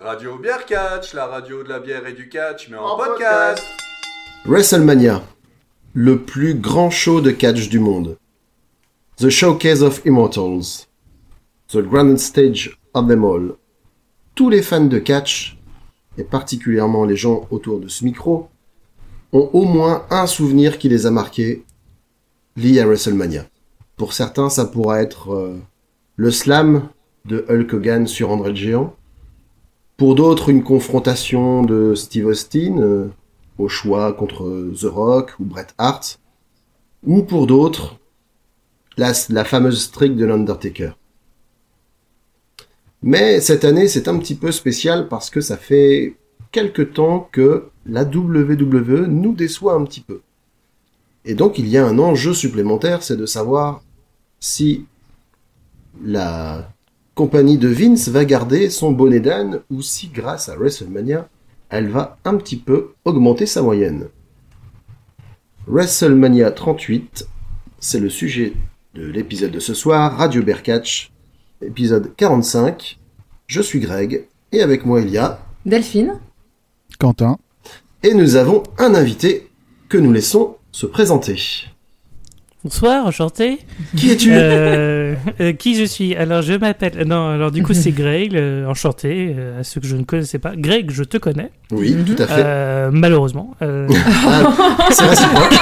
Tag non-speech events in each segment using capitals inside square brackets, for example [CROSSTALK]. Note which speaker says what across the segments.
Speaker 1: radio Bière Catch, la radio de la bière et du catch, mais en, podcast.
Speaker 2: WrestleMania, le plus grand show de catch du monde. The Showcase of Immortals. The Grand Stage of them all. Tous les fans de catch, et particulièrement les gens autour de ce micro, ont au moins un souvenir qui les a marqués lié à WrestleMania. Pour certains, ça pourra être euh, le slam de Hulk Hogan sur André le Géant. Pour d'autres, une confrontation de Steve Austin, euh, au choix contre The Rock ou Bret Hart. Ou pour d'autres, la, la fameuse streak de l'Undertaker. Mais cette année, c'est un petit peu spécial parce que ça fait quelque temps que la WWE nous déçoit un petit peu. Et donc, il y a un enjeu supplémentaire, c'est de savoir si la compagnie de Vince va garder son bonnet d'âne ou si, grâce à WrestleMania, elle va un petit peu augmenter sa moyenne. WrestleMania 38, c'est le sujet de l'épisode de ce soir, Radio Bercatch, épisode 45. Je suis Greg, et avec moi il y a,
Speaker 3: Delphine
Speaker 4: Quentin.
Speaker 2: et nous avons un invité que nous laissons se présenter.
Speaker 5: Bonsoir, enchanté.
Speaker 2: Qui es-tu
Speaker 5: Euh, euh, qui je suis Alors, je m'appelle. euh, Non, alors du coup, c'est Greg, euh, enchanté, euh, à ceux que je ne connaissais pas. Greg, je te connais,
Speaker 2: Oui, tout à fait.
Speaker 5: euh, malheureusement. Euh,
Speaker 2: Ah, c'est
Speaker 5: [LAUGHS]
Speaker 2: réciproque.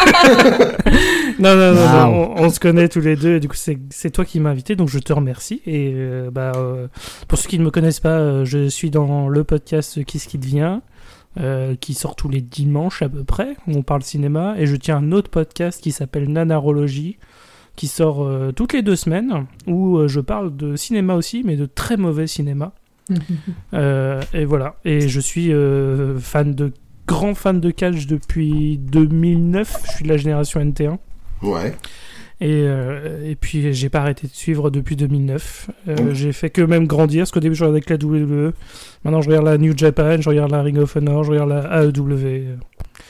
Speaker 5: non, non, non,
Speaker 4: Wow.
Speaker 5: non, on, on se connaît tous les deux, et du coup, c'est c'est toi qui m'as invité, donc je te remercie. Et euh, bah, euh, pour ceux qui ne me connaissent pas, euh, je suis dans le podcast Qu'est-ce qui devient euh, qui sort tous les dimanches à peu près, où on parle cinéma, et je tiens un autre podcast qui s'appelle Nanarologie, qui sort euh, toutes les deux semaines, où euh, je parle de cinéma aussi, mais de très mauvais cinéma. Euh, et voilà, et je suis euh, fan de grand fan de catch depuis 2009, je suis de la génération NT1,
Speaker 2: Ouais.
Speaker 5: et, euh, et puis j'ai pas arrêté de suivre depuis 2009. Euh,
Speaker 2: Mmh.
Speaker 5: J'ai fait que même grandir, parce qu'au début je regardais que la WWE, maintenant je regarde la New Japan, je regarde la Ring of Honor, je regarde la AEW, euh,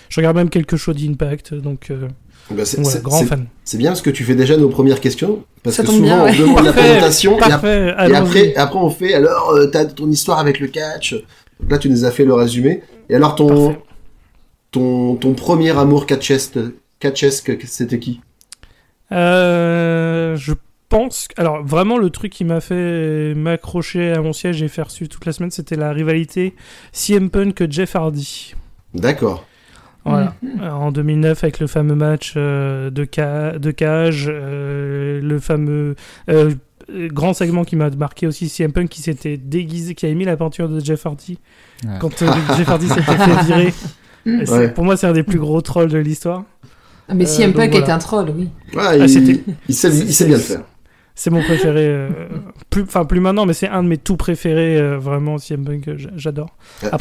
Speaker 5: je regarde même quelques shows d'Impact, donc euh,
Speaker 2: Bah, c'est-
Speaker 5: voilà,
Speaker 2: c'est-
Speaker 5: grand
Speaker 2: c'est-
Speaker 5: fan.
Speaker 2: C'est bien parce que tu fais déjà nos premières questions. Parce
Speaker 3: Ça
Speaker 2: que
Speaker 3: tombe
Speaker 2: souvent,
Speaker 3: bien, ouais.
Speaker 2: on demande la
Speaker 5: Parfait,
Speaker 2: présentation. et ap-
Speaker 5: Parfait,
Speaker 2: Et,
Speaker 5: allons-y.
Speaker 2: après, après, on fait alors, euh, t'as ton histoire avec le catch. Donc là, tu nous as fait le résumé. Et alors, ton,
Speaker 5: Parfait.
Speaker 2: ton, ton premier amour catcheste, catchesque, c'était qui
Speaker 5: Euh, je pense. que- Alors, vraiment, le truc qui m'a fait m'accrocher à mon siège et faire suivre toute la semaine, c'était la rivalité CM Punk Jeff Hardy.
Speaker 2: D'accord.
Speaker 5: Voilà. Euh, En 2009, avec le fameux match euh, de, ca- de cage, euh, le fameux euh, euh, grand segment qui m'a marqué aussi, CM Punk qui s'était déguisé, qui avait mis la peinture de Jeff Hardy
Speaker 4: Ouais.
Speaker 5: quand euh, Jeff Hardy s'était fait virer. Et c'est-
Speaker 2: Ouais.
Speaker 5: Pour moi, c'est un des plus gros trolls de l'histoire.
Speaker 3: Ah, mais
Speaker 5: Euh,
Speaker 3: CM
Speaker 5: donc
Speaker 3: Punk
Speaker 5: voilà.
Speaker 3: est un troll, oui.
Speaker 2: Ouais,
Speaker 5: Ah,
Speaker 2: il,
Speaker 5: c'était-
Speaker 2: il sait, il sait bien le faire.
Speaker 5: C'est mon préféré. euh, plus, enfin, plus maintenant, mais c'est un de mes tout préférés, euh, vraiment, CM Punk, euh, j'a- j'adore.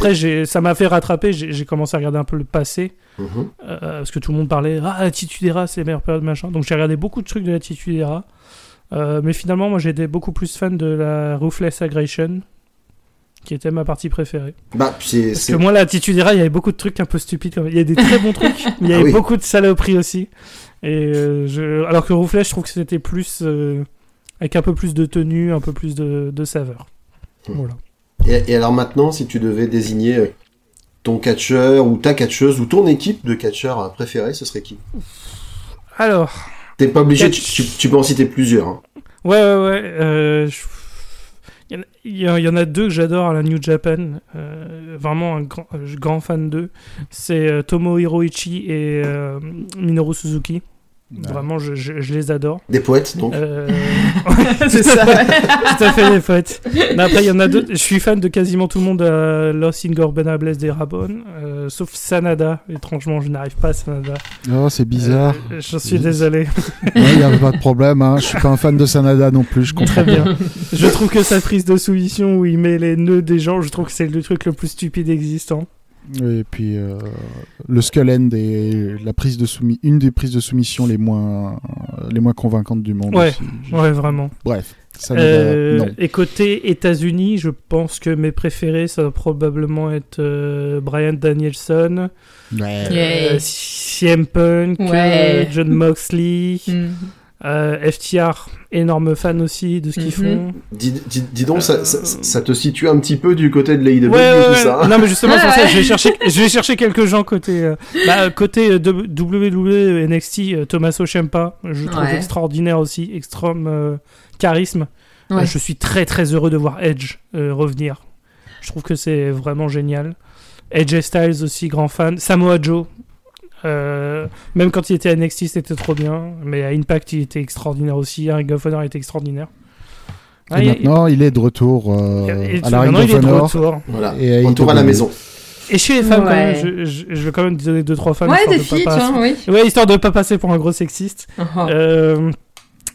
Speaker 5: [LAUGHS] Après, j'ai, ça m'a fait rattraper, j'ai, j'ai commencé à regarder un peu le passé,
Speaker 2: Mhm.
Speaker 5: euh, parce que tout le monde parlait, ah, Attitude Era, c'est les meilleures périodes, machin. Donc j'ai regardé beaucoup de trucs de Attitude Era. Euh, mais finalement, moi, j'étais beaucoup plus fan de la Ruthless Aggression, qui était ma partie préférée.
Speaker 2: Bah, puis c'est-
Speaker 5: Parce
Speaker 2: c'est-
Speaker 5: que moi, l'attitude era, il y avait beaucoup de trucs un peu stupides. Comme... Il y a des très
Speaker 2: [LAUGHS]
Speaker 5: bons trucs, mais il y
Speaker 2: Ah
Speaker 5: avait
Speaker 2: oui.
Speaker 5: beaucoup de saloperies aussi. Et euh, je... Alors que Rouflet, je trouve que c'était plus. euh, avec un peu plus de tenue, un peu plus de, de saveur.
Speaker 2: Hmm.
Speaker 5: Voilà.
Speaker 2: et, et alors maintenant, si tu devais désigner euh, ton catcheur ou ta catcheuse ou ton équipe de catcheurs euh, préférée, ce serait qui
Speaker 5: Alors,
Speaker 2: T'es pas obligé, tu,
Speaker 5: Catch-
Speaker 2: tu- tu peux en citer plusieurs. hein.
Speaker 5: ouais, ouais, ouais. euh, je- Il y en a- il y, en- il y en a deux que j'adore à la New Japan. euh, vraiment un grand, un grand fan d'eux. C'est euh, Tomohiro Ichi et euh, Minoru Suzuki. Vraiment, je- je- je les adore.
Speaker 2: Des poètes, donc.
Speaker 5: Euh,
Speaker 3: [LAUGHS] C'est ça.
Speaker 5: [LAUGHS] Tout à fait les potes. Mais après, il y en a d'autres. Je suis fan de quasiment tout le monde à Los Ingobernables des Rabones, euh, sauf Sanada. Étrangement, je n'arrive pas à Sanada.
Speaker 4: Oh, c'est bizarre.
Speaker 5: Euh, J'en suis désolé.
Speaker 4: Il n'y a pas de problème. Hein. Je suis pas un fan de Sanada non plus. Je comprends [LAUGHS]
Speaker 5: Très
Speaker 4: bien.
Speaker 5: bien. Je trouve que sa prise de soumission où il met les nœuds des gens, je trouve que c'est le truc le plus stupide existant.
Speaker 4: Et puis euh, le Skull End est la prise de soumis, une des prises de soumission les moins, les moins convaincantes du monde.
Speaker 5: Ouais.
Speaker 4: aussi. Je-
Speaker 5: Ouais, vraiment.
Speaker 4: Bref, Sanada,
Speaker 5: Euh,
Speaker 4: Ah, bah, non.
Speaker 5: et côté États-Unis, je pense que mes préférés, ça va probablement être euh, Brian Danielson.
Speaker 4: Ouais.
Speaker 3: Yeah.
Speaker 5: Euh, CM Punk,
Speaker 3: Ouais. Mm.
Speaker 5: euh, John Moxley, Euh, FTR, énorme fan aussi de ce qu'ils
Speaker 3: Mhm.
Speaker 5: font.
Speaker 2: Dis, dis- dis donc, ça, ça- ça te situe un petit peu du côté de l'AEW,
Speaker 5: Ouais, ouais,
Speaker 2: tout
Speaker 5: ouais.
Speaker 2: ça. hein.
Speaker 5: Non, mais justement, c'est pour
Speaker 3: Ouais,
Speaker 5: ça que
Speaker 3: ouais.
Speaker 5: je vais chercher, je vais chercher quelques gens côté, euh,
Speaker 3: [LAUGHS]
Speaker 5: bah, côté euh, de- WWE NXT, euh, Tommaso Ciampa, je trouve
Speaker 3: Ouais.
Speaker 5: extraordinaire aussi, extrême euh, charisme.
Speaker 3: Ouais.
Speaker 5: Euh, je suis très très heureux de voir Edge euh, revenir. Je trouve que c'est vraiment génial. Edge Styles aussi, grand fan. Samoa Joe. euh, même quand il était à NXT, c'était trop bien. Mais à Impact, il était extraordinaire aussi. À Ring of Honor, il était extraordinaire. Ah,
Speaker 4: et
Speaker 5: il-
Speaker 4: maintenant, il est de retour euh,
Speaker 5: il- il-
Speaker 4: à la Ring
Speaker 5: maintenant, il
Speaker 4: of
Speaker 5: est de
Speaker 4: Honor.
Speaker 5: retour.
Speaker 2: Voilà,
Speaker 4: Et à
Speaker 2: retour à la
Speaker 4: AEW.
Speaker 2: maison.
Speaker 5: Et chez les femmes, quand même,
Speaker 3: Ouais.
Speaker 5: je, je- je veux quand même donner deux trois femmes.
Speaker 3: Ouais,
Speaker 5: histoire
Speaker 3: des
Speaker 5: de pas
Speaker 3: filles,
Speaker 5: passer-
Speaker 3: toi, oui.
Speaker 5: Ouais, histoire de pas passer pour un gros sexiste.
Speaker 3: Oh.
Speaker 5: Euh,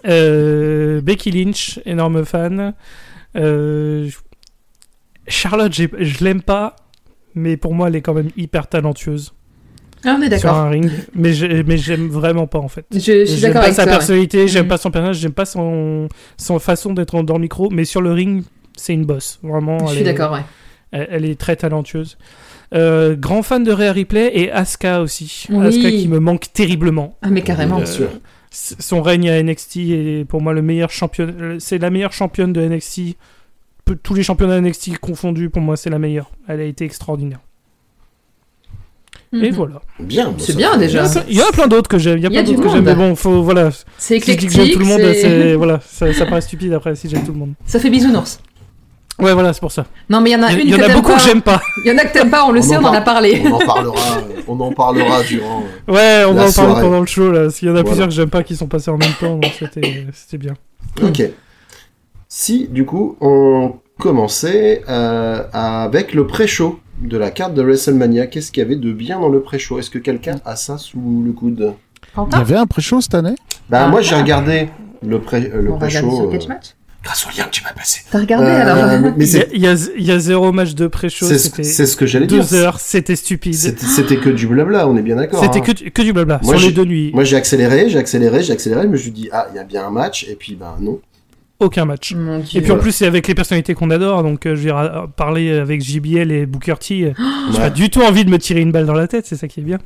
Speaker 5: euh, Becky Lynch, énorme fan. Euh, Charlotte, j'ai- je l'aime pas, mais pour moi, elle est quand même hyper talentueuse
Speaker 3: Ah, on est
Speaker 5: sur
Speaker 3: d'accord.
Speaker 5: un ring. Mais j'ai- mais j'aime vraiment pas en fait.
Speaker 3: Je, je suis
Speaker 5: J'aime
Speaker 3: d'accord
Speaker 5: pas
Speaker 3: avec
Speaker 5: sa
Speaker 3: toi. ouais.
Speaker 5: personnalité, j'aime
Speaker 3: Mhm.
Speaker 5: pas son personnage, j'aime pas son, son façon d'être en- dans le micro, mais sur le ring, c'est une bosse. Vraiment,
Speaker 3: Je
Speaker 5: elle
Speaker 3: suis
Speaker 5: est-
Speaker 3: d'accord, ouais.
Speaker 5: Elle, elle est très talentueuse. Euh, grand fan de Rhea Ripley et Asuka aussi.
Speaker 3: Oui.
Speaker 5: Asuka qui me manque terriblement.
Speaker 3: Ah, mais carrément.
Speaker 2: Bien sûr.
Speaker 5: S- Son règne à NXT est pour moi le meilleur champion. euh, C'est la meilleure championne de NXT. Peu- Tous les championnats NXT confondus, pour moi, c'est la meilleure. Elle a été extraordinaire. Et
Speaker 3: Mhm. Ah.
Speaker 5: voilà.
Speaker 2: Bien. bon,
Speaker 3: C'est
Speaker 2: ça-
Speaker 3: bien,
Speaker 5: Il y, en
Speaker 3: déjà.
Speaker 5: a plein- il y en a plein d'autres que j'aime. Il y a plein
Speaker 3: du
Speaker 5: d'autres que j'aime,
Speaker 3: monde.
Speaker 5: mais bon, faut voilà.
Speaker 3: C'est
Speaker 5: Si je dis
Speaker 3: éclectique.
Speaker 5: que j'aime tout le monde,
Speaker 3: c'est-
Speaker 5: c'est voilà, ça, ça paraît stupide après si j'aime tout le monde.
Speaker 3: [LAUGHS] Ça fait bisounours.
Speaker 5: Ouais, voilà, c'est pour ça.
Speaker 3: Non, mais il y en a
Speaker 5: Il
Speaker 3: Ah,
Speaker 5: y,
Speaker 3: une
Speaker 5: il y
Speaker 3: que
Speaker 5: en a
Speaker 3: t'aimes
Speaker 5: beaucoup
Speaker 3: pas.
Speaker 5: que j'aime pas.
Speaker 3: Il y en a que t'aimes pas, on le
Speaker 2: On
Speaker 3: sait,
Speaker 2: en
Speaker 3: on en a
Speaker 2: parle.
Speaker 3: parlé.
Speaker 2: On en parlera, euh, on en
Speaker 3: [LAUGHS]
Speaker 2: parlera durant.
Speaker 5: Ouais,
Speaker 2: La
Speaker 5: on va en
Speaker 2: soirée.
Speaker 5: parler pendant le show là. Parce qu'il y en a
Speaker 2: Voilà.
Speaker 5: plusieurs que j'aime pas qui sont passés en même temps, donc c'était c'était bien.
Speaker 2: euh, Ok. Si, du coup, on commençait euh, avec le pré-show de la carte de WrestleMania. Qu'est-ce qu'il y avait de bien dans le pré-show Est-ce que quelqu'un a ça sous le coude
Speaker 4: Il y avait un pré-show cette année
Speaker 2: Bah,
Speaker 3: Ah.
Speaker 2: moi, j'ai regardé le pré- euh, le
Speaker 3: on va regarder
Speaker 2: pré-show.
Speaker 3: sur Catch
Speaker 2: euh,
Speaker 3: Match.
Speaker 2: Grâce au lien que tu m'as passé.
Speaker 3: T'as regardé
Speaker 2: Euh,
Speaker 3: alors
Speaker 2: mais
Speaker 5: Il y,
Speaker 2: c'est
Speaker 5: a- il y a, il y a zéro match de pré-show,
Speaker 2: c'est ce-
Speaker 5: c'était
Speaker 2: c'est ce que j'allais dire.
Speaker 5: deux heures, c'était stupide. C'était
Speaker 2: C'était c'était que du blabla, on est bien d'accord. hein.
Speaker 5: que, du- que du blabla
Speaker 2: Moi,
Speaker 5: sur
Speaker 2: j'ai-
Speaker 5: les deux nuits,
Speaker 2: Moi j'ai accéléré, j'ai accéléré, j'ai accéléré, mais je lui dis ah il y a bien un match et puis ben non.
Speaker 5: aucun match.
Speaker 3: Mon
Speaker 5: Et
Speaker 3: dieu.
Speaker 2: euh,
Speaker 5: puis en plus, c'est avec les personnalités qu'on adore, donc euh, je vais ra- parler avec JBL et Booker T. euh, J'ai
Speaker 2: Ouais.
Speaker 5: pas du tout envie de me tirer une balle dans la tête, c'est ça qui est bien.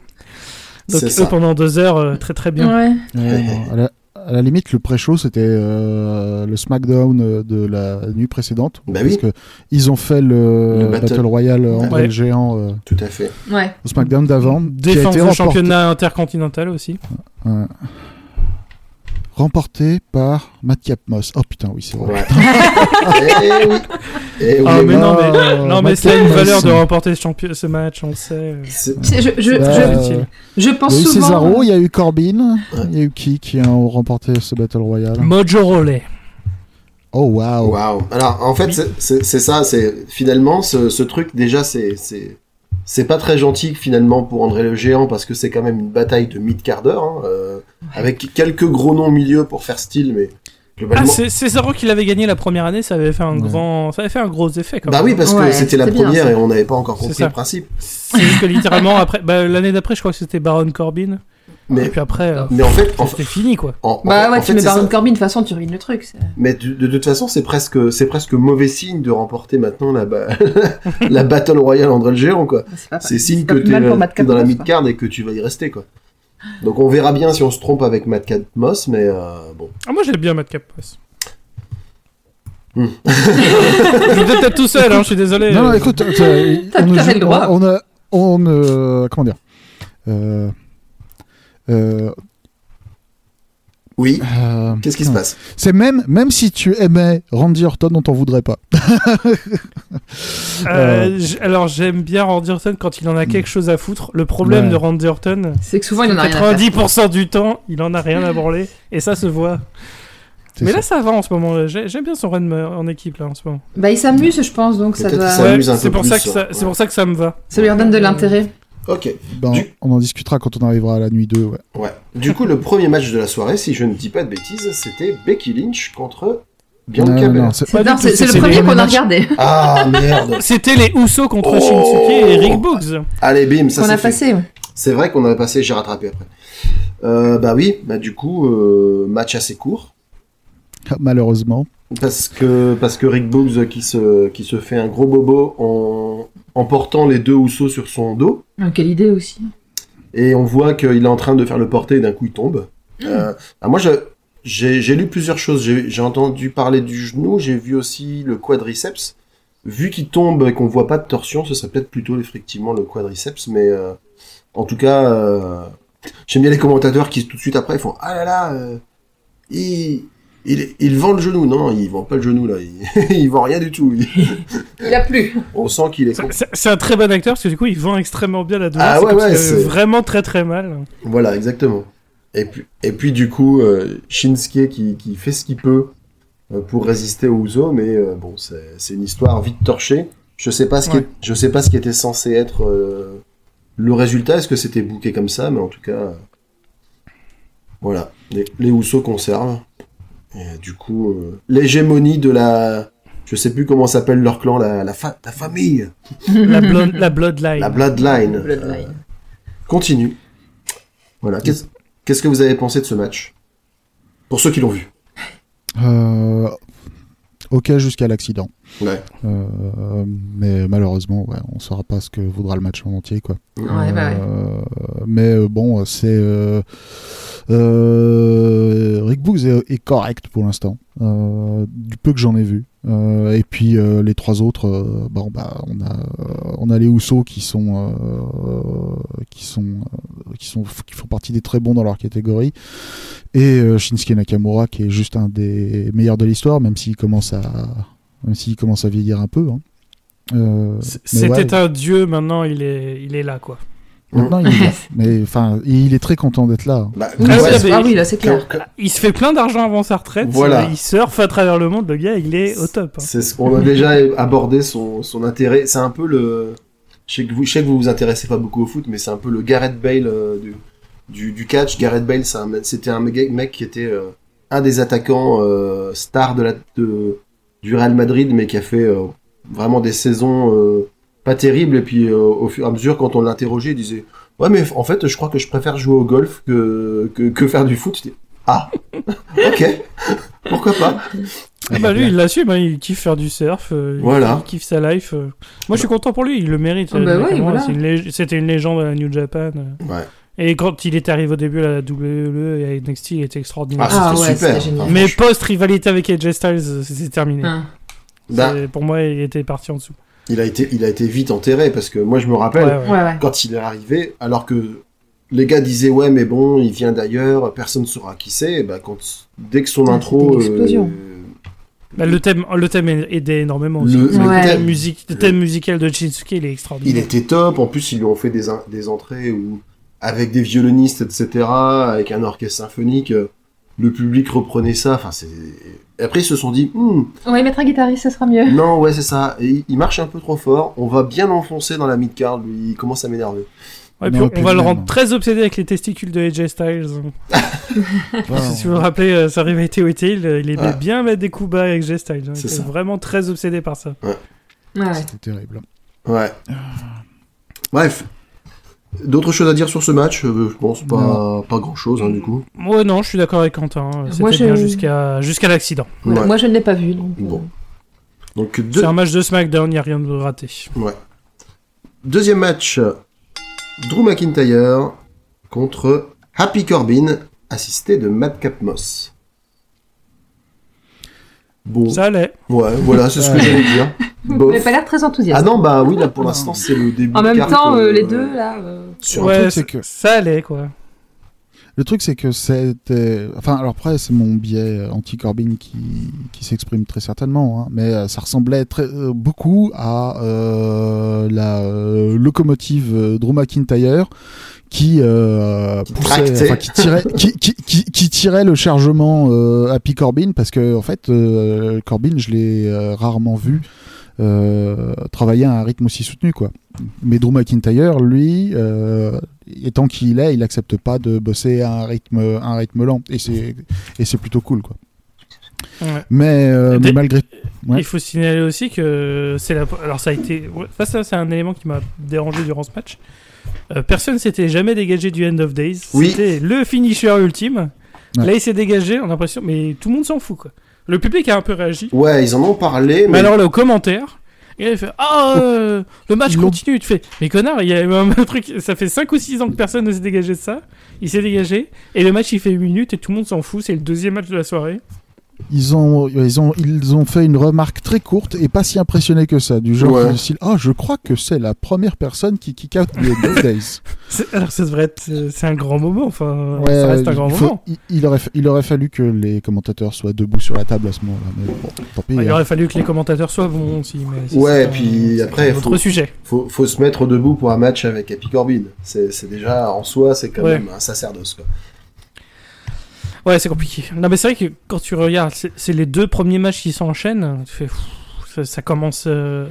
Speaker 5: Donc
Speaker 2: C'est
Speaker 5: eux,
Speaker 2: ça.
Speaker 5: pendant deux heures, euh, très très bien.
Speaker 3: Ouais.
Speaker 4: Ouais, non, à, la, à la limite, le pré-show, c'était euh, le SmackDown euh, de la nuit précédente.
Speaker 2: Bah
Speaker 4: parce
Speaker 2: oui.
Speaker 4: que ils ont fait le,
Speaker 2: Le
Speaker 4: Battle.
Speaker 2: battle.
Speaker 4: Royale en
Speaker 2: Ouais.
Speaker 4: duel géant euh,
Speaker 2: Tout à fait.
Speaker 3: Ouais.
Speaker 4: au SmackDown d'avant. qui a
Speaker 5: Défense
Speaker 4: été
Speaker 5: au
Speaker 4: remporté-
Speaker 5: championnat intercontinental aussi.
Speaker 4: Ouais. Remporté par Matt Capmos. Oh putain, oui, c'est vrai.
Speaker 2: Ouais. Eh oui. Eh oui,
Speaker 5: Ah,
Speaker 2: eh
Speaker 5: mais
Speaker 2: oui.
Speaker 5: non, mais,
Speaker 4: Ah,
Speaker 5: non, mais
Speaker 4: Matt
Speaker 5: c'est une
Speaker 4: Capmos.
Speaker 5: valeur de remporter ce, champion- ce match, on le sait. euh.
Speaker 2: C'est-
Speaker 3: C'est- Je, je,
Speaker 4: Bah,
Speaker 3: je,
Speaker 5: utile.
Speaker 3: je
Speaker 4: Il
Speaker 3: pense
Speaker 4: y a eu
Speaker 3: souvent. hein.
Speaker 4: Cesaro, il y a eu Corbin,
Speaker 2: Ouais.
Speaker 4: il y a eu qui qui ont remporté ce Battle Royale
Speaker 5: Mojo Rawley.
Speaker 4: Oh waouh
Speaker 2: Waouh. Alors en fait c'est- c'est c'est ça, c'est finalement ce, ce truc déjà c'est c'est c'est pas très gentil finalement pour André le Géant parce que c'est quand même une bataille de mid quart d'heure hein, euh, avec quelques gros noms au milieu pour faire style mais
Speaker 5: Ah,
Speaker 2: globalement.
Speaker 5: c'est c'est Cesaro qui l'avait gagné la première année, ça avait fait un
Speaker 4: Ouais.
Speaker 5: grand, ça avait fait un gros effet. Quand
Speaker 2: bah
Speaker 5: même.
Speaker 2: oui parce que
Speaker 3: Ouais,
Speaker 2: c'était la
Speaker 3: c'est bien,
Speaker 2: première
Speaker 3: ça.
Speaker 2: et on n'avait pas encore
Speaker 5: C'est
Speaker 2: compris
Speaker 5: ça.
Speaker 2: le principe.
Speaker 5: C'est juste que littéralement [LAUGHS] après, bah, l'année d'après, je crois que c'était Baron Corbin. Et
Speaker 2: Mais
Speaker 5: puis après, euh,
Speaker 2: mais en fait en,
Speaker 5: c'était fini quoi.
Speaker 2: en-
Speaker 3: Bah
Speaker 2: en-
Speaker 3: ouais,
Speaker 2: en
Speaker 3: tu
Speaker 2: fait,
Speaker 3: mets
Speaker 2: c'est
Speaker 3: Baron
Speaker 2: ça.
Speaker 3: Corbin, de toute façon, tu ruines le truc. c'est-
Speaker 2: Mais de, de toute façon, c'est presque, c'est presque mauvais signe de remporter maintenant la, ba- [LAUGHS] la Battle Royale André le Géant, quoi.
Speaker 3: C'est pas
Speaker 2: C'est signe
Speaker 3: pas
Speaker 2: que
Speaker 3: plus mal pour Matt
Speaker 2: t'es es dans la
Speaker 3: Capmos,
Speaker 2: mid-card et que tu vas y rester, quoi. Donc on verra bien si on se trompe avec Matt Catmos, mais euh, bon.
Speaker 5: Ah, moi j'aime bien Matt Capos.
Speaker 2: Hmm.
Speaker 5: [LAUGHS] je vais peut-être tout seul, hein, je suis désolé.
Speaker 4: Non, non,
Speaker 5: Euh,
Speaker 4: écoute, euh,
Speaker 3: T'as-
Speaker 4: on,
Speaker 3: t'as
Speaker 4: joue-
Speaker 3: le droit.
Speaker 4: on, on a, on, euh, comment dire, euh, euh,
Speaker 3: Ah,
Speaker 2: Oui.
Speaker 4: euh,
Speaker 2: Qu'est-ce qui se passe
Speaker 4: C'est même, même si tu aimais Randy Orton, on t'en voudrait pas.
Speaker 5: euh, j- alors j'aime bien Randy Orton quand il en a
Speaker 2: Hmm.
Speaker 5: quelque chose à foutre. Le problème
Speaker 4: Ouais.
Speaker 5: de Randy Orton,
Speaker 3: C'est que souvent, il en a rien à faire.
Speaker 5: 90% du temps, il en a rien à branler. Et ça se voit.
Speaker 4: C'est
Speaker 5: Mais
Speaker 4: ça.
Speaker 5: là ça va en ce moment. J'ai- J'aime bien son run euh, en équipe là en ce moment.
Speaker 3: Bah, il s'amuse, je pense, donc ça
Speaker 2: Peut-être
Speaker 3: doit.
Speaker 2: qu'il s'amuse. un
Speaker 5: c'est
Speaker 2: peu
Speaker 5: pour,
Speaker 2: plus,
Speaker 5: ça que ça-
Speaker 2: ouais.
Speaker 5: c'est pour ça que ça me va.
Speaker 3: Ça lui redonne de l'intérêt.
Speaker 2: Ok.
Speaker 4: Ben,
Speaker 2: Du-
Speaker 4: On en discutera quand on arrivera à la nuit 2. Ouais.
Speaker 2: Ouais. Du coup, le premier match de la soirée, si je ne dis pas de bêtises, c'était Becky Lynch contre Bianca
Speaker 4: Non, non,
Speaker 2: Belair.
Speaker 4: c'est- [LAUGHS]
Speaker 3: C'est
Speaker 5: Pas
Speaker 3: non,
Speaker 5: du
Speaker 3: c'est-
Speaker 5: tout,
Speaker 3: c'est
Speaker 5: c'est
Speaker 3: le premier
Speaker 5: les
Speaker 3: qu'on a
Speaker 4: matchs.
Speaker 3: regardé,
Speaker 2: Ah merde.
Speaker 5: C'était les Usos contre
Speaker 2: Oh.
Speaker 5: Shinsuke et Rick Boogs.
Speaker 2: Allez, bim, ça
Speaker 3: qu'on
Speaker 2: c'est
Speaker 3: a
Speaker 2: fait.
Speaker 3: passé. ouais.
Speaker 2: C'est vrai qu'on avait passé, j'ai rattrapé après. Euh, bah oui, bah du coup, euh, match assez court.
Speaker 4: Malheureusement.
Speaker 2: Parce que, parce que Rick Boogs qui se, qui se fait un gros bobo en, en portant les deux housseaux sur son dos.
Speaker 3: Ah, Quelle idée aussi.
Speaker 2: Et on voit qu'il est en train de faire le porter et d'un coup il tombe. Euh, ah, moi je, J'ai j'ai lu plusieurs choses. J'ai j'ai entendu parler du genou, j'ai vu aussi le quadriceps. Vu qu'il tombe et qu'on voit pas de torsion, ce serait peut-être plutôt effectivement le quadriceps, mais euh, en tout cas, euh, j'aime bien les commentateurs qui tout de suite après font ah là là, euh, il, il, il vend le genou, non, il vend pas le genou là, [LAUGHS] il, il vend rien du tout. Il-
Speaker 3: Il a plu.
Speaker 2: on sent qu'il est
Speaker 5: C'est- C'est c'est un très bon acteur parce que du coup, il vend extrêmement bien la douleur.
Speaker 2: Ah
Speaker 5: c'est
Speaker 2: ouais,
Speaker 5: comme
Speaker 2: ouais,
Speaker 5: si ça avait
Speaker 2: c'est-
Speaker 5: vraiment très très
Speaker 3: [LAUGHS]
Speaker 5: mal.
Speaker 2: Voilà, exactement. Et puis, et puis du coup, euh, Shinsuke qui, qui fait ce qu'il peut euh, pour résister aux Uso, mais euh, bon, c'est c'est une histoire vite torchée. Je sais pas ce qui,
Speaker 5: Ouais.
Speaker 2: je sais pas ce qui était censé être euh, le résultat. Est-ce que c'était bouqué comme ça Mais en tout cas, euh, voilà, les, les Uso conservent. Et, euh, du coup, euh, l'hégémonie de la, je sais plus comment s'appelle leur clan, la, la, fa- la famille,
Speaker 5: La, blonde- la Bloodline.
Speaker 2: la bloodline, euh,
Speaker 3: Bloodline.
Speaker 2: Continue. Voilà. Qu'est-ce qu'est-ce que vous avez pensé de ce match Pour ceux qui l'ont vu.
Speaker 4: Euh, ok jusqu'à l'accident.
Speaker 2: Ouais.
Speaker 4: Euh, mais malheureusement, ouais, on saura pas ce que vaudra le match en entier, quoi.
Speaker 3: Ouais, bah
Speaker 2: Ah,
Speaker 3: ouais.
Speaker 4: Euh, mais euh, bon, c'est euh, euh, Rick Boogs est, est correct pour l'instant, euh, du peu que j'en ai vu. Euh, et puis euh, les trois autres, euh, bon bah on a euh, on a les Housseaux qui sont euh, qui sont euh, qui sont qui font partie des très bons dans leur catégorie et euh, Shinsuke Nakamura qui est juste un des meilleurs de l'histoire, même s'il commence à même s'il commence à vieillir un peu. hein. Euh,
Speaker 5: C-
Speaker 4: mais ouais,
Speaker 5: C'était un dieu, maintenant il est, il est là quoi.
Speaker 4: Maintenant, il est là.
Speaker 5: [LAUGHS]
Speaker 4: Mais enfin, il est très content d'être là. hein.
Speaker 2: Bah,
Speaker 3: Ah,
Speaker 5: ouais,
Speaker 3: c'est-
Speaker 5: mais-
Speaker 3: ah oui, là, c'est clair.
Speaker 2: quand- quand-
Speaker 5: Il se fait plein d'argent avant sa retraite,
Speaker 2: Voilà.
Speaker 5: il surfe à travers le monde, le gars il est au top. hein.
Speaker 2: C'est ce qu'on a déjà abordé son, son intérêt. C'est un peu le. Je sais, que vous, je sais que vous vous intéressez pas beaucoup au foot, mais c'est un peu le Gareth Bale euh, du, du, du catch. Gareth Bale, c'est un mec- c'était un mec, mec qui était euh, un des attaquants euh, stars de la, de- du Real Madrid, mais qui a fait euh, vraiment des saisons euh, pas terribles. Et puis, euh, au fur et à mesure, quand on l'interrogeait, il disait Ouais, mais en fait, je crois que je préfère jouer au golf que, que, que faire du foot. Je dis, ah, [LAUGHS] ok, pourquoi pas
Speaker 5: Ah bah lui il l'assume, hein, il kiffe faire du surf, euh, il-
Speaker 2: Voilà.
Speaker 5: il kiffe sa life. euh. Moi je suis content pour lui, il le mérite.
Speaker 3: Ah bah
Speaker 5: euh,
Speaker 3: oui,
Speaker 5: Nakamura,
Speaker 3: voilà.
Speaker 5: c'est une lég- C'était une légende à la New Japan. euh.
Speaker 2: Ouais.
Speaker 5: Et quand il est arrivé au début à la WWE et à NXT, il était extraordinaire.
Speaker 2: Ah,
Speaker 3: Ah
Speaker 2: c'était
Speaker 3: ouais,
Speaker 2: super.
Speaker 3: c'était génial.
Speaker 2: Enfin,
Speaker 5: Mais post-rivalité avec AJ Styles, euh, c'est terminé.
Speaker 3: Hein.
Speaker 2: bah,
Speaker 5: C'est- Pour moi, il était parti en dessous.
Speaker 2: il a été, il a été vite enterré parce que moi je me
Speaker 5: Ouais,
Speaker 2: rappelle
Speaker 5: ouais.
Speaker 3: Ouais, ouais.
Speaker 2: quand il est arrivé, alors que les gars disaient ouais mais bon il vient d'ailleurs, personne saura qui c'est. Et Bah quand dès que son
Speaker 3: Ah, c'était
Speaker 2: intro, euh,
Speaker 3: une explosion.
Speaker 5: Bah, le thème, le thème aidait énormément aussi.
Speaker 2: le, le
Speaker 3: Ouais.
Speaker 5: La
Speaker 2: thème,
Speaker 5: musique, le thème musical de Shinsuke, il est extraordinaire.
Speaker 2: il était top. En plus ils lui ont fait des, en- des entrées où avec des violonistes etc, avec un orchestre symphonique, euh, le public reprenait ça. Enfin c'est. et Après ils se sont dit Hmm,
Speaker 3: On va y mettre un guitariste, ce sera mieux.
Speaker 2: non ouais c'est ça, Et il- il marche un peu trop fort, on va bien l'enfoncer dans la mid card, lui il commence à m'énerver.
Speaker 5: Ouais, puis
Speaker 4: Non,
Speaker 5: on,
Speaker 4: plus
Speaker 5: on va
Speaker 4: de
Speaker 5: le
Speaker 4: même.
Speaker 5: rendre très obsédé avec les testicules de AJ Styles.
Speaker 4: Voilà.
Speaker 5: Si vous vous rappelez, euh, sa rivalité au heel, euh, il aimait
Speaker 2: Ah.
Speaker 5: bien mettre des coups bas avec AJ Styles. hein. Il
Speaker 2: C'est
Speaker 5: était
Speaker 2: ça.
Speaker 5: vraiment très obsédé par ça.
Speaker 3: Ouais, ouais.
Speaker 4: C'était terrible.
Speaker 2: Ouais. Bref. D'autres choses à dire sur ce match Euh, Je pense pas, pas grand chose, du coup.
Speaker 5: Moi, non, je suis d'accord avec Quentin. hein.
Speaker 3: Moi,
Speaker 5: C'était
Speaker 3: j'ai-
Speaker 5: bien jusqu'à jusqu'à l'accident.
Speaker 3: Voilà,
Speaker 2: Ouais.
Speaker 3: Moi, je ne l'ai pas vu. Donc, euh,
Speaker 2: Bon. Donc, deux-
Speaker 5: C'est un match de SmackDown, il n'y a rien de raté.
Speaker 2: deuxième match Drew McIntyre contre Happy Corbin, assisté de Madcap Moss. Bon,
Speaker 5: Ça allait.
Speaker 2: ouais, voilà, c'est ce que j'allais dire.
Speaker 3: Vous
Speaker 2: Bof.
Speaker 3: n'avez pas l'air très
Speaker 2: Ah
Speaker 3: enthousiaste.
Speaker 2: non, bah oui, là pour l'instant c'est le début.
Speaker 3: en même
Speaker 2: carte,
Speaker 3: temps, euh,
Speaker 2: euh,
Speaker 3: les deux, là. euh,
Speaker 2: Sur
Speaker 4: Ouais.
Speaker 2: un
Speaker 4: truc, c'est que-
Speaker 5: ça allait, quoi.
Speaker 4: Le truc, c'est que c'était. Enfin, alors après, c'est mon biais euh, anti-Corbyn qui, qui s'exprime très certainement, hein, mais euh, ça ressemblait très, euh, beaucoup à euh, la euh, locomotive euh, Drew McIntyre qui, euh,
Speaker 2: tractait.
Speaker 4: enfin, qui, tirait, qui, qui, qui, qui tirait le chargement euh, Happy Corbyn, parce que, en fait, euh, Corbyn, je l'ai euh, rarement vu euh, travailler à un rythme aussi soutenu, quoi. Mais Drew McIntyre, lui, euh, étant qui il est, il accepte pas de bosser à un rythme, à un rythme lent. Et c'est, et c'est plutôt cool, quoi.
Speaker 5: Ouais.
Speaker 4: Mais, euh, mais
Speaker 5: Des-
Speaker 4: malgré Ouais.
Speaker 5: Il faut signaler aussi que c'est la. Alors ça a été. ouais, ça, ça, c'est un élément qui m'a dérangé durant ce match. Euh, personne s'était jamais dégagé du End of Days.
Speaker 2: Oui.
Speaker 5: C'était le finisher ultime.
Speaker 4: Ouais.
Speaker 5: Là, il s'est dégagé, on a l'impression. Mais tout le monde s'en fout, quoi. Le public a un peu réagi.
Speaker 2: Ouais, ils en ont parlé,
Speaker 5: Mais,
Speaker 2: mais
Speaker 5: alors, là, aux commentaires. Et là, il fait Ah, euh, le match
Speaker 4: Ils l'ont-
Speaker 5: continue. Tu fais Mais connard, il y a eu un [LAUGHS] truc. Ça fait 5 ou 6 ans que personne ne s'est dégagé de ça. Il s'est dégagé. Et le match, il fait 8 minutes et tout le monde s'en fout. C'est le deuxième match de la soirée.
Speaker 4: Ils ont, ils, ont, ils ont fait une remarque très courte et pas si impressionnée que ça. Du genre,
Speaker 2: Ouais.
Speaker 4: du style, ah, je crois que c'est la première personne qui kick out les
Speaker 5: [LAUGHS]
Speaker 4: Dead Days.
Speaker 5: C'est- Alors, ça devrait être. euh, C'est un grand moment. Enfin,
Speaker 4: Ouais,
Speaker 5: ça reste un
Speaker 4: il
Speaker 5: grand
Speaker 4: faut-
Speaker 5: moment.
Speaker 4: il, il aurait, fa- il aurait fallu que les commentateurs soient debout sur la table à ce moment-là. Mais bon, tant pis.
Speaker 5: Ouais, Bah, il
Speaker 4: hein.
Speaker 5: aurait fallu que les commentateurs soient bons aussi. Mais ça,
Speaker 2: Ouais,
Speaker 5: c'est un-
Speaker 2: puis
Speaker 5: c'est
Speaker 2: après,
Speaker 5: un autre
Speaker 2: faut-
Speaker 5: sujet.
Speaker 2: Faut, faut se mettre debout pour un match avec Happy Corbin. C'est c'est déjà, en soi, c'est quand
Speaker 5: Ouais.
Speaker 2: même un sacerdoce. Quoi.
Speaker 5: Ouais, c'est compliqué. Non, mais c'est vrai que quand tu regardes, c'est c'est les deux premiers matchs qui s'enchaînent. Tu fais, pff, ça, ça commence. euh,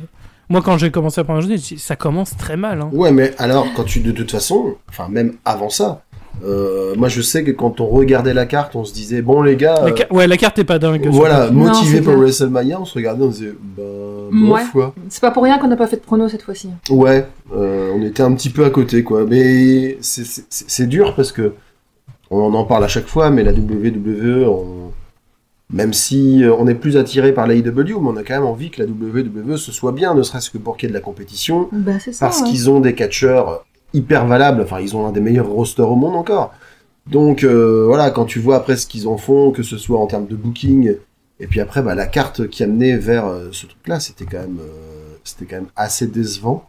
Speaker 5: Moi, quand j'ai commencé la première journée, j'ai dit, ça commence très mal. Hein.
Speaker 2: Ouais, mais alors, quand tu, de toute façon, enfin, même avant ça, euh, moi je sais que quand on regardait la carte, on se disait, bon les gars,
Speaker 5: La ca- Ouais, la carte est pas dingue.
Speaker 2: euh,
Speaker 5: surtout.
Speaker 2: voilà,
Speaker 3: Non,
Speaker 2: motivé
Speaker 3: c'est
Speaker 2: pour
Speaker 3: clair.
Speaker 2: WrestleMania, on se regardait, on se disait, bah, bof,
Speaker 3: Ouais.
Speaker 2: quoi.
Speaker 3: C'est pas pour rien qu'on n'a pas fait de prono cette fois-ci.
Speaker 2: Ouais, euh, on était un petit peu à côté, quoi. Mais c'est- c'est c'est dur parce que on en parle à chaque fois, mais la WWE, on- même si euh, on est plus attiré par la IW, mais on a quand même envie que la WWE se soit bien, ne serait-ce que pour qu'il y ait de la compétition,
Speaker 3: Bah, c'est ça.
Speaker 2: parce
Speaker 3: ouais.
Speaker 2: qu'ils ont des catcheurs hyper valables. Enfin, ils ont un des meilleurs rosters au monde encore. Donc euh, voilà, quand tu vois après ce qu'ils en font, que ce soit en termes de booking, et puis après bah, la carte qui amenait vers euh, ce truc-là, c'était quand même, euh, c'était quand même assez décevant.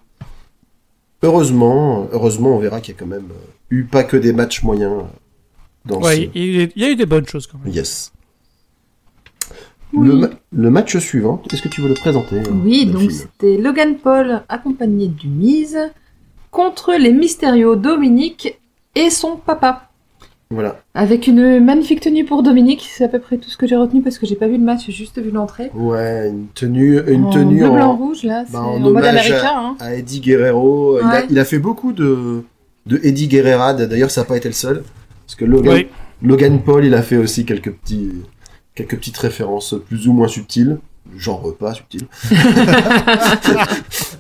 Speaker 2: Heureusement, heureusement, on verra qu'il y a quand même euh, eu pas que des matchs moyens euh, dans
Speaker 5: Ouais, il il- il y a eu des bonnes choses quand
Speaker 2: ce.
Speaker 5: même.
Speaker 2: Yes.
Speaker 3: Oui.
Speaker 2: Le, ma- le match suivant, est-ce que tu veux le présenter euh,
Speaker 3: Oui, donc
Speaker 2: Delphine
Speaker 3: c'était Logan Paul accompagné du Miz contre les Mysterio Dominique et son papa.
Speaker 2: Voilà.
Speaker 3: Avec une magnifique tenue pour Dominique, c'est à peu près tout ce que j'ai retenu parce que j'ai pas vu le match, j'ai juste vu l'entrée.
Speaker 2: Ouais, une tenue, une
Speaker 3: en
Speaker 2: tenue
Speaker 3: Oh, bleu,
Speaker 2: en, bah,
Speaker 3: blanc, rouge là, c'est
Speaker 2: en
Speaker 3: en, mode
Speaker 2: hommage à-
Speaker 3: américain. Hein.
Speaker 2: à Eddie Guerrero. Il, a,
Speaker 3: Ouais.
Speaker 2: il a fait beaucoup de, de Eddie Guerrera. D'ailleurs, ça n'a pas été le seul. Parce que Logan,
Speaker 5: Oui.
Speaker 2: Logan Paul, il a fait aussi quelques, petits, quelques petites références plus ou moins subtiles. Genre pas [LAUGHS] subtiles.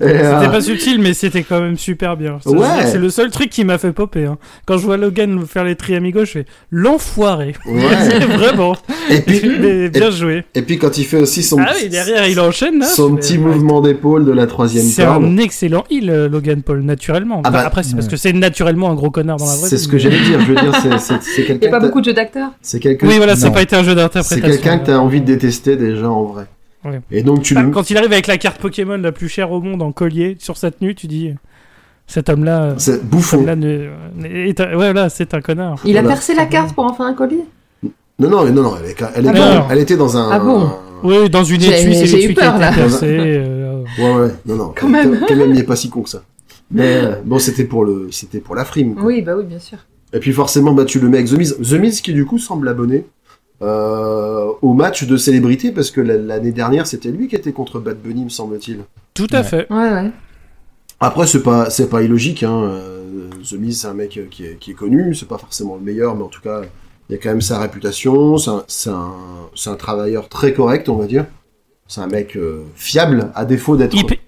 Speaker 2: Et, euh,
Speaker 5: C'était pas subtil, mais c'était quand même super bien. Ça,
Speaker 2: Ouais.
Speaker 5: C'est le seul truc qui m'a fait popper. hein. Quand je vois Logan faire les tri amigos, je fais l'enfoiré.
Speaker 2: ouais.
Speaker 5: [LAUGHS] Vraiment.
Speaker 2: et, puis,
Speaker 5: Mais bien joué.
Speaker 2: et puis quand il fait aussi son,
Speaker 5: Ah oui, derrière, il enchaîne. là,
Speaker 2: son
Speaker 5: c'est-
Speaker 2: petit mouvement d'épaule de la troisième
Speaker 5: C'est
Speaker 2: corde.
Speaker 5: un excellent heal, euh, Logan Paul, naturellement.
Speaker 2: Ah
Speaker 5: Enfin,
Speaker 2: bah,
Speaker 5: Après, c'est parce
Speaker 4: ouais.
Speaker 5: que c'est naturellement un gros connard dans la vraie
Speaker 2: C'est
Speaker 5: vie,
Speaker 2: ce que
Speaker 5: mais-
Speaker 2: j'allais dire. Je veux dire, c'est- c'est c'est
Speaker 3: Il y a pas
Speaker 2: quelqu'un que
Speaker 3: beaucoup de jeux d'acteurs.
Speaker 2: t'as- c'est quelqu'un-
Speaker 5: Oui, voilà, ça n'a
Speaker 4: Non.
Speaker 5: pas été un jeu
Speaker 2: c'est
Speaker 5: d'interprétation.
Speaker 2: quelqu'un que tu as envie de détester déjà en vrai.
Speaker 5: Ouais.
Speaker 2: Et donc tu
Speaker 5: Enfin,
Speaker 2: le,
Speaker 5: Bah, Quand il arrive avec la carte Pokémon la plus chère au monde en collier sur sa tenue, tu dis cet homme-là. euh,
Speaker 2: c'est
Speaker 5: cet
Speaker 2: bouffon.
Speaker 5: homme-là ne- ne- est un- ouais, là, c'est un connard.
Speaker 3: Il a
Speaker 2: Voilà.
Speaker 3: percé la carte pour en faire un colis.
Speaker 2: Non, non, mais non, non, elle, est- elle, est-
Speaker 3: Ah bon
Speaker 2: elle était dans un.
Speaker 3: Ah bon
Speaker 5: Oui, dans une
Speaker 3: J'ai-
Speaker 5: étui, c'est
Speaker 3: j'ai eu
Speaker 5: l'étui qui a
Speaker 3: peur,
Speaker 5: été
Speaker 3: là.
Speaker 5: percé,
Speaker 2: [LAUGHS]
Speaker 5: euh,
Speaker 2: Ouais, ouais, non, non.
Speaker 3: Quand même.
Speaker 2: Quand même, il est pas si con que ça. Mais euh, bon, c'était pour le, c'était pour la frime. quoi.
Speaker 3: Oui, bah oui, bien sûr.
Speaker 2: Et puis forcément, bah, tu le mets avec The Miz. The Miz qui du coup semble abonné euh, au match de célébrité parce que la- l'année dernière, c'était lui qui était contre Bad Bunny, me semble-t-il.
Speaker 5: tout à
Speaker 4: Ouais.
Speaker 5: fait.
Speaker 3: Ouais, ouais.
Speaker 2: Après, c'est pas, c'est pas illogique. Hein. euh, The Miz, c'est un mec euh, qui est, qui est connu. C'est pas forcément le meilleur, mais en tout cas, il y a quand même sa réputation. C'est un, c'est un, c'est un travailleur très correct, on va dire. C'est un mec euh, fiable, à défaut d'être,
Speaker 5: Hyper,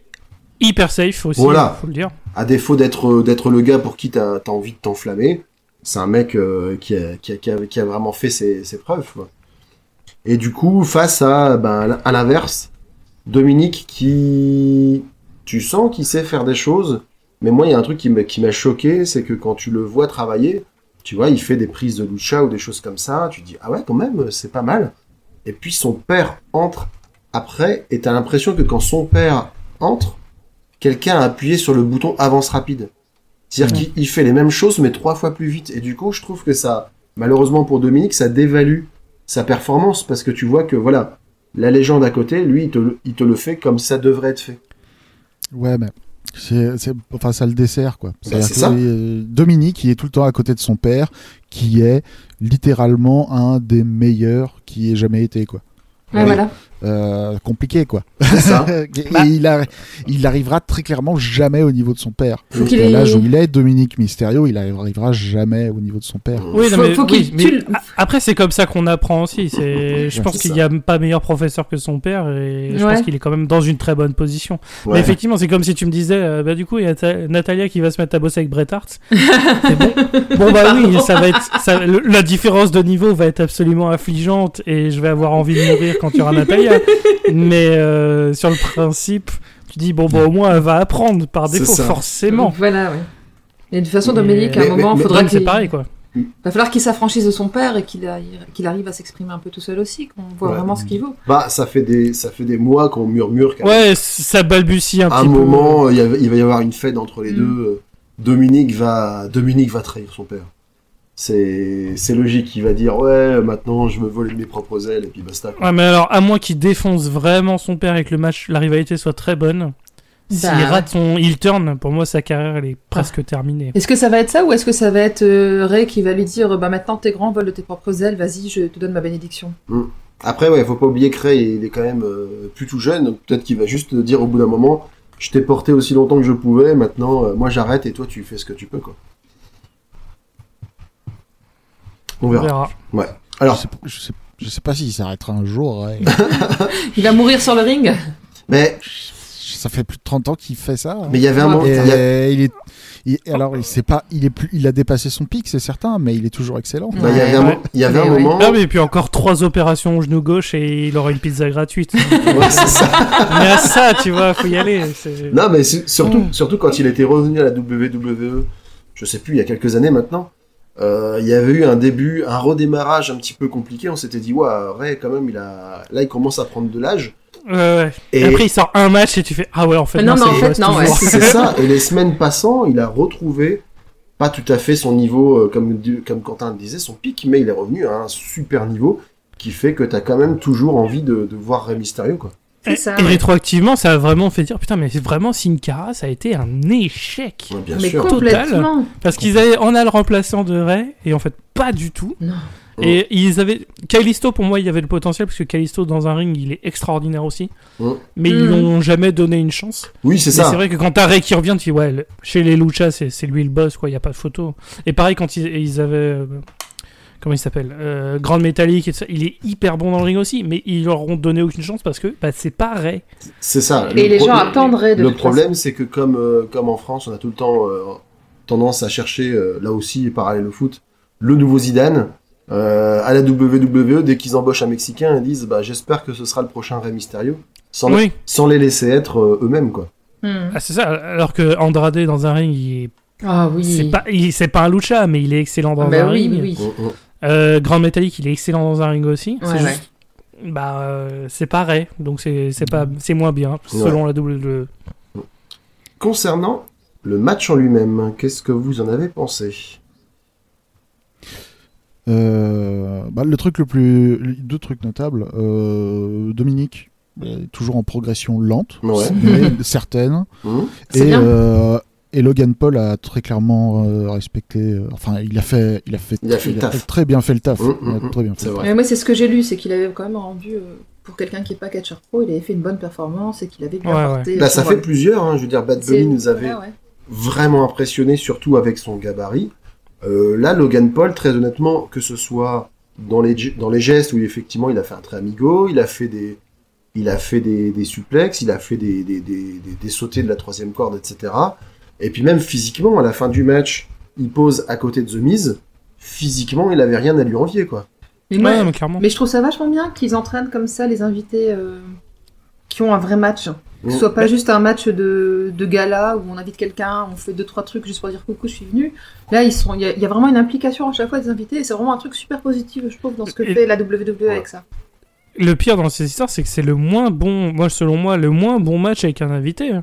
Speaker 5: hyper safe aussi,
Speaker 2: Voilà.
Speaker 5: faut le dire.
Speaker 2: à défaut d'être, euh, d'être le gars pour qui t'as, t'as envie de t'enflammer. C'est un mec euh, qui, a, qui, a, qui, a, qui a vraiment fait ses, ses preuves. quoi. Et du coup, face à, ben, à l'inverse, Dominique qui, tu sens qu'il sait faire des choses, mais moi, il y a un truc qui m'a qui m'a choqué, c'est que quand tu le vois travailler, tu vois, il fait des prises de lucha ou des choses comme ça, tu te dis, ah ouais, quand même, c'est pas mal. Et puis son père entre après, et t'as l'impression que quand son père entre, quelqu'un a appuyé sur le bouton avance rapide. C'est-à-dire qu'il il fait les mêmes choses, mais trois fois plus vite. Et du coup, je trouve que ça, malheureusement pour Dominique, ça dévalue sa performance, parce que tu vois que, voilà, la légende à côté, lui, il te, le- il te le fait comme ça devrait être fait.
Speaker 4: Ouais, mais. c'est- c'est- enfin, ça le dessert, quoi. C'est-à-dire
Speaker 2: Bah, c'est
Speaker 4: que,
Speaker 2: ça.
Speaker 4: euh, Dominique, il est tout le temps à côté de son père, qui est littéralement un des meilleurs qui ait jamais été, quoi.
Speaker 3: Ouais,
Speaker 4: Oui.
Speaker 3: voilà.
Speaker 4: Euh, compliqué, quoi.
Speaker 2: C'est ça.
Speaker 4: [LAUGHS] Et il, a- il arrivera très clairement jamais au niveau de son père.
Speaker 3: Faut
Speaker 4: À
Speaker 3: qu'il ait...
Speaker 4: l'âge où il est, Dominique Mysterio, il arrivera jamais au niveau de son père.
Speaker 5: Oui, non,
Speaker 3: Faut-
Speaker 5: mais,
Speaker 3: faut
Speaker 5: oui,
Speaker 3: qu'il
Speaker 5: mais
Speaker 3: tue le-
Speaker 5: a- après c'est comme ça qu'on apprend
Speaker 2: [LAUGHS]
Speaker 5: aussi. C'est, je
Speaker 4: Ouais,
Speaker 5: pense
Speaker 2: c'est
Speaker 5: qu'il
Speaker 2: ça.
Speaker 5: n'y a pas meilleur professeur que son père et je
Speaker 3: Ouais.
Speaker 5: pense qu'il est quand même dans une très bonne position.
Speaker 2: Ouais.
Speaker 5: Mais effectivement, c'est comme si tu me disais, euh, bah du coup, il y a ta- Natalia qui va se mettre à bosser avec Bret
Speaker 3: [LAUGHS]
Speaker 5: Hart. C'est bon. bon bah oui, ça va être, ça- le- la différence de niveau va être absolument affligeante et je vais avoir envie de mourir quand il y aura Natalia. Mais euh, sur le principe, Tu dis, bon, bah, au moins, elle va apprendre par
Speaker 2: C'est
Speaker 5: défaut,
Speaker 2: ça.
Speaker 5: forcément.
Speaker 3: Voilà, oui. Et de toute façon,
Speaker 5: Mais-
Speaker 3: Dominique, à un
Speaker 2: Mais-
Speaker 3: moment,
Speaker 2: mais-
Speaker 5: Faudrait
Speaker 3: faudra
Speaker 5: que c'est
Speaker 3: qu'il
Speaker 5: pareil, quoi.
Speaker 3: va falloir qu'il s'affranchisse de son père et qu'il arri- qu'il arrive à s'exprimer un peu tout seul aussi, qu'on voit
Speaker 2: Ouais.
Speaker 3: vraiment ce qu'il vaut.
Speaker 2: Bah, ça fait des, ça fait des mois qu'on murmure qu'à
Speaker 5: Ouais, c- ça balbutie un
Speaker 2: à
Speaker 5: petit
Speaker 2: un
Speaker 5: peu.
Speaker 2: moment, il, y avait- il va y avoir une fête entre les
Speaker 3: Mm.
Speaker 2: deux. euh, Dominique va, Dominique va trahir son père. C'est, c'est logique. Il va dire, ouais, maintenant, je me vole de mes propres ailes, et puis basta. quoi.
Speaker 5: Ouais, Ah, mais alors, à moins qu'il défonce vraiment son père et que le match, la rivalité soit très bonne, s'il
Speaker 3: Bah, Ah. ouais.
Speaker 5: rate son heel turn, pour moi, sa carrière, elle est presque terminée.
Speaker 3: Est-ce que ça va être ça ou est-ce que ça va être euh, Ray qui va lui dire bah maintenant t'es grand, vole de tes propres ailes, vas-y, je te donne ma bénédiction.
Speaker 2: Après, ouais, faut pas oublier que Ray, il est quand même euh, plus tout jeune, donc peut-être qu'il va juste dire au bout d'un moment, je t'ai porté aussi longtemps que je pouvais, maintenant, euh, moi j'arrête et toi tu fais ce que tu peux, quoi. On
Speaker 5: On
Speaker 2: verra.
Speaker 5: verra.
Speaker 2: Alors,
Speaker 4: Je sais, pas- je sais, je sais pas s'il s'arrêtera un jour.
Speaker 2: [LAUGHS]
Speaker 4: ouais.
Speaker 3: Il va mourir sur le ring
Speaker 2: mais,
Speaker 4: ça fait plus de 30 ans qu'il fait ça. hein.
Speaker 2: mais il y avait un
Speaker 3: Ouais.
Speaker 2: moment,
Speaker 4: Et
Speaker 2: il y a-
Speaker 4: il est,
Speaker 5: Ah.
Speaker 4: il- alors il- c'est pas, il est plus, il a dépassé son pic, c'est certain, mais il est toujours excellent.
Speaker 2: bah, il y avait un
Speaker 5: Ouais.
Speaker 2: mo- il y avait un
Speaker 3: Mais ouais.
Speaker 2: moment,
Speaker 5: Ah oui, et puis encore trois opérations au genou gauche et il aura une pizza
Speaker 3: [LAUGHS]
Speaker 5: gratuite.
Speaker 2: [LAUGHS] Ouais, c'est ça.
Speaker 5: mais à ça, tu vois, faut y aller. c'est-
Speaker 2: Non, mais su- surtout,
Speaker 5: Mm.
Speaker 2: surtout quand il était revenu à la WWE, je sais plus, il y a quelques années maintenant, euh, il y avait eu un début, un redémarrage un petit peu compliqué. On s'était dit, ouais, Ray, quand même, il a... là, il commence à prendre de l'âge.
Speaker 5: Ouais, ouais.
Speaker 2: Et
Speaker 5: Après, il sort un match et tu fais Ah ouais, en fait,
Speaker 3: Mais non, mais
Speaker 5: c'est
Speaker 3: en
Speaker 5: le
Speaker 3: fait,
Speaker 5: boss
Speaker 3: non, ouais.
Speaker 5: toujours.
Speaker 2: c'est
Speaker 3: [LAUGHS]
Speaker 2: ça. Et les semaines passant, il a retrouvé, pas tout à fait son niveau, euh, comme, du- comme Quentin le disait, son pic, mais il est revenu à un super niveau qui fait que t'as quand même toujours envie de, de voir Ray Mysterio, quoi.
Speaker 5: [LAUGHS]
Speaker 3: C'est ça.
Speaker 5: Et rétroactivement, ça a vraiment fait dire Putain, mais vraiment, Sin Cara, ça a été un échec.
Speaker 2: Ouais, bien
Speaker 3: Mais
Speaker 2: sûr.
Speaker 3: complètement.
Speaker 5: Parce qu'ils avaient, on a le remplaçant de Ray, et en fait, pas du tout.
Speaker 3: Non.
Speaker 2: Oh.
Speaker 5: Et ils avaient. Kalisto, pour moi, il y avait le potentiel, parce que Kalisto, dans un ring, il est extraordinaire aussi.
Speaker 2: Mm.
Speaker 5: Mais ils
Speaker 3: Mm.
Speaker 5: lui ont jamais donné une chance.
Speaker 2: Oui, c'est
Speaker 5: Mais
Speaker 2: ça.
Speaker 5: c'est vrai que quand t'as Ray qui revient, tu dis, ouais, le- chez les Luchas, c'est c'est lui le boss, quoi, il n'y a pas de photo. Et pareil, quand ils, ils avaient. euh, Comment il s'appelle Euh, Grand Metallic et tout ça. Il est hyper bon dans le ring aussi, mais ils leur ont donné aucune chance parce que bah, c'est pas Ray.
Speaker 2: C'est ça.
Speaker 3: Et
Speaker 2: Le
Speaker 3: les
Speaker 2: pro-
Speaker 3: gens
Speaker 2: le-
Speaker 3: attendent Ray de
Speaker 2: Le
Speaker 3: toute
Speaker 2: problème, c'est que comme, euh, comme en France, on a tout le temps euh, tendance à chercher, euh, là aussi, parallèle au foot, le nouveau Zidane. Euh, à la WWE, dès qu'ils embauchent un Mexicain, ils disent bah, J'espère que ce sera le prochain Rey Mysterio, sans,
Speaker 5: Oui,
Speaker 2: sans les laisser être euh, eux-mêmes. quoi.
Speaker 3: façon. Hmm.
Speaker 5: Ah, c'est ça. Alors que Andrade dans un ring, il est
Speaker 3: Ah oui.
Speaker 5: C'est pas, il- c'est pas un lucha, mais il est excellent dans
Speaker 3: Ah, bah
Speaker 5: un
Speaker 3: oui,
Speaker 5: ring.
Speaker 3: oui, oui.
Speaker 2: Mm, mm.
Speaker 5: Euh, Grand Metallic, il est excellent dans un ring aussi.
Speaker 3: Ouais,
Speaker 5: c'est juste, bah, euh, c'est pareil, donc c'est, c'est pas, c'est moins bien selon la WWE.
Speaker 2: Concernant le match en lui-même, qu'est-ce que vous en avez pensé
Speaker 4: Euh, bah, le truc le plus, deux trucs notables. euh, Dominique, euh, toujours en progression lente,
Speaker 2: Ouais.
Speaker 4: [LAUGHS] mais certaine.
Speaker 2: Mm.
Speaker 3: C'est
Speaker 4: Et,
Speaker 3: bien.
Speaker 4: euh, et Logan Paul a très clairement euh, respecté. euh, enfin, il a fait, il a fait,
Speaker 2: Il a fait le taf.
Speaker 4: très bien fait le taf.
Speaker 2: Mm,
Speaker 4: Il a
Speaker 2: mm, mm.
Speaker 4: très bien fait.
Speaker 2: C'est vrai.
Speaker 3: Mais moi, c'est ce que j'ai lu, c'est qu'il avait quand même rendu, euh, pour quelqu'un qui est pas catcher pro, il avait fait une bonne performance et qu'il avait bien
Speaker 5: Ouais,
Speaker 3: apporté.
Speaker 2: Bah, ça
Speaker 3: son
Speaker 2: fait
Speaker 3: rôle.
Speaker 2: plusieurs, hein, je veux dire, Bad
Speaker 3: C'est-
Speaker 2: Bunny nous avait
Speaker 3: voilà, ouais.
Speaker 2: vraiment impressionné, surtout avec son gabarit. Euh, là, Logan Paul, très honnêtement, que ce soit dans les, ge- dans les gestes où effectivement il a fait un très amigo, il a fait des, il a fait des, des suplexes, il a fait des, des, des, des- des sautés de la troisième corde, etc. Et puis même physiquement, à la fin du match, il pose à côté de The Miz. Physiquement, il avait rien à lui envier, quoi.
Speaker 3: Mais
Speaker 5: Ouais,
Speaker 3: moi,
Speaker 5: mais clairement.
Speaker 3: Mais je trouve ça vachement bien qu'ils entraînent comme ça les invités euh, qui ont un vrai match. Que ce
Speaker 2: Mm.
Speaker 3: soit pas juste un match de, de gala où on invite quelqu'un, on fait deux trois trucs juste pour dire coucou, je suis venu. Là, ils sont, il y, a- il y a vraiment une implication à chaque fois des invités et c'est vraiment un truc super positif, je trouve, dans ce que
Speaker 5: Et-
Speaker 3: fait la WWE avec ça.
Speaker 5: Le pire dans ces histoires, c'est que c'est le moins bon, moi selon moi, le moins bon match avec un invité, hein,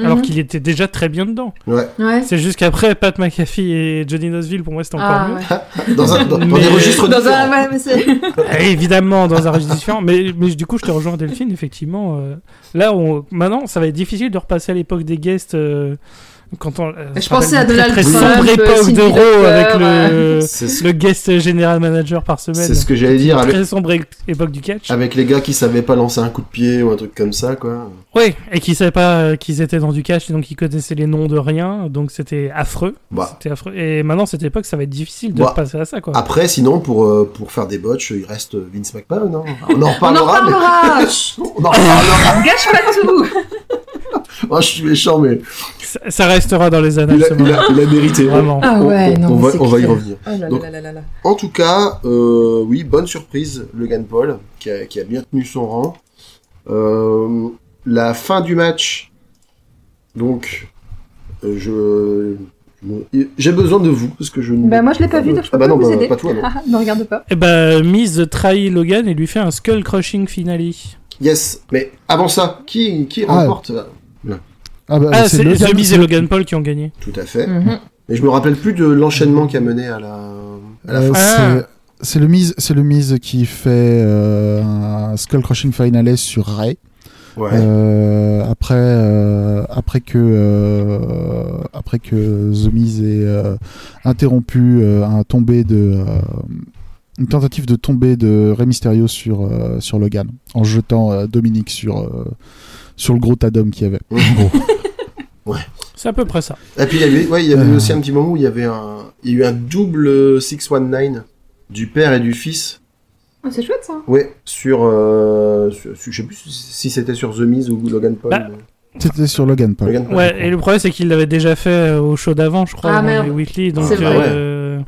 Speaker 5: alors qu'il était déjà très bien dedans.
Speaker 2: Ouais.
Speaker 3: Mhm. Ouais.
Speaker 5: C'est juste qu'après Pat McAfee et Johnny Knoxville, pour moi, c'était encore
Speaker 3: Ah,
Speaker 5: mieux.
Speaker 3: ouais.
Speaker 2: Dans, un, dans, dans
Speaker 5: Mais-
Speaker 2: des registres
Speaker 3: Dans
Speaker 2: différents.
Speaker 3: un, ouais, mais c'est.
Speaker 5: Euh, Évidemment, dans un registre différent. Mais, mais du coup, je te rejoins, Delphine, effectivement. euh, là, on, maintenant, ça va être difficile de repasser à l'époque des guests. euh, quand on, euh,
Speaker 3: Je
Speaker 5: se
Speaker 3: pensais
Speaker 5: rappelle
Speaker 3: à Donald
Speaker 5: de très, très
Speaker 3: Trump, euh,
Speaker 5: sombre époque
Speaker 3: Cindy
Speaker 5: de Raw
Speaker 3: Lauper,
Speaker 5: avec le,
Speaker 2: C'est ce,
Speaker 5: le guest général manager par semaine.
Speaker 2: c'est ce Ah. que j'allais dire avec,
Speaker 5: Très sombre é- époque du catch.
Speaker 2: avec les gars qui savaient pas lancer un coup de pied ou un truc comme ça, quoi.
Speaker 5: Oui, et qui savaient pas euh, qu'ils étaient dans du catch, et donc ils connaissaient les noms de rien, donc c'était affreux.
Speaker 2: Bah,
Speaker 5: C'était affreux. Et maintenant, cette époque, ça va être difficile de
Speaker 2: Bah.
Speaker 5: repasser à ça, quoi.
Speaker 2: Après, sinon, pour, euh, pour faire des botches, il reste Vince McMahon. hein. On en
Speaker 3: On en
Speaker 2: reparlera, mais...
Speaker 3: parlera. Chut,
Speaker 2: [LAUGHS] On en reparlera.
Speaker 3: Gâche pas tout.
Speaker 2: Oh Moi, je suis méchant, mais
Speaker 5: Ça, ça restera dans les annales,
Speaker 2: il a,
Speaker 5: ce
Speaker 2: il
Speaker 5: moment.
Speaker 2: a- il a mérité.
Speaker 5: Vraiment.
Speaker 3: Ah
Speaker 2: On-
Speaker 3: ouais,
Speaker 2: on,
Speaker 3: non.
Speaker 2: on
Speaker 3: mais
Speaker 2: va,
Speaker 3: c'est
Speaker 2: on va y
Speaker 3: clair.
Speaker 2: revenir.
Speaker 3: Oh là
Speaker 2: Donc-
Speaker 3: là là là là.
Speaker 2: En tout cas, euh, oui, bonne surprise, Logan Paul, qui a, qui a bien tenu son rang. Euh, la fin du match, Donc, euh, je. je- J'ai besoin de vous, parce que je ne.
Speaker 3: Bah, moi, je l'ai pas vu, donc je peux
Speaker 2: Ah bah
Speaker 3: pas
Speaker 2: non,
Speaker 3: vous
Speaker 2: bah,
Speaker 3: aider.
Speaker 2: pas toi, non.
Speaker 3: Ah, [LAUGHS] ne regarde pas.
Speaker 5: Eh ben, Miz trahit Logan et lui fait un skull crushing finale.
Speaker 2: Yes, mais avant ça, qui, qui
Speaker 4: Ah.
Speaker 2: remporte là
Speaker 4: Ah, bah,
Speaker 5: Ah, c'est
Speaker 4: Logan-
Speaker 5: The Miz et Logan Paul qui ont gagné.
Speaker 2: Tout à fait.
Speaker 3: Mhm.
Speaker 2: Mais je me rappelle plus de l'enchaînement qui a mené à la. à la fin.
Speaker 4: Euh,
Speaker 5: Ah.
Speaker 4: c'est- C'est le mise, c'est le mise qui fait euh, un skull crushing finale sur Ray.
Speaker 2: Ouais.
Speaker 4: Euh, après, euh, après que, euh, après que The Miz ait euh, interrompu euh, un tombé de, euh, une tentative de tombée de Rey Mysterio sur euh, sur Logan, en jetant euh, Dominique sur euh, sur le gros tas d'hommes qu'il y avait.
Speaker 2: Mhm.
Speaker 5: C'est à peu près ça.
Speaker 2: Et puis il y avait, ouais, il y avait
Speaker 4: Euh.
Speaker 2: aussi un petit moment où il y avait un, il y a eu un double euh, 619 du père et du fils.
Speaker 3: Ah, c'est chouette ça.
Speaker 2: Ouais, sur, euh, sur- je sais plus si c'était sur The Miz ou Logan Paul.
Speaker 5: Bah,
Speaker 2: mais-
Speaker 4: C'était sur Logan Paul.
Speaker 2: Logan Paul.
Speaker 5: Ouais, et le problème, c'est qu'il l'avait déjà fait euh, au show d'avant, je crois,
Speaker 3: Ah,
Speaker 5: dans
Speaker 3: merde.
Speaker 5: les Weekly. Donc,
Speaker 3: C'est vrai.
Speaker 5: euh,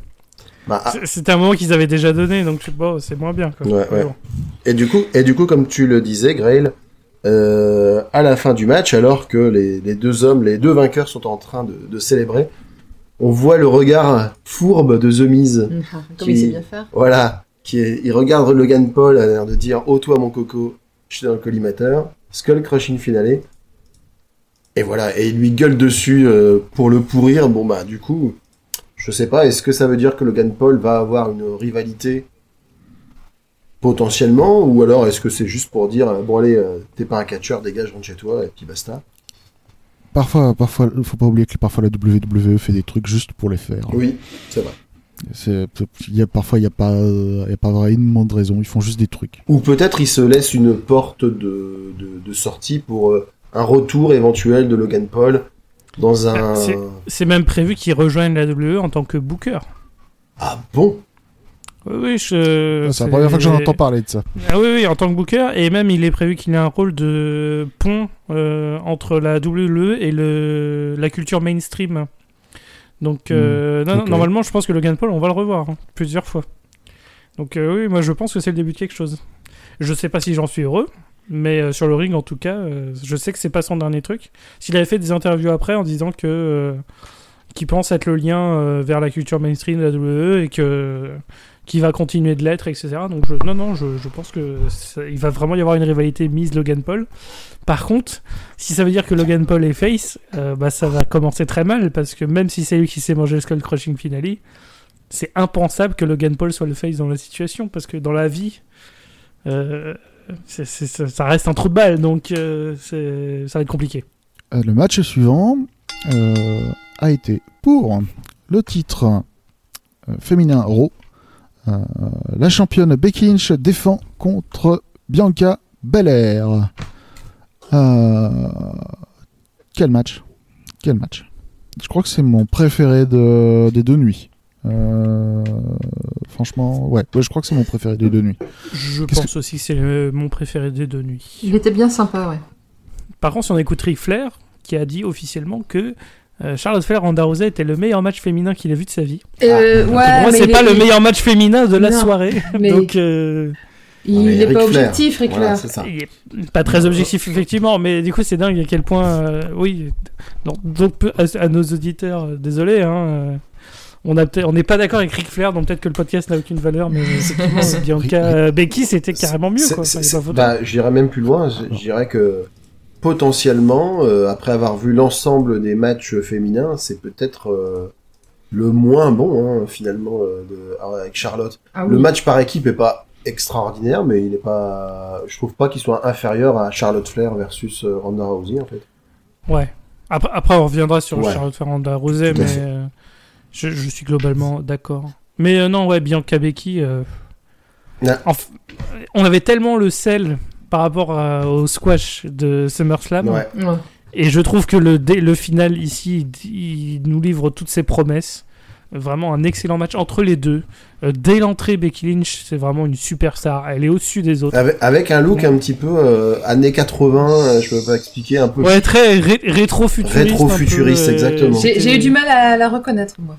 Speaker 2: Bah, ah,
Speaker 5: c'est- c'était un moment qu'ils avaient déjà donné, donc bon, c'est moins bien. Quoi.
Speaker 2: Ouais,
Speaker 5: Mais
Speaker 2: ouais.
Speaker 5: bon.
Speaker 2: et du coup, et du coup, comme tu le disais, Grail, euh, à la fin du match, alors que les, les deux hommes, les deux vainqueurs sont en train de, de célébrer, on voit le regard fourbe de The Miz.
Speaker 3: Comme il sait bien faire.
Speaker 2: Voilà, qui est, il regarde Logan Paul à l'air de dire Oh toi mon coco, je suis dans le collimateur. Skull crushing finale. Et voilà, et il lui gueule dessus euh, pour le pourrir. Bon bah du coup, je sais pas, est-ce que ça veut dire que Logan Paul va avoir une rivalité potentiellement ou alors est-ce que c'est juste pour dire euh, bon allez euh, t'es pas un catcheur dégage rentre chez toi et puis basta
Speaker 4: Parfois, parfois, faut pas oublier que parfois la WWE fait des trucs juste pour les faire.
Speaker 2: oui c'est vrai
Speaker 4: C'est, il y a parfois il y a pas, euh, il y a pas vraiment de raison. Ils font juste des trucs.
Speaker 2: ou peut-être il se laisse une porte de, de, de sortie pour euh, un retour éventuel de Logan Paul dans un
Speaker 5: Ah, C'est même prévu qu'ils rejoignent la WWE en tant que booker.
Speaker 2: Ah bon
Speaker 5: Oui, oui, je...
Speaker 4: Ah, C'est la première fois que j'en entends parler de ça.
Speaker 5: Ah oui, oui, en tant que booker, et même il est prévu qu'il ait un rôle de pont euh, entre la WWE et le... la culture mainstream. Donc, euh, non, non,
Speaker 4: ok.
Speaker 5: normalement, je pense que Logan Paul, on va le revoir hein, plusieurs fois. Donc, euh, oui, moi, je pense que c'est le début de quelque chose. Je sais pas si j'en suis heureux, mais euh, sur le ring, en tout cas, euh, je sais que c'est pas son dernier truc. S'il avait fait des interviews après en disant que. euh, qu'il pense être le lien euh, vers la culture mainstream de la WWE et que qui va continuer de l'être, etc. Donc je, non, non, je, je pense que ça- il va vraiment y avoir une rivalité mise Logan Paul. Par contre, si ça veut dire que Logan Paul est face, euh, bah ça va commencer très mal parce que même si c'est lui qui s'est mangé le skull crushing finale, c'est impensable que Logan Paul soit le face dans la situation parce que dans la vie, euh, c'est- c'est- ça, ça reste un trou de balle, donc euh, c'est- ça va être compliqué.
Speaker 4: Euh, Le match suivant euh, a été pour le titre euh, féminin Raw. Euh, la championne Becky Lynch défend contre Bianca Belair. Euh, quel match Quel match Je crois que c'est mon préféré de- des deux nuits. Euh, franchement, ouais. Ouais, je crois que c'est mon préféré des deux nuits.
Speaker 5: Je
Speaker 4: Qu'est-ce
Speaker 5: pense aussi que c'est le- mon préféré des deux nuits.
Speaker 3: Il était bien sympa, ouais.
Speaker 5: Par contre, si on écoute Ric Flair, qui a dit officiellement que euh, Charlotte Flair Ronda Rousey était le meilleur match féminin qu'il a vu de sa vie.
Speaker 3: Euh, ouais,
Speaker 5: Ah, Pour moi,
Speaker 3: mais
Speaker 5: c'est
Speaker 3: il
Speaker 5: pas
Speaker 3: est-
Speaker 5: le meilleur match féminin de la
Speaker 3: Non,
Speaker 5: soirée.
Speaker 3: mais-
Speaker 5: [LAUGHS] Donc, euh,
Speaker 3: Il
Speaker 2: Mais
Speaker 3: est
Speaker 2: Ric
Speaker 3: pas
Speaker 2: Flair.
Speaker 3: objectif, Ric
Speaker 2: Voilà,
Speaker 3: Flair.
Speaker 2: c'est ça.
Speaker 5: il est pas très objectif, effectivement. Mais du coup, c'est dingue à quel point. euh, oui. Donc, donc, peu- à, à nos auditeurs, euh, désolé. hein, euh, on a peut-être- on n'est pas d'accord avec Ric Flair, donc peut-être que le podcast n'a aucune
Speaker 2: [LAUGHS]
Speaker 5: valeur, mais effectivement, Bianca euh, Becky, c'était carrément mieux.
Speaker 2: C'est-
Speaker 5: quoi.
Speaker 2: c'est-
Speaker 5: Enfin, il y a
Speaker 2: c'est-
Speaker 5: pas photo.
Speaker 2: bah, J'irais même plus loin, je je dirais que potentiellement, euh, après avoir vu l'ensemble des matchs féminins, c'est peut-être euh, le moins bon hein, finalement euh, de- alors, avec Charlotte.
Speaker 3: Ah
Speaker 2: Le
Speaker 3: oui.
Speaker 2: match par équipe est pas extraordinaire, mais il est pas, je trouve pas qu'il soit inférieur à Charlotte Flair versus euh, Ronda Rousey en fait.
Speaker 5: Ouais. Après, après, on reviendra sur
Speaker 2: Ouais.
Speaker 5: Charlotte Ferranda Rosé,
Speaker 2: Tout à
Speaker 5: mais
Speaker 2: fait.
Speaker 5: euh, je, je suis globalement d'accord. Mais euh, non, ouais, Bianca Becky. euh,
Speaker 2: Ouais.
Speaker 5: en f- on avait tellement le sel par rapport à- au squash de SummerSlam.
Speaker 2: Ouais.
Speaker 3: Ouais.
Speaker 5: Et je trouve que le, dé- le final ici, il, il nous livre toutes ses promesses. Vraiment un excellent match entre les deux. Euh, dès l'entrée, Becky Lynch, c'est vraiment une superstar. Elle est au-dessus des autres.
Speaker 2: Avec, avec un look un petit peu euh, années 80, euh, je peux pas expliquer un peu.
Speaker 5: Ouais, très ré- rétro-futuriste.
Speaker 2: Rétro-futuriste,
Speaker 5: un peu, euh,
Speaker 2: exactement.
Speaker 3: J'ai j'ai eu du mal à la reconnaître, moi.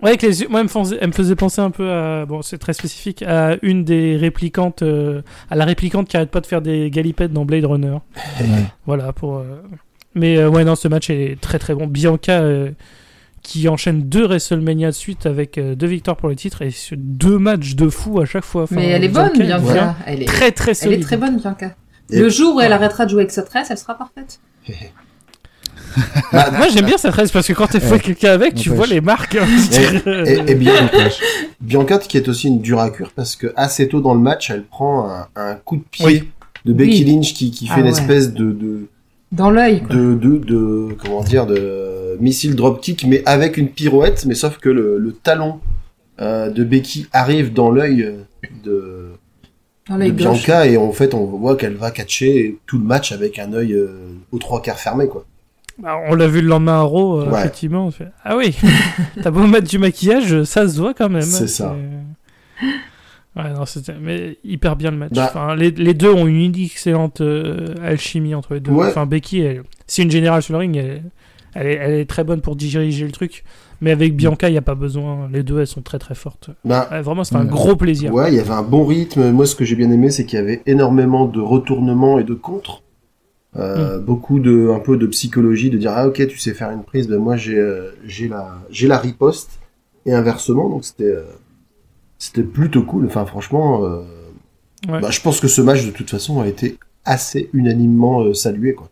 Speaker 5: Ouais, avec les yeux- moi, elle me, faisait, elle me faisait penser un peu à. Bon, c'est très spécifique, à une des réplicantes. euh, à la réplicante qui arrête pas de faire des galipettes dans Blade Runner. Voilà, pour. euh, Mais euh, ouais, non, ce match est très très bon. Bianca euh, qui enchaîne deux WrestleMania de suite avec euh, deux victoires pour le titre et sur- deux matchs de fou à chaque fois. Enfin,
Speaker 3: Mais elle est bonne,
Speaker 5: Bianca,
Speaker 3: Bianca.
Speaker 5: bien.
Speaker 3: Elle, est,
Speaker 5: Très très
Speaker 3: elle
Speaker 5: solide.
Speaker 3: est très bonne, Bianca.
Speaker 2: Et-
Speaker 3: Le jour où elle arrêtera de jouer avec sa tresse, elle sera parfaite.
Speaker 2: Bah,
Speaker 5: Moi j'aime bien cette reste parce que quand t'es fait quelqu'un avec, tu
Speaker 4: N'empêche.
Speaker 5: vois les marques. hein,
Speaker 2: [LAUGHS] Et, et bien, Bianca, qui est aussi une dure à cuire parce que assez tôt dans le match, elle prend un, un coup de pied
Speaker 4: Oui.
Speaker 2: de Becky
Speaker 3: Oui.
Speaker 2: Lynch qui, qui fait
Speaker 3: Ah
Speaker 2: une
Speaker 3: ouais.
Speaker 2: espèce de de,
Speaker 3: Dans l'œil. quoi.
Speaker 2: de de de- comment dire de missile dropkick, mais avec une pirouette, mais sauf que le, le talon euh, de Becky arrive dans l'œil euh, de,
Speaker 3: Dans
Speaker 2: de
Speaker 3: l'œil gauche.
Speaker 2: Bianca et en fait on voit qu'elle va catcher tout le match avec un œil euh, aux trois quarts fermé quoi.
Speaker 5: Bah, on l'a vu le lendemain à Raw, euh,
Speaker 2: Ouais.
Speaker 5: effectivement. on fait, Ah oui, [LAUGHS] t'as beau mettre du maquillage, ça se voit quand même. hein,
Speaker 2: C'est ça.
Speaker 5: Ouais, non, c'était mais hyper bien le match.
Speaker 2: Bah.
Speaker 5: Enfin, les, les deux ont une excellente euh, alchimie entre les deux.
Speaker 2: Ouais.
Speaker 5: Enfin, Becky, elle- c'est une générale sur le ring. Elle, elle est, elle est très bonne pour diriger le truc. Mais avec Bianca, il n'y a pas besoin. Les deux, elles sont très très fortes.
Speaker 2: Ben,
Speaker 5: Ouais, vraiment, c'était un
Speaker 4: Ouais.
Speaker 5: gros plaisir.
Speaker 2: Ouais, il y avait un bon rythme. Moi, ce que j'ai bien aimé, c'est qu'il y avait énormément de retournements et de contres.
Speaker 3: Hmm.
Speaker 2: Euh, Beaucoup de, un peu de psychologie, de dire ah ok, tu sais faire une prise, ben moi j'ai, euh, j'ai la, j'ai la riposte et inversement. Donc c'était, euh, c'était plutôt cool. Enfin, franchement, euh,
Speaker 5: Ouais.
Speaker 2: bah, je pense que ce match de toute façon a été assez unanimement euh, salué quoi.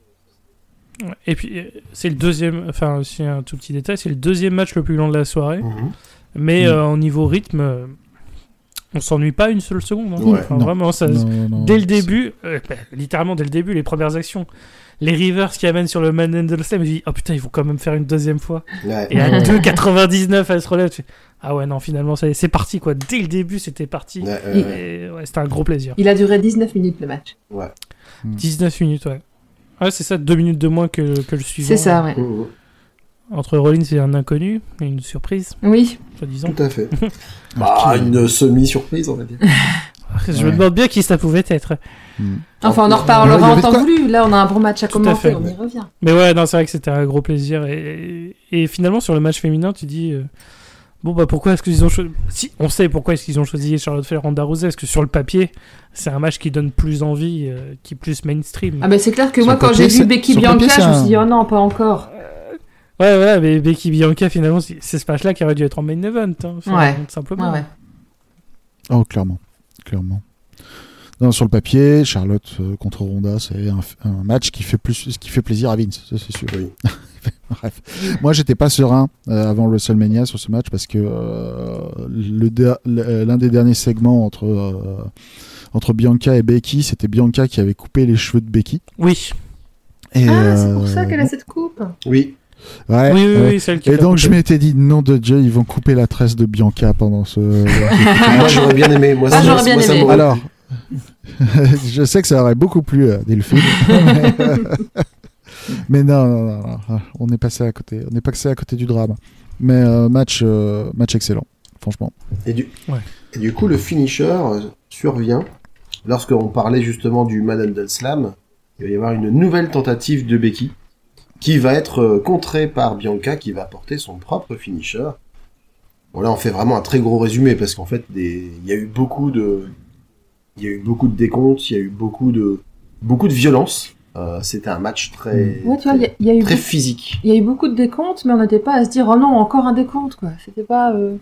Speaker 5: Ouais. Et puis, euh, c'est le deuxième. Enfin, aussi un tout petit détail c'est le deuxième match le plus long de la soirée.
Speaker 3: Mhm.
Speaker 5: Mais
Speaker 4: Mm.
Speaker 5: euh, au niveau rythme, euh, on s'ennuie pas une seule seconde. hein.
Speaker 2: Ouais.
Speaker 5: Enfin,
Speaker 4: Non.
Speaker 5: Vraiment, ça,
Speaker 4: Non, non,
Speaker 5: [LAUGHS] dès le
Speaker 4: c'est-
Speaker 5: début, euh, bah, littéralement dès le début, les premières actions, les rivers qui amènent sur le Manhandle Slam, je dis oh putain ils vont quand même faire une deuxième fois.
Speaker 2: Ouais.
Speaker 5: Et à
Speaker 4: Ouais.
Speaker 5: 2,99 elle se relève. tu fais, ah ouais non finalement ça y est, c'est parti quoi. Dès le début c'était parti.
Speaker 2: Ouais, ouais, ouais.
Speaker 5: Et, ouais, c'était un gros plaisir.
Speaker 3: Il a duré 19 minutes le match.
Speaker 5: 19 minutes ouais. Ouais c'est ça, deux minutes de moins que, que le suivant.
Speaker 3: C'est ça, ouais.
Speaker 2: Mhm.
Speaker 5: Entre Rollins et un inconnu, et une surprise,
Speaker 3: Oui.
Speaker 5: soi-disant.
Speaker 2: Tout à fait. bah,
Speaker 4: Ok.
Speaker 2: une semi-surprise, on va dire.
Speaker 5: Je me
Speaker 4: Ouais.
Speaker 5: demande bien qui ça pouvait être.
Speaker 3: Enfin, on en
Speaker 4: Non, il y
Speaker 3: reparlera
Speaker 4: avait
Speaker 3: en
Speaker 4: de
Speaker 3: temps
Speaker 4: quoi.
Speaker 3: voulu. Là, on a un bon match à
Speaker 5: Tout à
Speaker 3: commenter.
Speaker 5: fait. Mm.
Speaker 3: on y revient.
Speaker 5: Mais ouais, non, c'est vrai que c'était un gros plaisir. Et, et- et finalement, sur le match féminin, tu dis euh, bon bah pourquoi est-ce qu'ils ont choisi Si on sait pourquoi est-ce qu'ils ont choisi Charlotte Flair Ronda Rousey, parce que sur le papier, c'est un match qui donne plus envie, euh, qui est plus mainstream.
Speaker 3: Ah, mais c'est clair que
Speaker 4: Sur
Speaker 3: moi, quand
Speaker 4: papier,
Speaker 3: j'ai
Speaker 4: c'est-
Speaker 3: vu Becky
Speaker 4: sur
Speaker 3: Bianca,
Speaker 4: papier, c'est
Speaker 3: je me suis
Speaker 4: un-
Speaker 3: dit, oh non, pas encore.
Speaker 5: Ouais, ouais, mais Becky Bianca, finalement, c'est c'est ce match-là qui aurait dû être en main event, hein, enfin,
Speaker 3: Ouais.
Speaker 5: tout simplement.
Speaker 3: Ouais, ouais.
Speaker 4: Oh, clairement. Clairement. Non, sur le papier, Charlotte euh, contre Ronda, c'est un, un match qui fait, plus, qui fait plaisir à Vince, ça c'est sûr.
Speaker 2: Oui.
Speaker 4: [LAUGHS] Bref. Moi, j'étais pas serein euh, avant le WrestleMania sur ce match parce que euh, le der- l'un des derniers segments entre, euh, entre Bianca et Becky, c'était Bianca qui avait coupé les cheveux de Becky.
Speaker 5: Oui,
Speaker 4: Et,
Speaker 3: Ah, c'est pour
Speaker 4: euh,
Speaker 3: ça qu'elle a cette coupe.
Speaker 2: Oui.
Speaker 4: Ouais,
Speaker 5: oui, oui,
Speaker 4: ouais.
Speaker 5: oui, celle qui
Speaker 4: Et
Speaker 5: l'a
Speaker 4: donc,
Speaker 5: coupé.
Speaker 4: je m'étais dit, nom de Dieu, ils vont couper la tresse de Bianca pendant ce.
Speaker 3: [LAUGHS]
Speaker 2: moi, j'aurais bien aimé. Moi,
Speaker 3: Ah,
Speaker 2: ça-
Speaker 3: j'aurais bien
Speaker 2: moi, ça
Speaker 3: aimé.
Speaker 2: m'aurait-
Speaker 4: Alors, [LAUGHS] je sais que ça aurait beaucoup plu à Delphine. [LAUGHS] euh, mais non, non, non, non, on est passé à côté. On est passé à côté du drame. Mais euh, match, euh, match excellent, franchement.
Speaker 2: Et du,
Speaker 5: Ouais.
Speaker 2: et du coup, le finisher euh, survient lorsqu'on parlait justement du Manhandle Slam. Il va y avoir une nouvelle tentative de Becky qui va être euh, contrée par Bianca qui va apporter son propre finisher. Bon, là, on fait vraiment un très gros résumé parce qu'en fait, des... il y a eu beaucoup de. Il y a eu beaucoup de décomptes, il y a eu beaucoup de. Beaucoup de violence. Euh, C'était un match très.
Speaker 3: Ouais, tu vois, il y a- il y, a eu
Speaker 2: très
Speaker 3: beaucoup-
Speaker 2: physique.
Speaker 3: il y a eu beaucoup de décomptes, mais on n'était pas à se dire, oh non, encore un décompte, quoi. C'était pas. euh,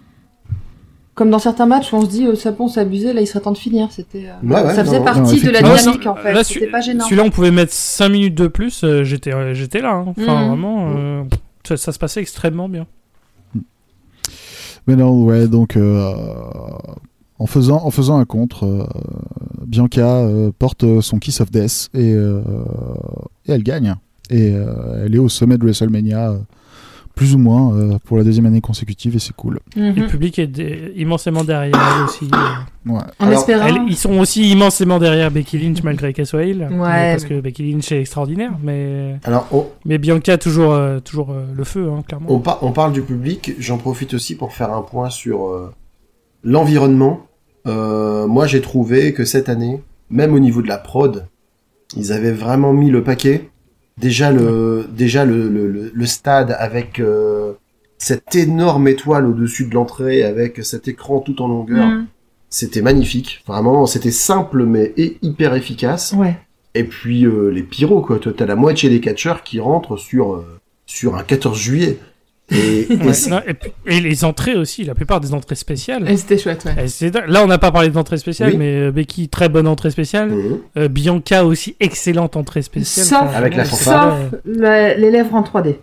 Speaker 3: Comme dans certains matchs où on se dit, euh, ça bon, c'est abusé, là, il serait temps de finir. C'était. euh,
Speaker 2: Ouais, ouais,
Speaker 3: ça faisait
Speaker 2: non,
Speaker 4: non,
Speaker 3: partie de la
Speaker 5: effectivement.
Speaker 3: dynamique, en
Speaker 5: Là,
Speaker 3: fait.
Speaker 5: celui-
Speaker 3: C'était pas gênant.
Speaker 5: Celui-là, on pouvait mettre 5 minutes de plus, euh, j'étais euh, j'étais là. hein. Enfin,
Speaker 3: Mhm.
Speaker 5: vraiment, euh, ça, ça se passait extrêmement bien.
Speaker 4: Mais non, ouais, donc euh, en, faisant, en faisant un contre, euh, Bianca euh, porte son Kiss of Death et, euh, et elle gagne. Et euh, elle est au sommet de WrestleMania, euh, plus ou moins, euh, pour la deuxième année consécutive, et c'est cool.
Speaker 5: Et
Speaker 3: Mhm.
Speaker 5: le public est dé- immensément derrière elle aussi. euh.
Speaker 4: Ouais.
Speaker 3: En
Speaker 2: Alors,
Speaker 3: espérant.
Speaker 5: Elle- ils sont aussi immensément derrière Becky Lynch malgré qu'elle soit heel,
Speaker 3: Ouais.
Speaker 5: euh, parce que Becky Lynch est extraordinaire, mais
Speaker 2: Alors, on,
Speaker 5: mais Bianca toujours euh, toujours euh, le feu hein, clairement.
Speaker 2: On, par- on parle du public, j'en profite aussi pour faire un point sur euh, l'environnement. Euh, moi, j'ai trouvé que cette année, même au niveau de la prod, ils avaient vraiment mis le paquet. Déjà le, déjà le, le- le- le stade avec euh, cette énorme étoile au-dessus de l'entrée, avec cet écran tout en longueur,
Speaker 3: Mhm.
Speaker 2: c'était magnifique. Vraiment, c'était simple mais et hyper efficace.
Speaker 3: Ouais.
Speaker 2: Et puis euh, les pyros, quoi. Toi, T'as la moitié des catcheurs qui rentrent sur, euh, sur un 14 juillet. Et, et
Speaker 5: Ouais,
Speaker 2: c'est-
Speaker 5: non, et, puis- et les entrées aussi, la plupart des entrées spéciales.
Speaker 3: Et c'était chouette, ouais.
Speaker 5: Eh, c'est dingue. Là, on n'a pas parlé d'entrée spéciale,
Speaker 2: Oui.
Speaker 5: mais euh, Becky, très bonne entrée spéciale.
Speaker 2: Mhm.
Speaker 5: Euh, Bianca aussi, excellente entrée spéciale.
Speaker 3: Sauf-
Speaker 5: Enfin,
Speaker 2: Avec la
Speaker 5: vraiment,
Speaker 2: fanfare.
Speaker 5: c'est-
Speaker 3: Sauf le- les lèvres en 3D.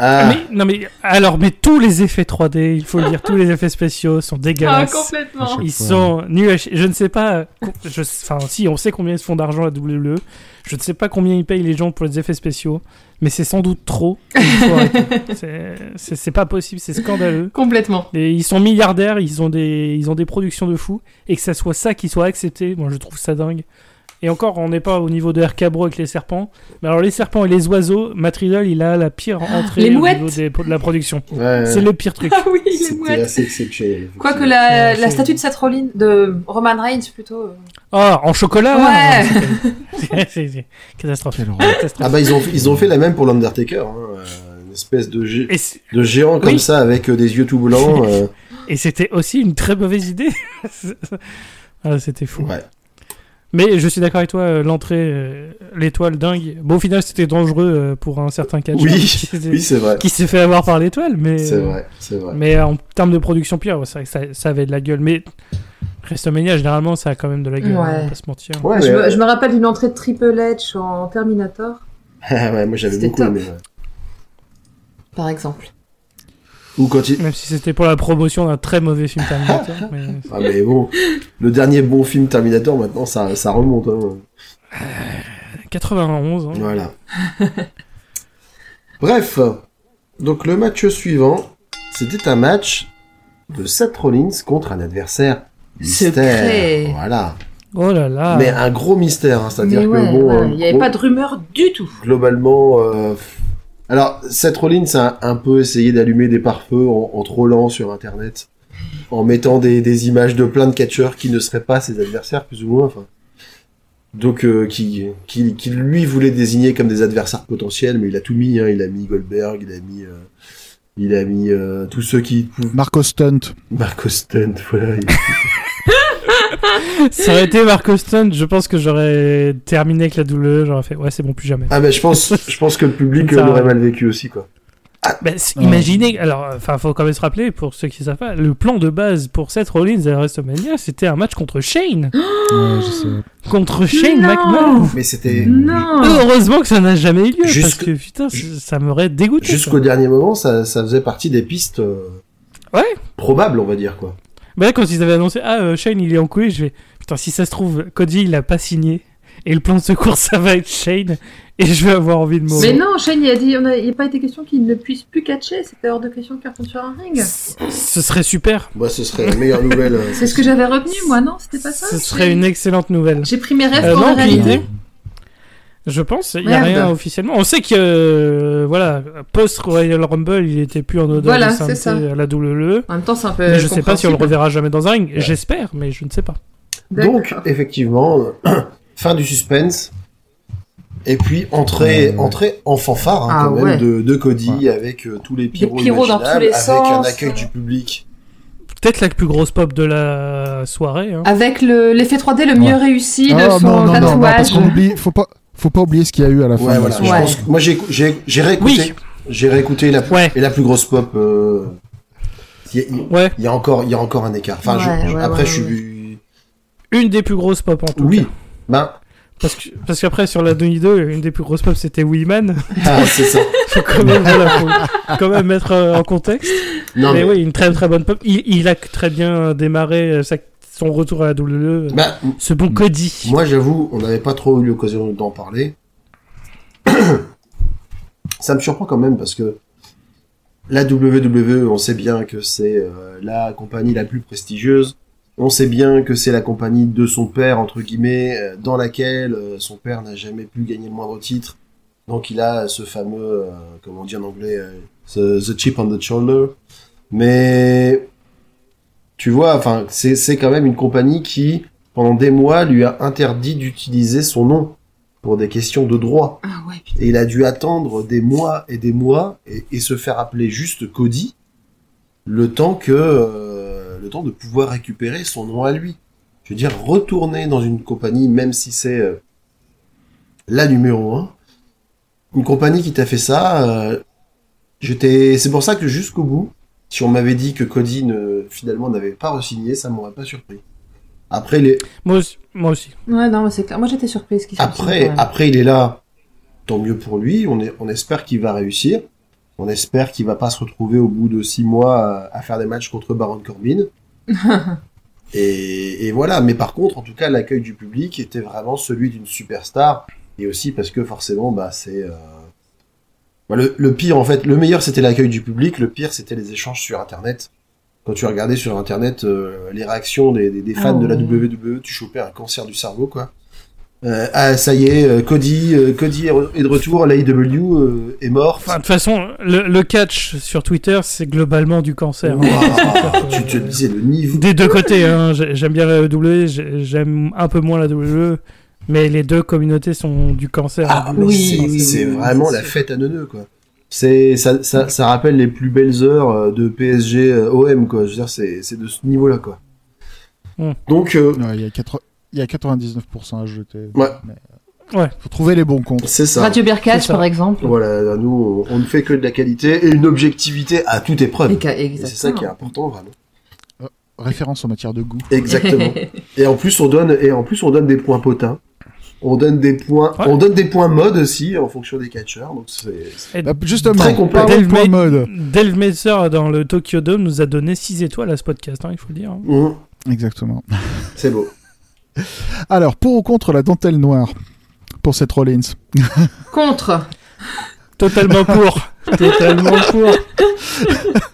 Speaker 2: Ah,
Speaker 5: Mais, non mais alors mais tous les effets 3D, il faut le dire, tous les effets spéciaux sont dégueulasses.
Speaker 4: À
Speaker 3: Ah, complètement.
Speaker 4: chaque
Speaker 5: ils
Speaker 4: fois.
Speaker 5: sont nuls. à chi- Je ne sais pas. euh, Je, enfin si, on sait combien ils se font d'argent la WWE. E. Je ne sais pas combien ils payent les gens pour les effets spéciaux, mais c'est sans doute trop. Il
Speaker 3: [LAUGHS]
Speaker 5: faut arrêter. C'est- C'est c'est pas possible, c'est scandaleux.
Speaker 3: Complètement.
Speaker 5: Et ils sont milliardaires, ils ont des ils ont des productions de fous et que ça soit ça qui soit accepté, moi je trouve ça dingue. Et encore, on n'est pas au niveau de RKBro avec les serpents. Mais alors les serpents et les oiseaux, Matt Riddle, il a la pire
Speaker 3: Ah,
Speaker 5: entrée
Speaker 3: les
Speaker 5: au
Speaker 3: mouettes
Speaker 5: niveau des- de la production.
Speaker 2: ouais,
Speaker 5: C'est le pire truc.
Speaker 3: Ah oui, les
Speaker 2: c'était
Speaker 3: mouettes.
Speaker 2: assez exceptionnel.
Speaker 3: Quoique
Speaker 2: effectivement.
Speaker 3: la, la
Speaker 5: Ouais, c'est-
Speaker 3: statue de Seth Rollins, de Roman Reigns plutôt. euh,
Speaker 5: Ah, en chocolat
Speaker 3: Ouais. [LAUGHS]
Speaker 5: C'est- c'est- c'est- Catastrophe.
Speaker 4: Quelle horreur.
Speaker 2: Ah
Speaker 5: Catastrophe.
Speaker 2: bah ils ont, ils ont fait la même pour l'Undertaker, hein, euh, une espèce de, gé-
Speaker 5: Et c-
Speaker 2: de géant comme
Speaker 5: Oui.
Speaker 2: ça avec euh, des yeux tout blancs. euh,
Speaker 5: Et c'était aussi une très mauvaise idée. [LAUGHS] ah, c'était fou.
Speaker 2: ouais.
Speaker 5: Mais je suis d'accord avec toi, euh, l'entrée, euh, l'étoile dingue. Bon, au final, c'était dangereux euh, pour un certain catch
Speaker 2: Oui, oui c'est vrai,
Speaker 5: qui s'est fait avoir par l'étoile, mais.
Speaker 2: c'est vrai, c'est vrai.
Speaker 5: Mais euh, en termes de production pire, ouais, c'est vrai que ça, ça avait de la gueule. Mais WrestleMania, généralement, ça a quand même de la gueule, hein,
Speaker 3: Ouais.
Speaker 5: on va pas se mentir.
Speaker 2: Ouais,
Speaker 3: je,
Speaker 2: mais-
Speaker 3: me, je me rappelle d'une entrée de Triple H en Terminator,
Speaker 2: Ah [LAUGHS] ouais, moi j'avais
Speaker 3: C'était
Speaker 2: beaucoup
Speaker 3: top.
Speaker 2: aimé. ouais.
Speaker 3: par exemple.
Speaker 2: Ou quand il...
Speaker 5: Même si c'était pour la promotion d'un très mauvais film
Speaker 2: [LAUGHS]
Speaker 5: Terminator. mais-
Speaker 2: Ah mais bon, le dernier bon film Terminator maintenant ça, ça remonte. hein.
Speaker 5: 91. hein.
Speaker 2: Voilà. [LAUGHS] Bref, donc le match suivant, c'était un match de Seth Rollins contre un adversaire mystère.
Speaker 3: Secret.
Speaker 2: Voilà.
Speaker 5: Oh là là.
Speaker 2: Mais un gros mystère, hein, c'est-à-dire
Speaker 3: Ah. Mais
Speaker 2: que
Speaker 3: ouais,
Speaker 2: bon,
Speaker 3: ouais,
Speaker 2: euh,
Speaker 3: il n'y avait
Speaker 2: gros-
Speaker 3: pas de rumeur du tout.
Speaker 2: globalement. euh, Alors, Seth Rollins a un peu essayé d'allumer des pare-feux en, en trollant sur Internet, en mettant des, des images de plein de catcheurs qui ne seraient pas ses adversaires, plus ou moins. Enfin, donc, euh, qui, qui, qui lui voulait désigner comme des adversaires potentiels, mais il a tout mis. hein. Il a mis Goldberg, il a mis, euh, il a mis euh, tous ceux qui pouvaient.
Speaker 4: Marco Stunt.
Speaker 2: Marco Stunt, voilà. il-
Speaker 5: Ça aurait été Mark Austin, je pense que j'aurais terminé avec la douleur, j'aurais fait ouais, c'est bon, plus jamais.
Speaker 2: Ah mais je pense, je pense que le public
Speaker 5: Ça-
Speaker 2: euh, l'aurait mal vécu aussi, quoi.
Speaker 5: Ben, c'est-
Speaker 4: Ah.
Speaker 5: imaginez, alors, enfin, faut quand même se rappeler, pour ceux qui savent pas, le plan de base pour Seth Rollins à WrestleMania, c'était un match contre Shane.
Speaker 4: Ouais, je sais.
Speaker 5: Contre Shane
Speaker 3: Non. Oh.
Speaker 5: McMahon.
Speaker 2: Mais c'était
Speaker 3: Non
Speaker 5: Heureusement que ça n'a jamais eu lieu, parce
Speaker 2: Jusque-
Speaker 5: que putain, c- ça m'aurait dégoûté. ça.
Speaker 2: jusqu'au dernier moment, ça, ça faisait partie des pistes euh,
Speaker 5: Ouais.
Speaker 2: probables, on va dire quoi.
Speaker 5: Ben là, quand ils avaient annoncé, ah, euh, Shane, il est en couille, je vais, putain, si ça se trouve, Cody, il a pas signé, et le plan de secours, ça va être Shane, et je vais avoir envie de
Speaker 3: Mais
Speaker 5: mourir.
Speaker 3: non, Shane, il a dit, on a- il n'y a pas été question qu'il ne puisse plus catcher, c'était hors de question qu'il retourne sur un ring.
Speaker 5: Ce serait super.
Speaker 2: Moi, Bah, ce serait la meilleure nouvelle. euh,
Speaker 3: [LAUGHS] C'est ce que j'avais retenu, moi, non C'était pas ça
Speaker 5: Ce serait une excellente nouvelle.
Speaker 3: J'ai pris mes rêves
Speaker 5: Euh,
Speaker 3: pour
Speaker 5: non,
Speaker 3: les
Speaker 5: aucune
Speaker 3: réaliser.
Speaker 5: idée. Je pense, il n'y a
Speaker 3: Merde.
Speaker 5: rien officiellement. On sait que, euh, voilà, post-Royal Rumble, il était plus en odeur
Speaker 3: Voilà,
Speaker 5: de
Speaker 3: c'est
Speaker 5: sainteté
Speaker 3: ça.
Speaker 5: à la WWE.
Speaker 3: En même temps, c'est un peu.
Speaker 5: mais je ne sais pas si on le
Speaker 3: compréhensible.
Speaker 5: reverra jamais dans un ring. J'espère, mais je ne sais pas.
Speaker 2: Donc,
Speaker 3: D'accord.
Speaker 2: effectivement, euh, [CLEARS THROAT] fin du suspense. Et puis entrée,
Speaker 4: Ouais.
Speaker 2: entrée en fanfare hein,
Speaker 3: Ah,
Speaker 2: quand même
Speaker 3: ouais.
Speaker 2: de, de Cody avec euh, tous les pyros,
Speaker 3: pyros dans
Speaker 2: imaginables,
Speaker 3: tous les
Speaker 2: avec
Speaker 3: sens,
Speaker 2: un accueil
Speaker 3: euh.
Speaker 2: du public.
Speaker 5: Peut-être la plus grosse pop de la soirée. hein.
Speaker 3: Avec le- l'effet 3D le mieux réussi de
Speaker 4: Ah,
Speaker 3: son
Speaker 4: non, non, non, non,
Speaker 3: tatouage.
Speaker 4: parce qu'on oublie, faut pas, faut pas oublier ce qu'il y a eu à la fin.
Speaker 2: Ouais,
Speaker 4: de
Speaker 2: voilà.
Speaker 4: la
Speaker 2: Je
Speaker 4: soirée.
Speaker 2: pense que- moi, j'ai écou- j'ai j'ai réécouté,
Speaker 5: Oui.
Speaker 2: j'ai réécouté
Speaker 3: Ah.
Speaker 2: la
Speaker 5: Ouais.
Speaker 2: et la plus grosse pop. euh, Il y, a-
Speaker 5: Ouais,
Speaker 2: il y a encore, il y a encore un écart. Enfin, je-
Speaker 3: Ouais,
Speaker 2: je-
Speaker 3: ouais,
Speaker 2: après,
Speaker 3: ouais,
Speaker 2: je suis.
Speaker 5: une des plus grosses pop en tout
Speaker 2: Oui.
Speaker 5: cas.
Speaker 2: Ben,
Speaker 5: Parce que parce qu'après, sur la Demi 2, une des plus grosses pop, c'était Weeman.
Speaker 2: ah, c'est ça.
Speaker 5: faut [LAUGHS] quand même, voilà, faut quand même mettre euh, en contexte.
Speaker 2: Non,
Speaker 5: mais,
Speaker 2: mais-
Speaker 5: oui, une très très bonne pop. Il, il a très bien démarré euh, sa- son retour à la WWE.
Speaker 2: ben,
Speaker 5: Ce bon Cody.
Speaker 2: Moi, j'avoue, on n'avait pas trop eu l'occasion d'en parler. [CLEARS THROAT] Ça me surprend quand même parce que la WWE, on sait bien que c'est euh, la compagnie la plus prestigieuse. On sait bien que c'est la compagnie de son père, entre guillemets, euh, dans laquelle euh, son père n'a jamais pu gagner le moindre titre. Donc il a ce fameux, euh, comment on dit en anglais, euh, the, the chip on the shoulder. Mais tu vois, enfin, c'est c'est quand même une compagnie qui pendant des mois, lui a interdit d'utiliser son nom pour des questions de droit.
Speaker 3: Ah ouais, putain.
Speaker 2: Et il a dû attendre des mois et des mois et, et se faire appeler juste Cody le temps que euh, le temps de pouvoir récupérer son nom à lui. Je veux dire, retourner dans une compagnie, même si c'est euh, la numéro un. Une compagnie qui t'a fait ça, euh, j'étais, c'est pour ça que jusqu'au bout, si on m'avait dit que Cody ne- finalement n'avait pas re-signé, ça m'aurait pas surpris. Après, les...
Speaker 5: Moi aussi. Moi aussi.
Speaker 3: Ouais, non, mais c'est clair. Moi, j'étais surprise qu'il sorte ça,
Speaker 2: après, ah,
Speaker 3: quand même.
Speaker 2: après, il est là. Tant mieux pour lui. On, est, on espère qu'il va réussir. On espère qu'il va pas se retrouver au bout de six mois à- à faire des matchs contre Baron
Speaker 3: [LAUGHS]
Speaker 2: Corbin. Et, et voilà. Mais par contre, en tout cas, l'accueil du public était vraiment celui d'une superstar. Et aussi parce que forcément, bah, c'est euh, bah, le, le pire en fait. Le meilleur, c'était l'accueil du public. Le pire, c'était les échanges sur Internet. Quand tu regardais sur Internet euh, les réactions des, des- des fans
Speaker 3: Ah
Speaker 2: de la
Speaker 3: ouais.
Speaker 2: WWE, tu chopais un cancer du cerveau, quoi. Euh, ah, ça y est, euh, Cody, euh, Cody est re- est de retour. L'AEW euh, est morte.
Speaker 5: Enfin, de toute façon, le, le catch sur Twitter, c'est globalement du cancer. hein.
Speaker 2: Ouah, tu
Speaker 5: [LAUGHS]
Speaker 2: te disais le niveau.
Speaker 5: Des deux côtés, hein. J'ai- j'aime bien la WWE, j'ai- j'aime un peu moins la WWE, mais les deux communautés sont du cancer.
Speaker 2: Ah,
Speaker 5: Du-
Speaker 2: mais
Speaker 3: oui,
Speaker 2: c'est
Speaker 3: oui,
Speaker 2: c'est
Speaker 3: oui,
Speaker 2: vraiment
Speaker 3: oui,
Speaker 2: la
Speaker 3: c'est-
Speaker 2: fête à neuneux, quoi. C'est ça, ça, ça rappelle les plus belles heures euh, de PSG euh, OM, quoi. Je veux dire, c'est c'est de ce niveau-là, quoi.
Speaker 5: Hmm.
Speaker 2: Donc, euh,
Speaker 4: Ouais, Il y a 80 il y a 99% à jeter.
Speaker 2: Ouais.
Speaker 4: Mais- euh,
Speaker 5: Ouais.
Speaker 4: Faut trouver les bons comptes.
Speaker 2: c'est ça.
Speaker 3: Radio Birkac,
Speaker 5: C'est ça.
Speaker 3: par exemple.
Speaker 2: Voilà, là, nous, on on ne fait que de la qualité et une objectivité à toute épreuve.
Speaker 3: Et ca-
Speaker 2: Et
Speaker 3: exactement.
Speaker 2: C'est ça qui est important, vraiment.
Speaker 4: Référence en matière de goût.
Speaker 2: Exactement. et en plus, on donne, et en plus, on donne des points potins. On donne des points,
Speaker 5: Ouais.
Speaker 2: on donne des points mode aussi en fonction des catcheurs. Donc c'est c'est-
Speaker 5: Et
Speaker 4: Bah, justement,
Speaker 2: Très complet.
Speaker 4: parlons de
Speaker 5: Delve-
Speaker 4: point mode.
Speaker 5: Dave Meltzer dans le Tokyo Dome nous a donné 6 étoiles à ce podcast, hein, il faut le dire. hein.
Speaker 2: Mmh,
Speaker 4: Exactement.
Speaker 2: c'est beau.
Speaker 4: Alors, pour ou contre la dentelle noire pour cette Rollins
Speaker 3: [LAUGHS] Contre. [LAUGHS]
Speaker 5: Totalement pour. Totalement pour. [LAUGHS]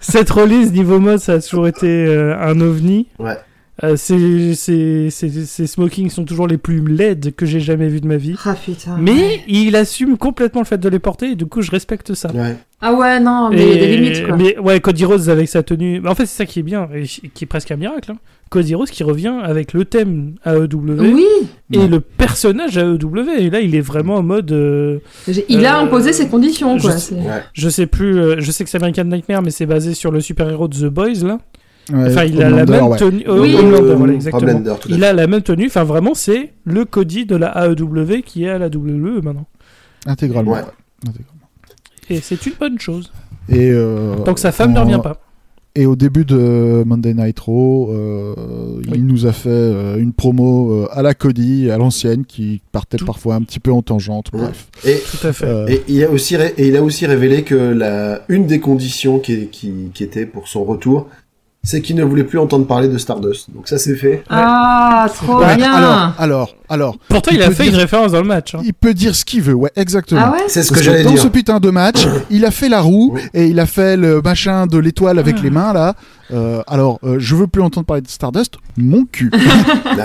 Speaker 5: Cette release niveau mode, ça a toujours été euh, un ovni.
Speaker 2: Ouais.
Speaker 5: Euh, ces, ces, ces- ces smokings sont toujours les plus laides que j'ai jamais vu de ma vie.
Speaker 3: Ah putain.
Speaker 5: Mais il assume complètement le fait de les porter et du coup je respecte ça.
Speaker 2: Ouais.
Speaker 3: Ah ouais, non, mais il y a des limites, quoi.
Speaker 5: mais ouais, Cody Rose avec sa tenue. bah, en fait, c'est ça qui est bien et qui est presque un miracle. hein. Cody Rose qui revient avec le thème AEW
Speaker 3: Oui,
Speaker 5: et le personnage AEW. Et là, il est vraiment en mode. euh,
Speaker 3: j'ai- il a
Speaker 5: Euh,
Speaker 3: imposé ses conditions,
Speaker 5: je
Speaker 3: quoi. c'est-
Speaker 5: sais-
Speaker 2: Ouais.
Speaker 5: Je sais plus, euh, je sais que c'est American Nightmare, mais c'est basé sur le super-héros de The Boys, là.
Speaker 4: Ouais,
Speaker 5: Enfin, il a la
Speaker 4: Homelander,
Speaker 5: même
Speaker 4: ouais.
Speaker 5: tenue. euh,
Speaker 3: Oui.
Speaker 5: Homelander,
Speaker 2: Euh,
Speaker 5: voilà, exactement.
Speaker 2: Homelander, tout à fait.
Speaker 5: Il a la même tenue, enfin vraiment, c'est le Cody de la AEW qui est à la WWE maintenant.
Speaker 4: Intégralement.
Speaker 2: Ouais.
Speaker 4: ouais. Intégralement.
Speaker 5: Et c'est une bonne chose.
Speaker 4: Et, euh,
Speaker 5: Tant que sa femme ne
Speaker 4: en-
Speaker 5: revient pas.
Speaker 4: Et au début de Monday Night Raw, euh,
Speaker 5: Oui.
Speaker 4: il nous a fait euh, une promo euh, à la Cody, à l'ancienne, qui partait
Speaker 5: Tout-
Speaker 4: parfois un petit peu en tangente.
Speaker 2: Ouais.
Speaker 4: Bref.
Speaker 2: Et,
Speaker 5: Tout à fait.
Speaker 4: Euh,
Speaker 2: et il a aussi ré- et il a aussi révélé que la une des conditions qui, qui, qui était pour son retour, c'est qu'il ne voulait plus entendre parler de Stardust. Donc ça c'est fait.
Speaker 3: Ah, trop
Speaker 4: ouais,
Speaker 3: bien.
Speaker 4: alors, alors, alors,
Speaker 5: Pourtant, il
Speaker 4: il
Speaker 5: a
Speaker 4: peut
Speaker 5: fait
Speaker 4: dire-
Speaker 5: une référence dans le match. hein.
Speaker 4: il peut dire ce qu'il veut, ouais, exactement.
Speaker 3: ah ouais
Speaker 2: C'est ce que
Speaker 4: Parce que
Speaker 2: j'allais
Speaker 4: dans
Speaker 2: dire.
Speaker 4: ce putain de match, il a fait la roue
Speaker 2: Oui.
Speaker 4: et il a fait le machin de l'étoile avec les mains là. Euh, alors, euh, je veux plus entendre parler de Stardust, mon cul.
Speaker 2: Non,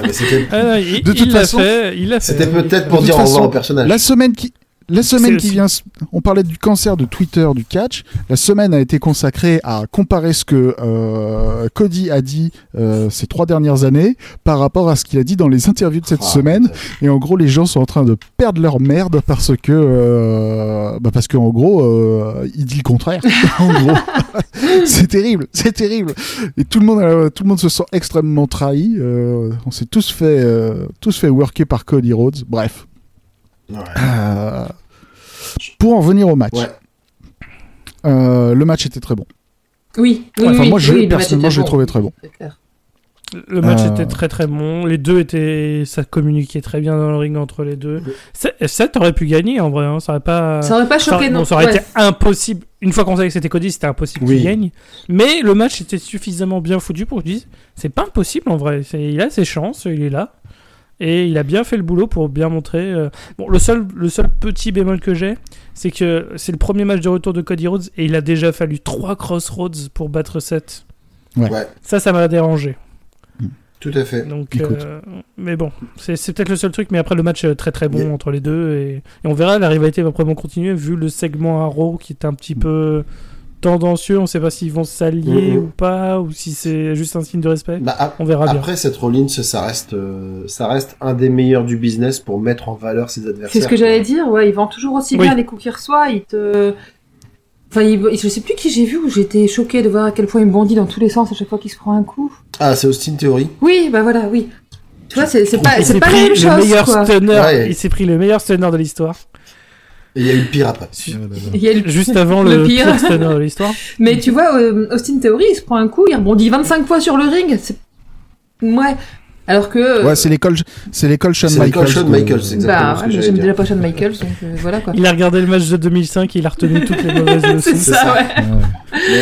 Speaker 2: mais c'était
Speaker 5: Ah, non, il
Speaker 4: De toute
Speaker 5: il l'a
Speaker 4: façon,
Speaker 5: fait, il l'a fait.
Speaker 2: c'était peut-être pour
Speaker 4: toute
Speaker 2: dire au
Speaker 4: façon,
Speaker 2: revoir au personnage.
Speaker 4: La semaine qui la
Speaker 5: C'est
Speaker 4: semaine qui
Speaker 5: aussi-
Speaker 4: vient, on parlait du cancer de Twitter, du catch. La semaine a été consacrée à comparer ce que euh, Cody a dit euh, ces trois dernières années par rapport à ce qu'il a dit dans les interviews de cette
Speaker 2: Ah,
Speaker 4: semaine. Et en gros, les gens sont en train de perdre leur merde parce que, euh, bah parce qu'en gros, euh, il dit le contraire. [LAUGHS] en gros, c'est terrible, c'est terrible. Et tout le monde, euh, tout le monde se sent extrêmement trahi. Euh, on s'est tous fait, euh, tous fait worker par Cody Rhodes. Bref.
Speaker 2: Ouais.
Speaker 4: Euh, pour en venir au match,
Speaker 2: Ouais.
Speaker 4: euh, le match était très bon.
Speaker 3: Oui, oui,
Speaker 4: enfin,
Speaker 3: oui,
Speaker 4: moi,
Speaker 3: oui,
Speaker 4: je,
Speaker 3: oui, le match
Speaker 4: personnellement,
Speaker 3: était
Speaker 4: je l'ai
Speaker 3: bon.
Speaker 4: trouvé très bon.
Speaker 3: C'est clair.
Speaker 5: Le match
Speaker 4: Euh.
Speaker 5: était très très bon. Les deux étaient. Ça communiquait très bien dans le ring entre les deux. Ça, ça, t'aurais pu gagner en vrai. hein. Ça aurait pas.
Speaker 3: Ça aurait pas
Speaker 5: Ça aurait-
Speaker 3: choqué, non
Speaker 5: bon, ça aurait
Speaker 3: ouais.
Speaker 5: été impossible. Une fois qu'on savait que c'était Cody, c'était impossible
Speaker 2: Oui.
Speaker 5: qu'il gagne. Mais le match était suffisamment bien foutu pour que je dise c'est pas impossible en vrai. C'est- Il a ses chances, il est là. Et il a bien fait le boulot pour bien montrer. euh, Bon, le seul, le seul petit bémol que j'ai, c'est que c'est le premier match de retour de Cody Rhodes et il a déjà fallu trois crossroads pour battre 7.
Speaker 2: Ouais,
Speaker 5: Ça, ça m'a dérangé.
Speaker 2: tout à fait.
Speaker 5: Donc,
Speaker 4: Écoute.
Speaker 5: euh, mais bon, c'est c'est peut-être le seul truc. Mais après, le match est très très bon
Speaker 2: Yeah.
Speaker 5: entre les deux. Et, et on verra, la rivalité va probablement continuer vu le segment Arrow qui est un petit
Speaker 2: Mm.
Speaker 5: peu tendancieux. On sait pas s'ils vont s'allier
Speaker 2: Mhm.
Speaker 5: ou pas, ou si c'est juste un signe de respect.
Speaker 2: Bah, ap-
Speaker 5: On verra Ah, bien.
Speaker 2: après cette Rollins, ça reste, euh, ça reste un des meilleurs du business pour mettre en valeur ses adversaires.
Speaker 3: C'est ce que j'allais dire, ouais, il vend toujours aussi
Speaker 5: Oui.
Speaker 3: bien les coups qu'il reçoit, il te... Enfin, il... je sais plus qui j'ai vu, où j'étais choquée de voir à quel point il bondit dans tous les sens à chaque fois qu'il se prend un coup.
Speaker 2: Ah, c'est Austin Theory.
Speaker 3: Oui, bah voilà, oui. Tu vois, c'est c'est pas,
Speaker 5: Il
Speaker 3: c'est
Speaker 5: s'est
Speaker 3: pas la
Speaker 5: pris
Speaker 3: même
Speaker 5: le
Speaker 3: chose.
Speaker 5: meilleur
Speaker 3: quoi.
Speaker 5: stunner.
Speaker 2: Ouais.
Speaker 5: Il s'est pris le meilleur stunner de l'histoire.
Speaker 2: Et il y a eu le pire après.
Speaker 3: Il y a le-
Speaker 5: Juste avant
Speaker 3: Le
Speaker 5: le,
Speaker 3: pire.
Speaker 5: pire stunner de l'histoire.
Speaker 3: Mais tu vois, euh, Austin Theory, il se prend un coup, il rebondit 25 fois sur le ring. c'est- Ouais. Alors que. euh,
Speaker 4: Ouais, c'est l'école, c'est l'école Shawn
Speaker 2: bah. C'est l'école
Speaker 4: Michaels. euh,
Speaker 2: Shawn
Speaker 4: de-
Speaker 2: Michaels, c'est exactement
Speaker 3: bah,
Speaker 2: ce que
Speaker 3: ouais, mais
Speaker 2: j'allais
Speaker 3: j'aime
Speaker 2: dire. Mm.
Speaker 3: déjà pas Shawn Michaels, donc euh, voilà quoi.
Speaker 5: Il a regardé le match de 2005 et il
Speaker 3: [LAUGHS]
Speaker 5: a retenu toutes les mauvaises
Speaker 3: C'est
Speaker 5: leçons.
Speaker 3: ça,
Speaker 2: ça.
Speaker 3: ouais.
Speaker 4: Ouais.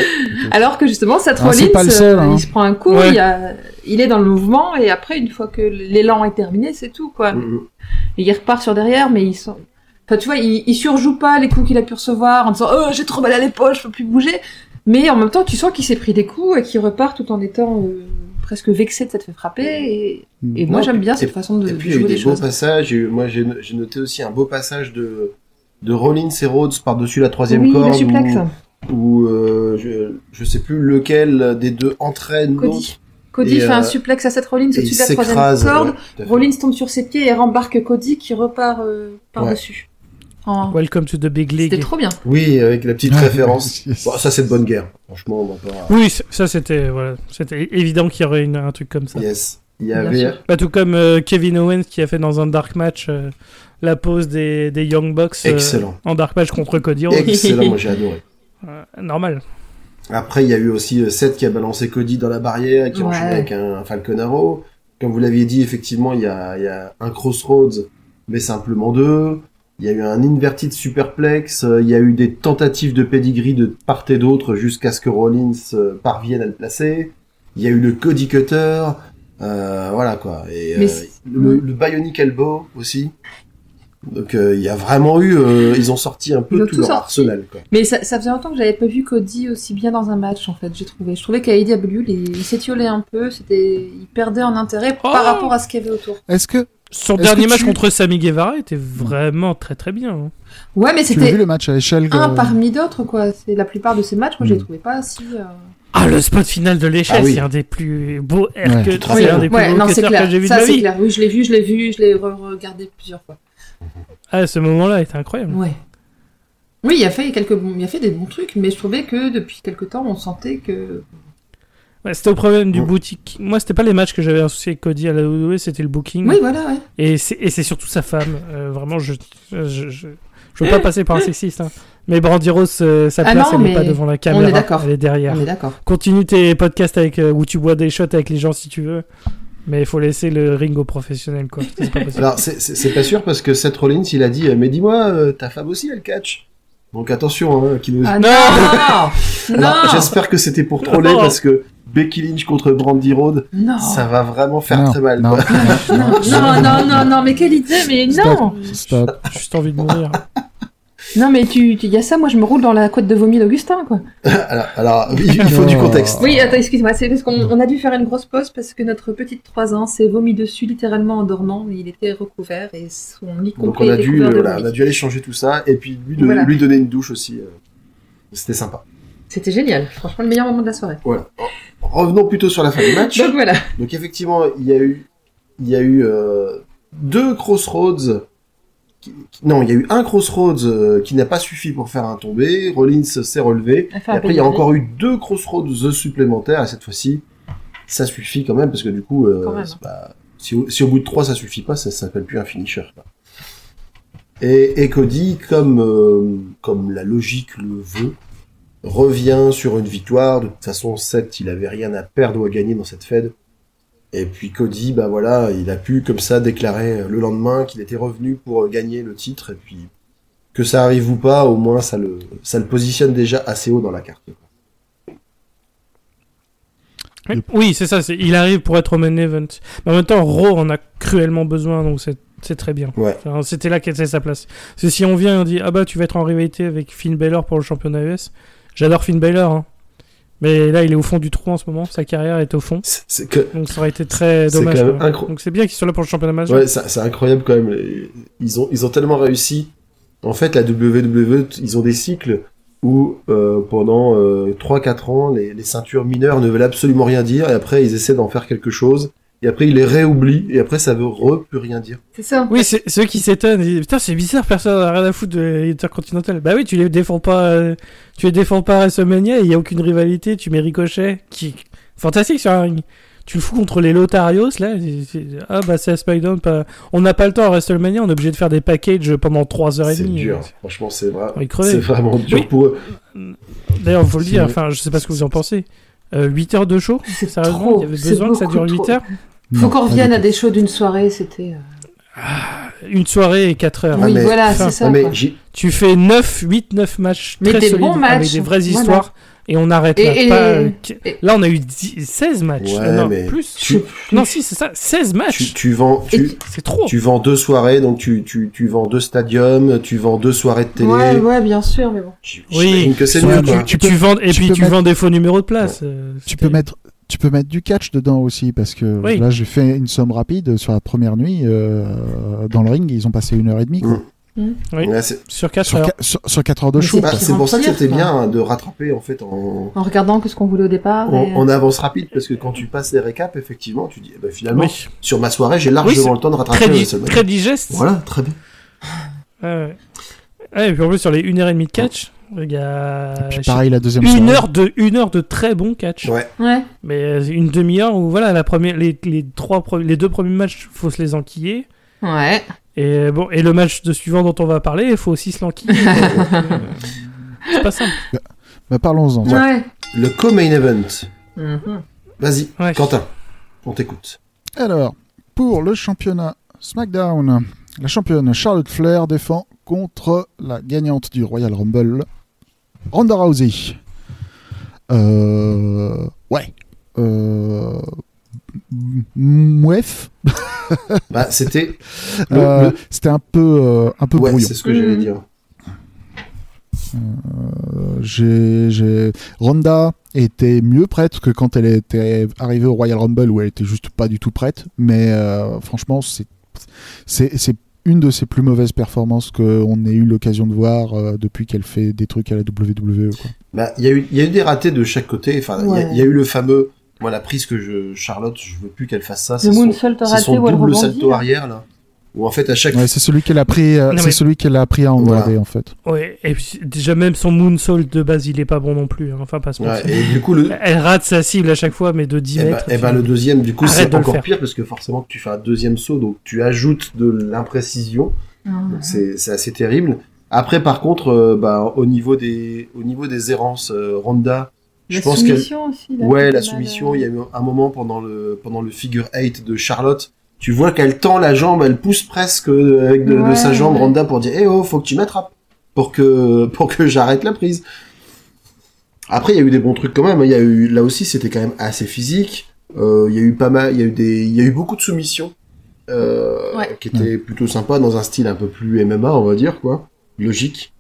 Speaker 3: Alors que justement, Seth
Speaker 4: Ah, c'est
Speaker 3: Rollins,
Speaker 4: pas le seul,
Speaker 3: euh,
Speaker 4: hein.
Speaker 3: il se prend un coup,
Speaker 5: Ouais.
Speaker 3: il, y a- il est dans le mouvement, et après, une fois que l'élan est terminé, c'est tout quoi.
Speaker 2: Mhm.
Speaker 3: Et il repart sur derrière, mais ils sont. Enfin, tu vois, il, il surjoue pas les coups qu'il a pu recevoir en disant Oh, j'ai trop mal à l'épaule, je peux plus bouger. Mais en même temps, tu sens qu'il s'est pris des coups et qu'il repart tout en étant euh, presque vexé de s'être fait frapper. Et, et
Speaker 2: Mm. Non,
Speaker 3: moi, j'aime bien cette
Speaker 2: et-
Speaker 3: façon de,
Speaker 2: Et
Speaker 3: de
Speaker 2: puis il y a eu
Speaker 3: jouer
Speaker 2: des
Speaker 3: les
Speaker 2: beaux
Speaker 3: choses.
Speaker 2: passages. Il y a eu- Moi j'ai j'ai noté aussi un beau passage de de Rollins et Rhodes par-dessus la troisième
Speaker 3: oui,
Speaker 2: corde.
Speaker 3: le suplex,
Speaker 2: où- Ou euh, je, je sais plus lequel des deux entraîne l'autre.
Speaker 3: Cody. Cody
Speaker 2: Et,
Speaker 3: fait
Speaker 2: euh,
Speaker 3: un suplex à Seth Rollins
Speaker 2: Et il
Speaker 3: au-dessus de la troisième
Speaker 2: s'écrase.
Speaker 3: corde.
Speaker 2: ouais, tout à fait.
Speaker 3: Rollins tombe sur ses pieds et rembarque Cody qui repart euh, par-dessus. En-
Speaker 5: Welcome to the big
Speaker 3: C'était
Speaker 5: league.
Speaker 3: trop bien.
Speaker 2: Oui, avec la petite référence.
Speaker 4: [LAUGHS] Yes.
Speaker 2: Bon, ça c'est de bonne guerre. Franchement, on va pas.
Speaker 5: Oui, c- ça c'était voilà, c'était évident qu'il y aurait une- un truc comme ça.
Speaker 2: Yes. Il y
Speaker 3: Bien
Speaker 2: avait.
Speaker 3: sûr.
Speaker 5: Bah, tout comme euh, Kevin Owens qui a fait dans un dark match euh, la pose des, des Young Bucks euh,
Speaker 2: Excellent.
Speaker 5: en dark match contre Cody Rhodes.
Speaker 2: Excellent,
Speaker 5: [LAUGHS]
Speaker 2: moi j'ai adoré.
Speaker 5: Euh, normal.
Speaker 2: Après, il y a eu aussi euh, Seth qui a balancé Cody dans la barrière, qui a
Speaker 3: Ouais.
Speaker 2: enchaîné avec un, un Falcon Arrow. Comme vous l'aviez dit, effectivement, il y a, il y a un Crossroads, mais simplement deux. Il y a eu un Inverted Superplex. euh, Il y a eu des tentatives de pedigree de part et d'autre jusqu'à ce que Rollins euh, parvienne à le placer. Il y a eu le Cody Cutter. euh, voilà quoi. Et euh,
Speaker 3: Mais c'est-
Speaker 2: le, le Bionic Elbow aussi. Donc euh, il y a vraiment eu. euh, ils ont sorti un
Speaker 3: Ils
Speaker 2: peu
Speaker 3: ont
Speaker 2: tout
Speaker 3: tout
Speaker 2: leur
Speaker 3: sorti.
Speaker 2: arsenal quoi.
Speaker 3: Mais ça, ça faisait longtemps que j'avais pas vu Cody aussi bien dans un match, en fait, j'ai trouvé. Je trouvais qu'AEW, il, il s'étiolait un peu, c'était, il perdait en intérêt
Speaker 5: Oh
Speaker 3: par rapport à ce qu'il y avait autour.
Speaker 4: Est-ce que
Speaker 5: Son
Speaker 4: Est-ce
Speaker 5: dernier
Speaker 4: que
Speaker 5: match
Speaker 4: tu-
Speaker 5: contre Sami Guevara était vraiment très très bien. hein.
Speaker 3: Ouais, mais
Speaker 4: tu as vu
Speaker 3: c'était
Speaker 4: le match à échelle
Speaker 3: un
Speaker 4: euh,
Speaker 3: parmi d'autres, quoi. C'est la plupart de ces matchs, moi, je les
Speaker 4: Mm.
Speaker 3: trouvais pas si... euh,
Speaker 5: Ah, le spot final de l'échelle,
Speaker 2: Ah oui.
Speaker 5: c'est un des plus beaux air
Speaker 4: Ouais,
Speaker 5: que
Speaker 2: tu te
Speaker 5: Ah, c'est
Speaker 2: rappelles.
Speaker 5: un des plus
Speaker 3: Ouais,
Speaker 5: beaux
Speaker 3: non, c'est
Speaker 5: cutters
Speaker 3: clair.
Speaker 5: que j'ai vu
Speaker 3: Ça,
Speaker 5: de ma
Speaker 3: c'est
Speaker 5: vie.
Speaker 3: clair. Oui, je l'ai vu, je l'ai vu, je l'ai regardé plusieurs fois.
Speaker 5: Ah, ce moment-là était
Speaker 2: Mm.
Speaker 5: incroyable.
Speaker 3: Ouais. Oui, il a fait quelques bons, il a fait des bons trucs, mais je trouvais que depuis quelque temps, on sentait que
Speaker 5: Ouais, c'était au problème du
Speaker 2: Mm.
Speaker 5: boutique. Moi, c'était pas les matchs que j'avais associés avec Cody à la WWE, c'était le booking.
Speaker 3: Oui, voilà, ouais.
Speaker 5: Et c'est et c'est surtout sa femme. Euh, vraiment, je, je, je, je veux pas passer pour un sexiste. hein. Mais Brandy Rose, euh, sa
Speaker 3: Ah
Speaker 5: place,
Speaker 3: non,
Speaker 5: elle
Speaker 3: mais
Speaker 5: n'est pas devant la caméra.
Speaker 3: est d'accord.
Speaker 5: Elle est derrière.
Speaker 3: On est d'accord.
Speaker 5: Continue tes podcasts avec, euh, où tu bois des shots avec les gens si tu veux. Mais il faut laisser le ring aux professionnels, quoi. C'est pas possible.
Speaker 2: Alors, c'est- c'est c'est pas sûr parce que Seth Rollins, il a dit euh, Mais dis-moi, euh, ta femme aussi, elle catch. Donc attention, hein, qui nous.
Speaker 3: Ah non Non
Speaker 2: Alors, J'espère que c'était pour troller
Speaker 5: Non.
Speaker 2: parce que Becky Lynch contre Brandy Road,
Speaker 3: Non
Speaker 2: ça va vraiment faire
Speaker 4: non,
Speaker 2: très mal.
Speaker 4: Non,
Speaker 2: quoi.
Speaker 4: non,
Speaker 3: non, non, non, non, non, mais quelle idée, mais non
Speaker 4: Stop,
Speaker 2: [LAUGHS]
Speaker 4: stop.
Speaker 5: J'ai juste envie de mourir.
Speaker 3: Non, mais tu, tu y a ça, moi je me roule dans la couette de vomi d'Augustin, quoi.
Speaker 2: [LAUGHS] Alors, alors, il il faut du contexte.
Speaker 3: Oui, attends, excuse-moi, c'est parce qu'on on a dû faire une grosse pause parce que notre petite 3 ans s'est vomi dessus littéralement en dormant, mais il était recouvert et son lit
Speaker 2: Donc,
Speaker 3: complet
Speaker 2: on a,
Speaker 3: était
Speaker 2: dû,
Speaker 3: couvert
Speaker 2: euh,
Speaker 3: de
Speaker 2: voilà, on
Speaker 3: vomi.
Speaker 2: a dû aller changer tout ça et puis lui, de-
Speaker 3: Voilà.
Speaker 2: lui donner une douche aussi. euh, C'était sympa.
Speaker 3: C'était génial, franchement le meilleur moment de la soirée.
Speaker 2: Voilà. Revenons plutôt sur la fin du match.
Speaker 3: Donc voilà.
Speaker 2: Donc effectivement, il y a eu, il y a eu euh, deux crossroads. qui- qui- non, il y a eu un crossroads euh, qui n'a pas suffi pour faire un tombé. Rollins s'est relevé.
Speaker 3: Elle fait
Speaker 2: Et
Speaker 3: un
Speaker 2: après, il y a
Speaker 3: pedigree.
Speaker 2: encore eu deux crossroads supplémentaires. Et cette fois-ci, ça suffit quand même parce que du coup, euh,
Speaker 3: Quand même.
Speaker 2: c'est pas- si, au, si au bout de trois ça suffit pas, ça, s'appelle plus un finisher. quoi. Et, et Cody, comme euh, comme la logique le veut, revient sur une victoire. De toute façon, Seth, il avait rien à perdre ou à gagner dans cette Fed. Et puis Cody, bah voilà, il a pu comme ça déclarer euh, le lendemain qu'il était revenu pour euh, gagner le titre. Et puis que ça arrive ou pas, au moins ça le ça le positionne déjà assez haut dans la carte.
Speaker 5: Mais- Oui, c'est ça. c'est- Il arrive pour être au main event. Mais en même temps, Raw en a cruellement besoin, donc c'est c'est très bien.
Speaker 2: Ouais.
Speaker 5: Enfin, C'était là qu'elle était sa place. Parce que si on vient et on dit Ah bah tu vas être en rivalité avec Finn Balor pour le championnat US, j'adore Finn Balor. hein. Mais là, il est au fond du trou en ce moment. Sa carrière est au fond.
Speaker 2: C'est- C'est que
Speaker 5: Donc ça aurait été très
Speaker 2: C'est
Speaker 5: dommage.
Speaker 2: quand même
Speaker 5: quoi.
Speaker 2: incro-
Speaker 5: Donc c'est bien qu'ils soient là pour le championnat majeur.
Speaker 2: ouais, ça- c'est incroyable quand même. Ils ont ils ont tellement réussi. En fait, la WWE, ils ont des cycles où euh, pendant euh, 3-4 ans, les, les ceintures mineures ne veulent absolument rien dire, et après ils essaient d'en faire quelque chose, et après ils les réoublient, et après ça veut re plus rien dire.
Speaker 3: C'est ça.
Speaker 5: Oui, c'est ceux qui s'étonnent. ils disent, Putain, c'est bizarre, personne n'a rien à foutre de l'Intercontinental. Bah oui, tu les défends pas, euh, tu les défends pas à WrestleMania, il y a aucune rivalité, tu mets Ricochet, qui est fantastique sur un ring. tu le fous contre les Lotarios, là. et- et- Ah, bah, c'est à SmackDown. pas- On n'a pas le temps à WrestleMania, on est obligé de faire des packages pendant 3h30.
Speaker 2: C'est dur. Franchement, c'est vra-
Speaker 5: On est crevé.
Speaker 2: c'est vraiment dur
Speaker 5: Oui.
Speaker 2: pour eux.
Speaker 5: D'ailleurs, faut le
Speaker 2: C'est-
Speaker 5: dire, enfin, je sais pas ce que vous en pensez. 8 heures de show
Speaker 3: C'est
Speaker 5: Sérieusement,
Speaker 3: trop,
Speaker 5: il y avait
Speaker 3: c'est
Speaker 5: besoin que ça
Speaker 3: beaucoup
Speaker 5: dure 8
Speaker 3: trop.
Speaker 5: heures
Speaker 3: Faut qu'on revienne à des shows d'une soirée, c'était. euh,
Speaker 5: Une soirée et 4 heures.
Speaker 2: Ah,
Speaker 3: oui,
Speaker 2: mais-
Speaker 3: voilà,
Speaker 5: Enfin,
Speaker 3: c'est ça.
Speaker 2: Non, mais
Speaker 3: quoi.
Speaker 2: j'y-
Speaker 5: Tu fais 9, 8, 9 matchs
Speaker 3: Mais
Speaker 5: très
Speaker 3: des
Speaker 5: solides
Speaker 3: bons matchs,
Speaker 5: avec des vraies
Speaker 3: voilà.
Speaker 5: histoires et on arrête
Speaker 3: Et-
Speaker 5: là.
Speaker 3: et-
Speaker 5: pas, euh,
Speaker 3: et-
Speaker 5: Là, on a eu 10 16 matchs.
Speaker 2: Ouais,
Speaker 5: Euh, non,
Speaker 2: mais
Speaker 5: plus.
Speaker 2: tu,
Speaker 5: Non, si, c'est ça, 16 matchs.
Speaker 2: tu, tu vends, tu,
Speaker 5: C'est trop.
Speaker 2: tu vends deux soirées, donc tu, tu, tu vends deux stadiums, tu vends deux soirées de télé.
Speaker 3: Ouais, ouais, bien sûr, mais bon.
Speaker 2: J-
Speaker 5: Oui.
Speaker 2: J'imagine que c'est
Speaker 4: Surtout
Speaker 2: mieux.
Speaker 4: que
Speaker 2: quoi.
Speaker 4: tu-
Speaker 5: tu vends, et
Speaker 4: tu
Speaker 5: puis
Speaker 4: peux
Speaker 5: tu
Speaker 4: mettre-
Speaker 5: vends des faux numéros de place. euh,
Speaker 4: Tu
Speaker 5: c'était-
Speaker 4: peux mettre tu peux mettre du catch dedans aussi parce que
Speaker 5: Oui.
Speaker 4: là j'ai fait une somme rapide sur la première nuit euh, dans le ring ils ont passé une heure et demie quoi.
Speaker 2: Mm.
Speaker 5: oui.
Speaker 2: Ouais, c'est
Speaker 5: sur 4
Speaker 4: sur,
Speaker 5: heures.
Speaker 4: qua- sur, sur quatre heures de
Speaker 3: Mais
Speaker 4: show.
Speaker 3: c'est
Speaker 2: bah,
Speaker 3: pire
Speaker 2: c'est
Speaker 3: en
Speaker 2: pour ça que
Speaker 3: pire,
Speaker 2: c'était
Speaker 3: quoi.
Speaker 2: bien hein, de rattraper en fait en,
Speaker 3: En regardant que ce qu'on voulait au départ.
Speaker 2: en,
Speaker 3: et, euh,
Speaker 2: en avance rapide parce que quand tu passes les récaps, effectivement, tu dis eh ben, finalement
Speaker 5: Oui.
Speaker 2: sur ma soirée j'ai
Speaker 5: Oui,
Speaker 2: largement
Speaker 5: c'est
Speaker 2: le temps de rattraper
Speaker 5: Très,
Speaker 2: le
Speaker 5: di-
Speaker 2: seul match.
Speaker 5: très digeste.
Speaker 2: Voilà, très bien.
Speaker 5: Ouais, ouais. Ouais, et puis en plus, sur les 1h30 de catch, il y a
Speaker 2: Euh,
Speaker 4: Puis pareil la deuxième
Speaker 5: une
Speaker 4: soirée.
Speaker 5: heure, de, une heure de très bon catch.
Speaker 2: Ouais.
Speaker 3: Ouais.
Speaker 5: Mais euh, une demi-heure où voilà, la première, les, les, trois, pre- les deux premiers matchs, faut se les enquiller.
Speaker 3: Ouais.
Speaker 5: Et euh, bon, et le match de suivant dont on va parler, il faut aussi se l'enquiller. Euh, c'est pas simple.
Speaker 4: Bah, parlons-en.
Speaker 3: Ouais.
Speaker 2: Le co-main event.
Speaker 3: Mhm.
Speaker 2: Vas-y,
Speaker 5: Ouais.
Speaker 2: Quentin, on t'écoute.
Speaker 4: Alors, pour le championnat SmackDown, la championne Charlotte Flair défend contre la gagnante du Royal Rumble, Ronda Rousey. Euh... Ouais. Euh... m- m- Mouef.
Speaker 2: Bah,
Speaker 5: [LAUGHS]
Speaker 2: c'était. le-
Speaker 4: Euh,
Speaker 2: le-
Speaker 4: C'était un peu, euh, un peu
Speaker 2: Ouais,
Speaker 4: brouillon.
Speaker 2: c'est ce que j'allais
Speaker 3: Mhm.
Speaker 2: dire.
Speaker 4: Euh, j'ai- j'ai- Ronda était mieux prête que quand elle était arrivée au Royal Rumble où elle était juste pas du tout prête. Mais euh, franchement, c'est c'est c'est une de ses plus mauvaises performances qu'on ait eu l'occasion de voir euh, depuis qu'elle fait des trucs à la WWE.
Speaker 5: [LAUGHS]
Speaker 4: Quoi.
Speaker 2: Bah, il y, a eu- il y a eu des ratés de chaque côté. Enfin, il y a-
Speaker 3: Ouais.
Speaker 2: il y, a eu le fameux. Moi, la prise que je. Charlotte, je veux plus qu'elle fasse ça.
Speaker 3: Le
Speaker 2: C'est son,
Speaker 3: moonsault
Speaker 2: c'est son
Speaker 3: raté ou elle
Speaker 2: double
Speaker 3: rebondit. hein.
Speaker 2: salto arrière, là. Où en fait, à chaque.
Speaker 4: Ouais, c'est celui qu'elle a pris, euh,
Speaker 5: Non,
Speaker 4: c'est
Speaker 5: mais-
Speaker 4: celui qu'elle a appris à emmerder
Speaker 2: Voilà.
Speaker 4: en fait.
Speaker 5: Ouais, et puis, déjà même son moonsault de base, il est pas bon non plus. hein. Enfin, pas ce
Speaker 2: Ouais, et Eh du coup, le.
Speaker 5: Elle rate sa cible à chaque fois, mais de 10
Speaker 2: Et
Speaker 5: mètres. puis-
Speaker 2: ben, bah, le deuxième, du coup,
Speaker 5: Arrête de
Speaker 2: c'est
Speaker 5: le
Speaker 2: encore
Speaker 5: faire.
Speaker 2: pire parce que forcément, que tu fais un deuxième saut, donc tu ajoutes de l'imprécision.
Speaker 3: Mhm.
Speaker 2: Donc c'est c'est assez terrible. Après, par contre, euh, bah, au niveau des au niveau des errances, euh, Ronda, je
Speaker 3: La
Speaker 2: pense que
Speaker 3: soumission aussi. là,
Speaker 2: ouais,
Speaker 3: c'est
Speaker 2: la
Speaker 3: mal,
Speaker 2: soumission.
Speaker 3: euh,
Speaker 2: Il y a eu un moment pendant le pendant le figure 8 de Charlotte, tu vois qu'elle tend la jambe, elle pousse presque euh, avec de, de
Speaker 3: Ouais.
Speaker 2: sa jambe Ronda pour dire, eh oh, faut que tu m'attrapes pour que [LAUGHS] pour que j'arrête la prise. Après, il y a eu des bons trucs quand même. hein. Il y a eu là aussi, c'était quand même assez physique. Euh, Il y a eu pas mal, il y a eu des, il y a eu beaucoup de soumissions euh,
Speaker 3: Ouais.
Speaker 2: qui étaient plutôt sympas dans un style un peu plus MMA, on va dire quoi, logique.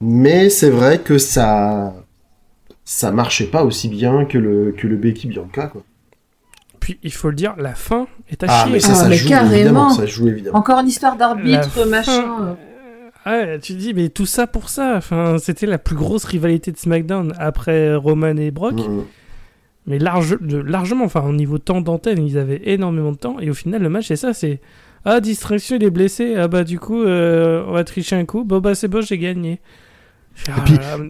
Speaker 2: Mais c'est vrai que ça, ça marchait pas aussi bien que le que le Becky Bianca quoi.
Speaker 5: Puis il faut le dire, la fin est à
Speaker 2: Ah
Speaker 5: chier. hein.
Speaker 2: mais ça,
Speaker 3: Ah,
Speaker 2: ça
Speaker 3: mais
Speaker 2: joue
Speaker 3: carrément.
Speaker 2: évidemment, ça joue évidemment.
Speaker 3: Encore une histoire d'arbitre,
Speaker 5: La
Speaker 3: machin.
Speaker 5: fin.
Speaker 3: euh.
Speaker 5: Ouais, tu te dis, mais tout ça pour ça. Enfin, c'était la plus grosse rivalité de SmackDown après Roman et Brock.
Speaker 2: Mm, mm.
Speaker 5: Mais large, de- largement, enfin, au niveau temps d'antenne, ils avaient énormément de temps. Et au final, le match, c'est ça c'est. Ah, distraction, il est blessé. Ah, bah, du coup, euh, on va tricher un coup. Bon, bah, c'est bon, j'ai gagné. Ah,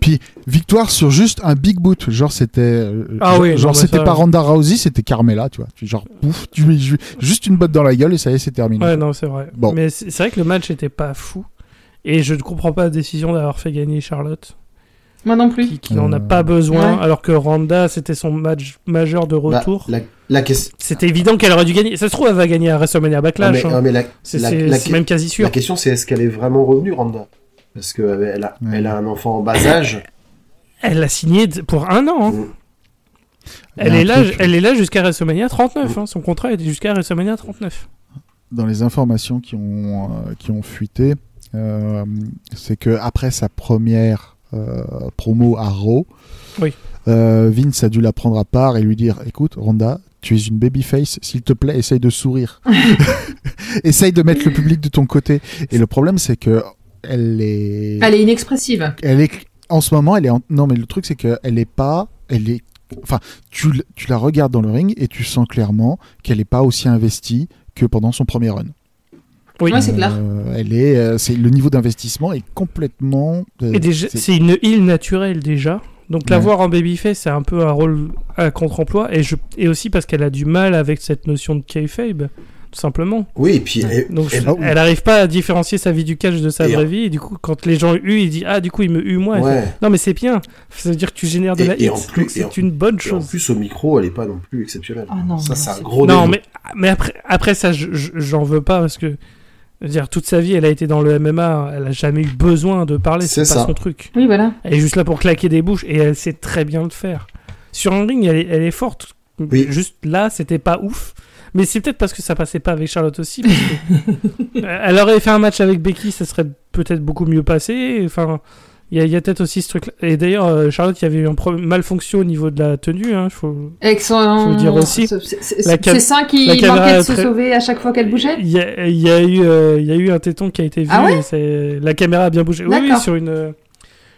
Speaker 4: puis,
Speaker 5: là,
Speaker 4: Victoire sur juste un big boot, genre c'était, euh,
Speaker 5: Ah
Speaker 4: genre,
Speaker 5: oui, non,
Speaker 4: genre,
Speaker 5: mais
Speaker 4: c'était
Speaker 5: ça-
Speaker 4: pas Ronda Rousey, c'était Carmela, tu vois. Puis genre pouf, tu lui ju- juste une botte dans la gueule et ça y est, c'est terminé.
Speaker 5: ouais, non, c'est vrai.
Speaker 4: Bon.
Speaker 5: Mais c'est c'est vrai que le match était pas fou. Et je ne comprends pas la décision d'avoir fait gagner Charlotte,
Speaker 3: Moi non plus.
Speaker 5: qui, qui n'en a
Speaker 4: Euh,
Speaker 5: pas besoin,
Speaker 3: ouais.
Speaker 5: alors que Randa, c'était son match majeur de
Speaker 2: Bah,
Speaker 5: retour.
Speaker 2: la, la question.
Speaker 5: C'était évident qu'elle aurait dû gagner. Ça se trouve, elle va gagner à WrestleMania
Speaker 2: Ah,
Speaker 5: Backlash.
Speaker 2: mais,
Speaker 5: hein.
Speaker 2: ah, mais la,
Speaker 5: C'est
Speaker 2: la-
Speaker 5: c'est-
Speaker 2: la-
Speaker 5: c'est même quasi sûr.
Speaker 2: La question, c'est est-ce qu'elle est vraiment revenue, Randa Parce que euh, elle a,
Speaker 4: Ouais.
Speaker 2: elle a un enfant en bas âge.
Speaker 5: Elle a signé d- pour un an. hein.
Speaker 2: Mm.
Speaker 4: Il
Speaker 5: Elle
Speaker 4: y a
Speaker 5: est,
Speaker 4: un
Speaker 5: là,
Speaker 4: truc.
Speaker 5: elle est là jusqu'à WrestleMania 39. hein. Son contrat était jusqu'à WrestleMania 39.
Speaker 4: dans les informations qui ont, euh, qui ont fuité, euh, c'est que après sa première euh, promo à Raw,
Speaker 5: Oui.
Speaker 4: euh, Vince a dû la prendre à part et lui dire Écoute, Ronda, tu es une babyface, s'il te plaît, essaye de sourire. [LAUGHS] essaye de mettre le public de ton côté. Et le problème, c'est que elle est.
Speaker 3: Elle est inexpressive.
Speaker 4: Elle est en ce moment, elle est en- non mais le truc c'est que elle est pas, elle est, enfin tu, l- tu la regardes dans le ring et tu sens clairement qu'elle est pas aussi investie que pendant son premier run.
Speaker 5: Oui.
Speaker 3: Ouais, c'est clair.
Speaker 4: Euh, elle est, euh, c'est le niveau d'investissement est complètement. euh,
Speaker 5: Et déjà,
Speaker 4: c'est-
Speaker 5: c'est une île naturelle déjà. Donc la
Speaker 4: Ouais.
Speaker 5: voir en babyface, c'est un peu un rôle à contre-emploi, et, je... et aussi parce qu'elle a du mal avec cette notion de kayfabe, tout simplement.
Speaker 2: Oui, et puis. et-
Speaker 5: Donc
Speaker 2: et- bah
Speaker 5: je- elle arrive pas à différencier sa vie du catch de sa
Speaker 2: Et-
Speaker 5: vraie vie, et du coup, quand les gens huent, il dit Ah, du coup, il me hue moi.
Speaker 2: ouais.
Speaker 5: Non, mais c'est bien, ça veut dire que tu génères de
Speaker 2: Et-
Speaker 5: la
Speaker 2: et en
Speaker 5: hit,
Speaker 2: plus-
Speaker 5: donc
Speaker 2: et en-
Speaker 5: c'est une bonne
Speaker 2: Et en
Speaker 5: chose.
Speaker 2: plus, au micro, elle est pas non plus exceptionnelle.
Speaker 3: Ah non,
Speaker 2: ça,
Speaker 3: non,
Speaker 2: c'est un
Speaker 3: c'est-
Speaker 2: gros défaut.
Speaker 5: Non, mais, mais après, après ça, je- je- j'en veux pas parce que je veux dire, toute sa vie, elle a été dans le MMA, elle a jamais eu besoin de parler, c'est
Speaker 2: C'est
Speaker 5: pas
Speaker 2: ça.
Speaker 5: son truc.
Speaker 3: Oui, voilà.
Speaker 5: Elle est juste là pour claquer des bouches et elle sait très bien le faire. Sur un ring, elle est, elle est forte.
Speaker 2: Oui.
Speaker 5: Juste là, c'était pas ouf. Mais c'est peut-être parce que ça passait pas avec Charlotte aussi. parce
Speaker 2: [LAUGHS]
Speaker 5: que- Euh, elle aurait fait un match avec Becky, ça serait peut-être beaucoup mieux passé. Enfin, il y a, il y a peut-être aussi ce truc. Et d'ailleurs, euh, Charlotte, il y avait eu un pro- malfonction au niveau de la tenue. Hein, faut...
Speaker 3: Excellent.
Speaker 5: Faut le dire aussi.
Speaker 3: C'est- c'est- C'est
Speaker 5: La cam-
Speaker 3: c'est ça qui
Speaker 5: la caméra
Speaker 3: manquait de
Speaker 5: est
Speaker 3: se
Speaker 5: très-
Speaker 3: sauver à chaque fois qu'elle bougeait
Speaker 5: Il y a, il y a eu, euh, il y a eu un téton qui a été vu.
Speaker 3: Ah ouais
Speaker 5: et c'est- la caméra a bien bougé. Oui, oui,
Speaker 3: D'accord.
Speaker 5: sur une. euh,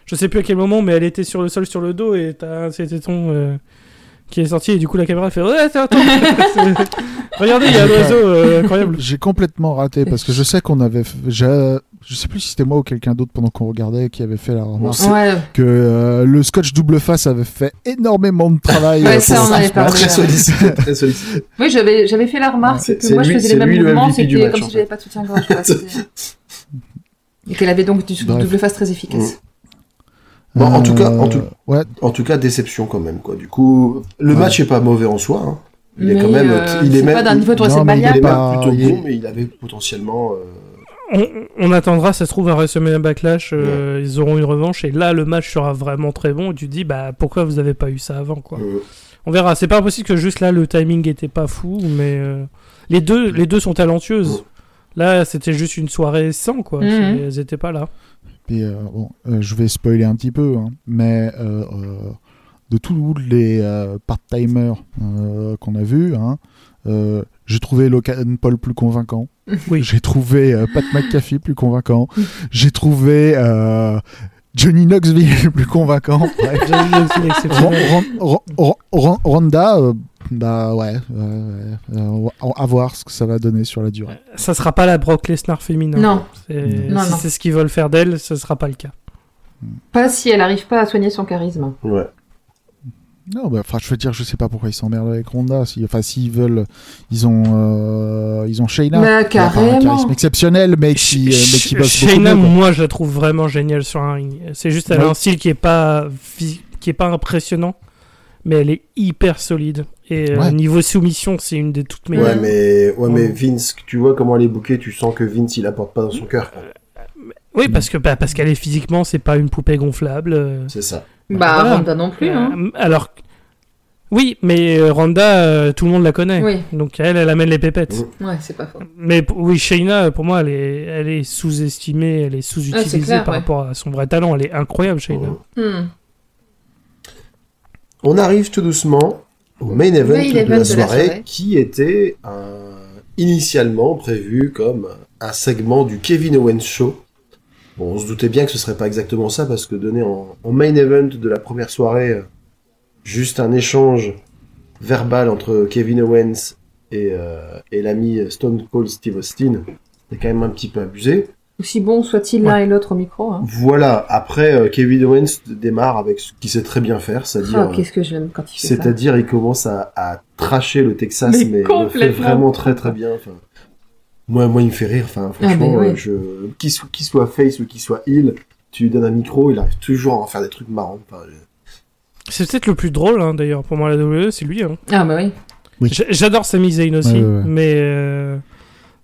Speaker 5: je sais plus à quel moment, mais elle était sur le sol, sur le dos, et t'as un de ces tétons euh, qui est sorti, et du coup la caméra fait. Ouais, attends,
Speaker 3: [LAUGHS]
Speaker 5: attends. C'est- Regardez, il y a un oiseau euh, incroyable.
Speaker 4: J'ai complètement raté parce que je sais qu'on avait. f- j'a- Je sais plus si c'était moi ou quelqu'un d'autre pendant qu'on regardait qui avait fait la remarque
Speaker 2: C'est-
Speaker 3: Ouais.
Speaker 4: que euh, le scotch double face avait fait énormément de travail.
Speaker 3: Ouais,
Speaker 4: euh,
Speaker 3: ça,
Speaker 4: pour
Speaker 3: on en avait
Speaker 4: ce match.
Speaker 3: parlé.
Speaker 5: hein.
Speaker 2: Très sollicité, très sollicité.
Speaker 3: Oui, j'avais j'avais fait la remarque,
Speaker 4: Ouais,
Speaker 3: c'est que
Speaker 2: c'est
Speaker 3: moi je
Speaker 2: lui-
Speaker 3: faisais
Speaker 2: c'est
Speaker 3: les
Speaker 2: lui
Speaker 3: mêmes
Speaker 2: le
Speaker 3: mouvements,
Speaker 2: MVP du
Speaker 3: c'était
Speaker 2: match,
Speaker 3: comme
Speaker 2: en
Speaker 3: si j'avais pas de
Speaker 2: [LAUGHS]
Speaker 3: soutien-gorge. quoi, c'était- Et qu'elle avait donc du du
Speaker 4: Bref.
Speaker 3: double face très efficace.
Speaker 2: Bon, en tout cas- en
Speaker 4: Euh,
Speaker 2: tout-
Speaker 4: ouais,
Speaker 2: En tout cas, déception quand même. Quoi. Du coup, le
Speaker 4: Ouais.
Speaker 2: match est pas mauvais en soi. hein. Il
Speaker 3: Mais,
Speaker 2: est quand même.
Speaker 3: euh,
Speaker 2: il est
Speaker 3: c'est
Speaker 2: même.
Speaker 3: pas d'un niveau de
Speaker 4: non, mais il est
Speaker 3: WrestleMania,
Speaker 2: il est
Speaker 4: pas-
Speaker 3: quoi.
Speaker 2: même plutôt
Speaker 4: il est-
Speaker 2: bon, mais il avait potentiellement. euh,
Speaker 5: On, on attendra, ça se trouve, un WrestleMania Backlash, euh, ils auront une revanche, et là le match sera vraiment très bon, et tu te dis, bah pourquoi vous avez pas eu ça avant, quoi.
Speaker 2: euh,
Speaker 5: On verra. C'est pas impossible que juste là le timing était pas fou, mais euh, les deux, les deux sont
Speaker 4: Oh.
Speaker 5: talentueuses. Là, c'était juste une soirée sans quoi.
Speaker 3: Mhm.
Speaker 5: C'est- Elles étaient pas là.
Speaker 4: Puis, euh, bon, euh, je vais spoiler un petit peu, hein, mais euh, euh, de tous les euh, part-timers euh, qu'on a vus, hein, euh, j'ai trouvé Logan Paul plus convaincant.
Speaker 5: Oui.
Speaker 4: J'ai trouvé euh, Pat McAfee plus convaincant. J'ai trouvé euh, Johnny Knoxville [LAUGHS] plus convaincant. Bref.
Speaker 5: J'avais vu aussi
Speaker 4: Ron-
Speaker 5: l'exceptionnel.
Speaker 4: Ron- Ron- Ron- Ronda, euh, bah ouais, ouais, ouais. Euh, on va- à voir ce que ça va donner sur la durée.
Speaker 5: ça sera pas la Brock Lesnar féminin.
Speaker 3: Non,
Speaker 5: C'est-
Speaker 3: Non,
Speaker 5: si
Speaker 3: non.
Speaker 5: c'est ce qu'ils veulent faire d'elle, ce sera pas le cas.
Speaker 3: pas si elle arrive pas à soigner son charisme.
Speaker 2: euh, ouais.
Speaker 4: Non, bah, enfin, je veux dire, je sais pas pourquoi ils s'emmerdent avec Ronda. Si, enfin, s'ils veulent, ils ont, euh, ils ont Shayna.
Speaker 3: Bah,
Speaker 4: qui a pas un
Speaker 3: carrément.
Speaker 4: charisme exceptionnel, mais qui, euh, mais qui bosse beaucoup
Speaker 5: Shayna,
Speaker 4: mieux, quoi.
Speaker 5: moi, je la trouve vraiment géniale sur un ring. C'est juste elle a
Speaker 4: Ouais.
Speaker 5: un style qui est pas vi- qui est pas impressionnant, mais elle est hyper solide. Et euh,
Speaker 4: Ouais.
Speaker 5: niveau soumission, c'est une des toutes meilleures.
Speaker 2: Ouais, mais, ouais, mais
Speaker 5: Ouais.
Speaker 2: Vince, tu vois comment elle est bouquée, tu sens que Vince, il apporte pas dans son cœur. quoi.
Speaker 5: Oui, parce que bah, parce qu'elle est physiquement, c'est pas une poupée gonflable. euh,
Speaker 2: C'est ça.
Speaker 3: Bah,
Speaker 5: Voilà.
Speaker 3: Ronda non plus, hein.
Speaker 5: Euh, alors, oui, mais euh, Randa, euh, tout le monde la connaît.
Speaker 3: Oui,
Speaker 5: Donc elle, elle amène les pépettes.
Speaker 2: Mm.
Speaker 3: ouais, c'est pas faux.
Speaker 5: Mais p- oui, Shayna, euh, pour moi, elle est, elle est sous-estimée, elle est
Speaker 3: Ah, c'est
Speaker 5: sous-utilisée
Speaker 3: clair,
Speaker 5: par
Speaker 3: ouais.
Speaker 5: rapport à son vrai talent. Elle est incroyable, Shayna.
Speaker 2: Mm.
Speaker 3: Hmm.
Speaker 2: On arrive tout doucement au main event,
Speaker 3: Main
Speaker 2: de,
Speaker 3: event
Speaker 2: la
Speaker 3: de la
Speaker 2: soirée,
Speaker 3: soirée.
Speaker 2: qui était un- initialement prévu comme un segment du Kevin Owens Show. Bon, on se doutait bien que ce serait pas exactement ça, parce que donner en, en main event de la première soirée euh, juste un échange verbal entre Kevin Owens et, euh, et l'ami Stone Cold Steve Austin, c'est quand même un petit peu abusé.
Speaker 3: Aussi bon soit-il l'un et l'autre au micro. Hein.
Speaker 2: Voilà, après euh, Kevin Owens démarre avec ce qu'il sait très bien faire, c'est-à-dire euh,
Speaker 3: Oh, qu'est-ce que j'aime quand il fait ça.
Speaker 2: c'est-à-dire il commence à, à tracher le Texas mais,
Speaker 3: Mais
Speaker 2: il le fait
Speaker 3: complètement.
Speaker 2: vraiment très très bien. enfin. moi moi il me fait rire enfin franchement
Speaker 3: Ah, mais ouais.
Speaker 2: euh, je qui soit qui soit face ou qui soit heel, tu lui donnes un micro, il arrive toujours à en faire des trucs marrants. enfin, je-
Speaker 5: C'est peut-être le plus drôle, hein, d'ailleurs, pour moi, la WWE, c'est lui. hein.
Speaker 3: Ah, bah oui.
Speaker 4: Oui.
Speaker 5: J- J'adore Sami Zayn aussi,
Speaker 4: Ouais, ouais, ouais.
Speaker 5: mais... euh,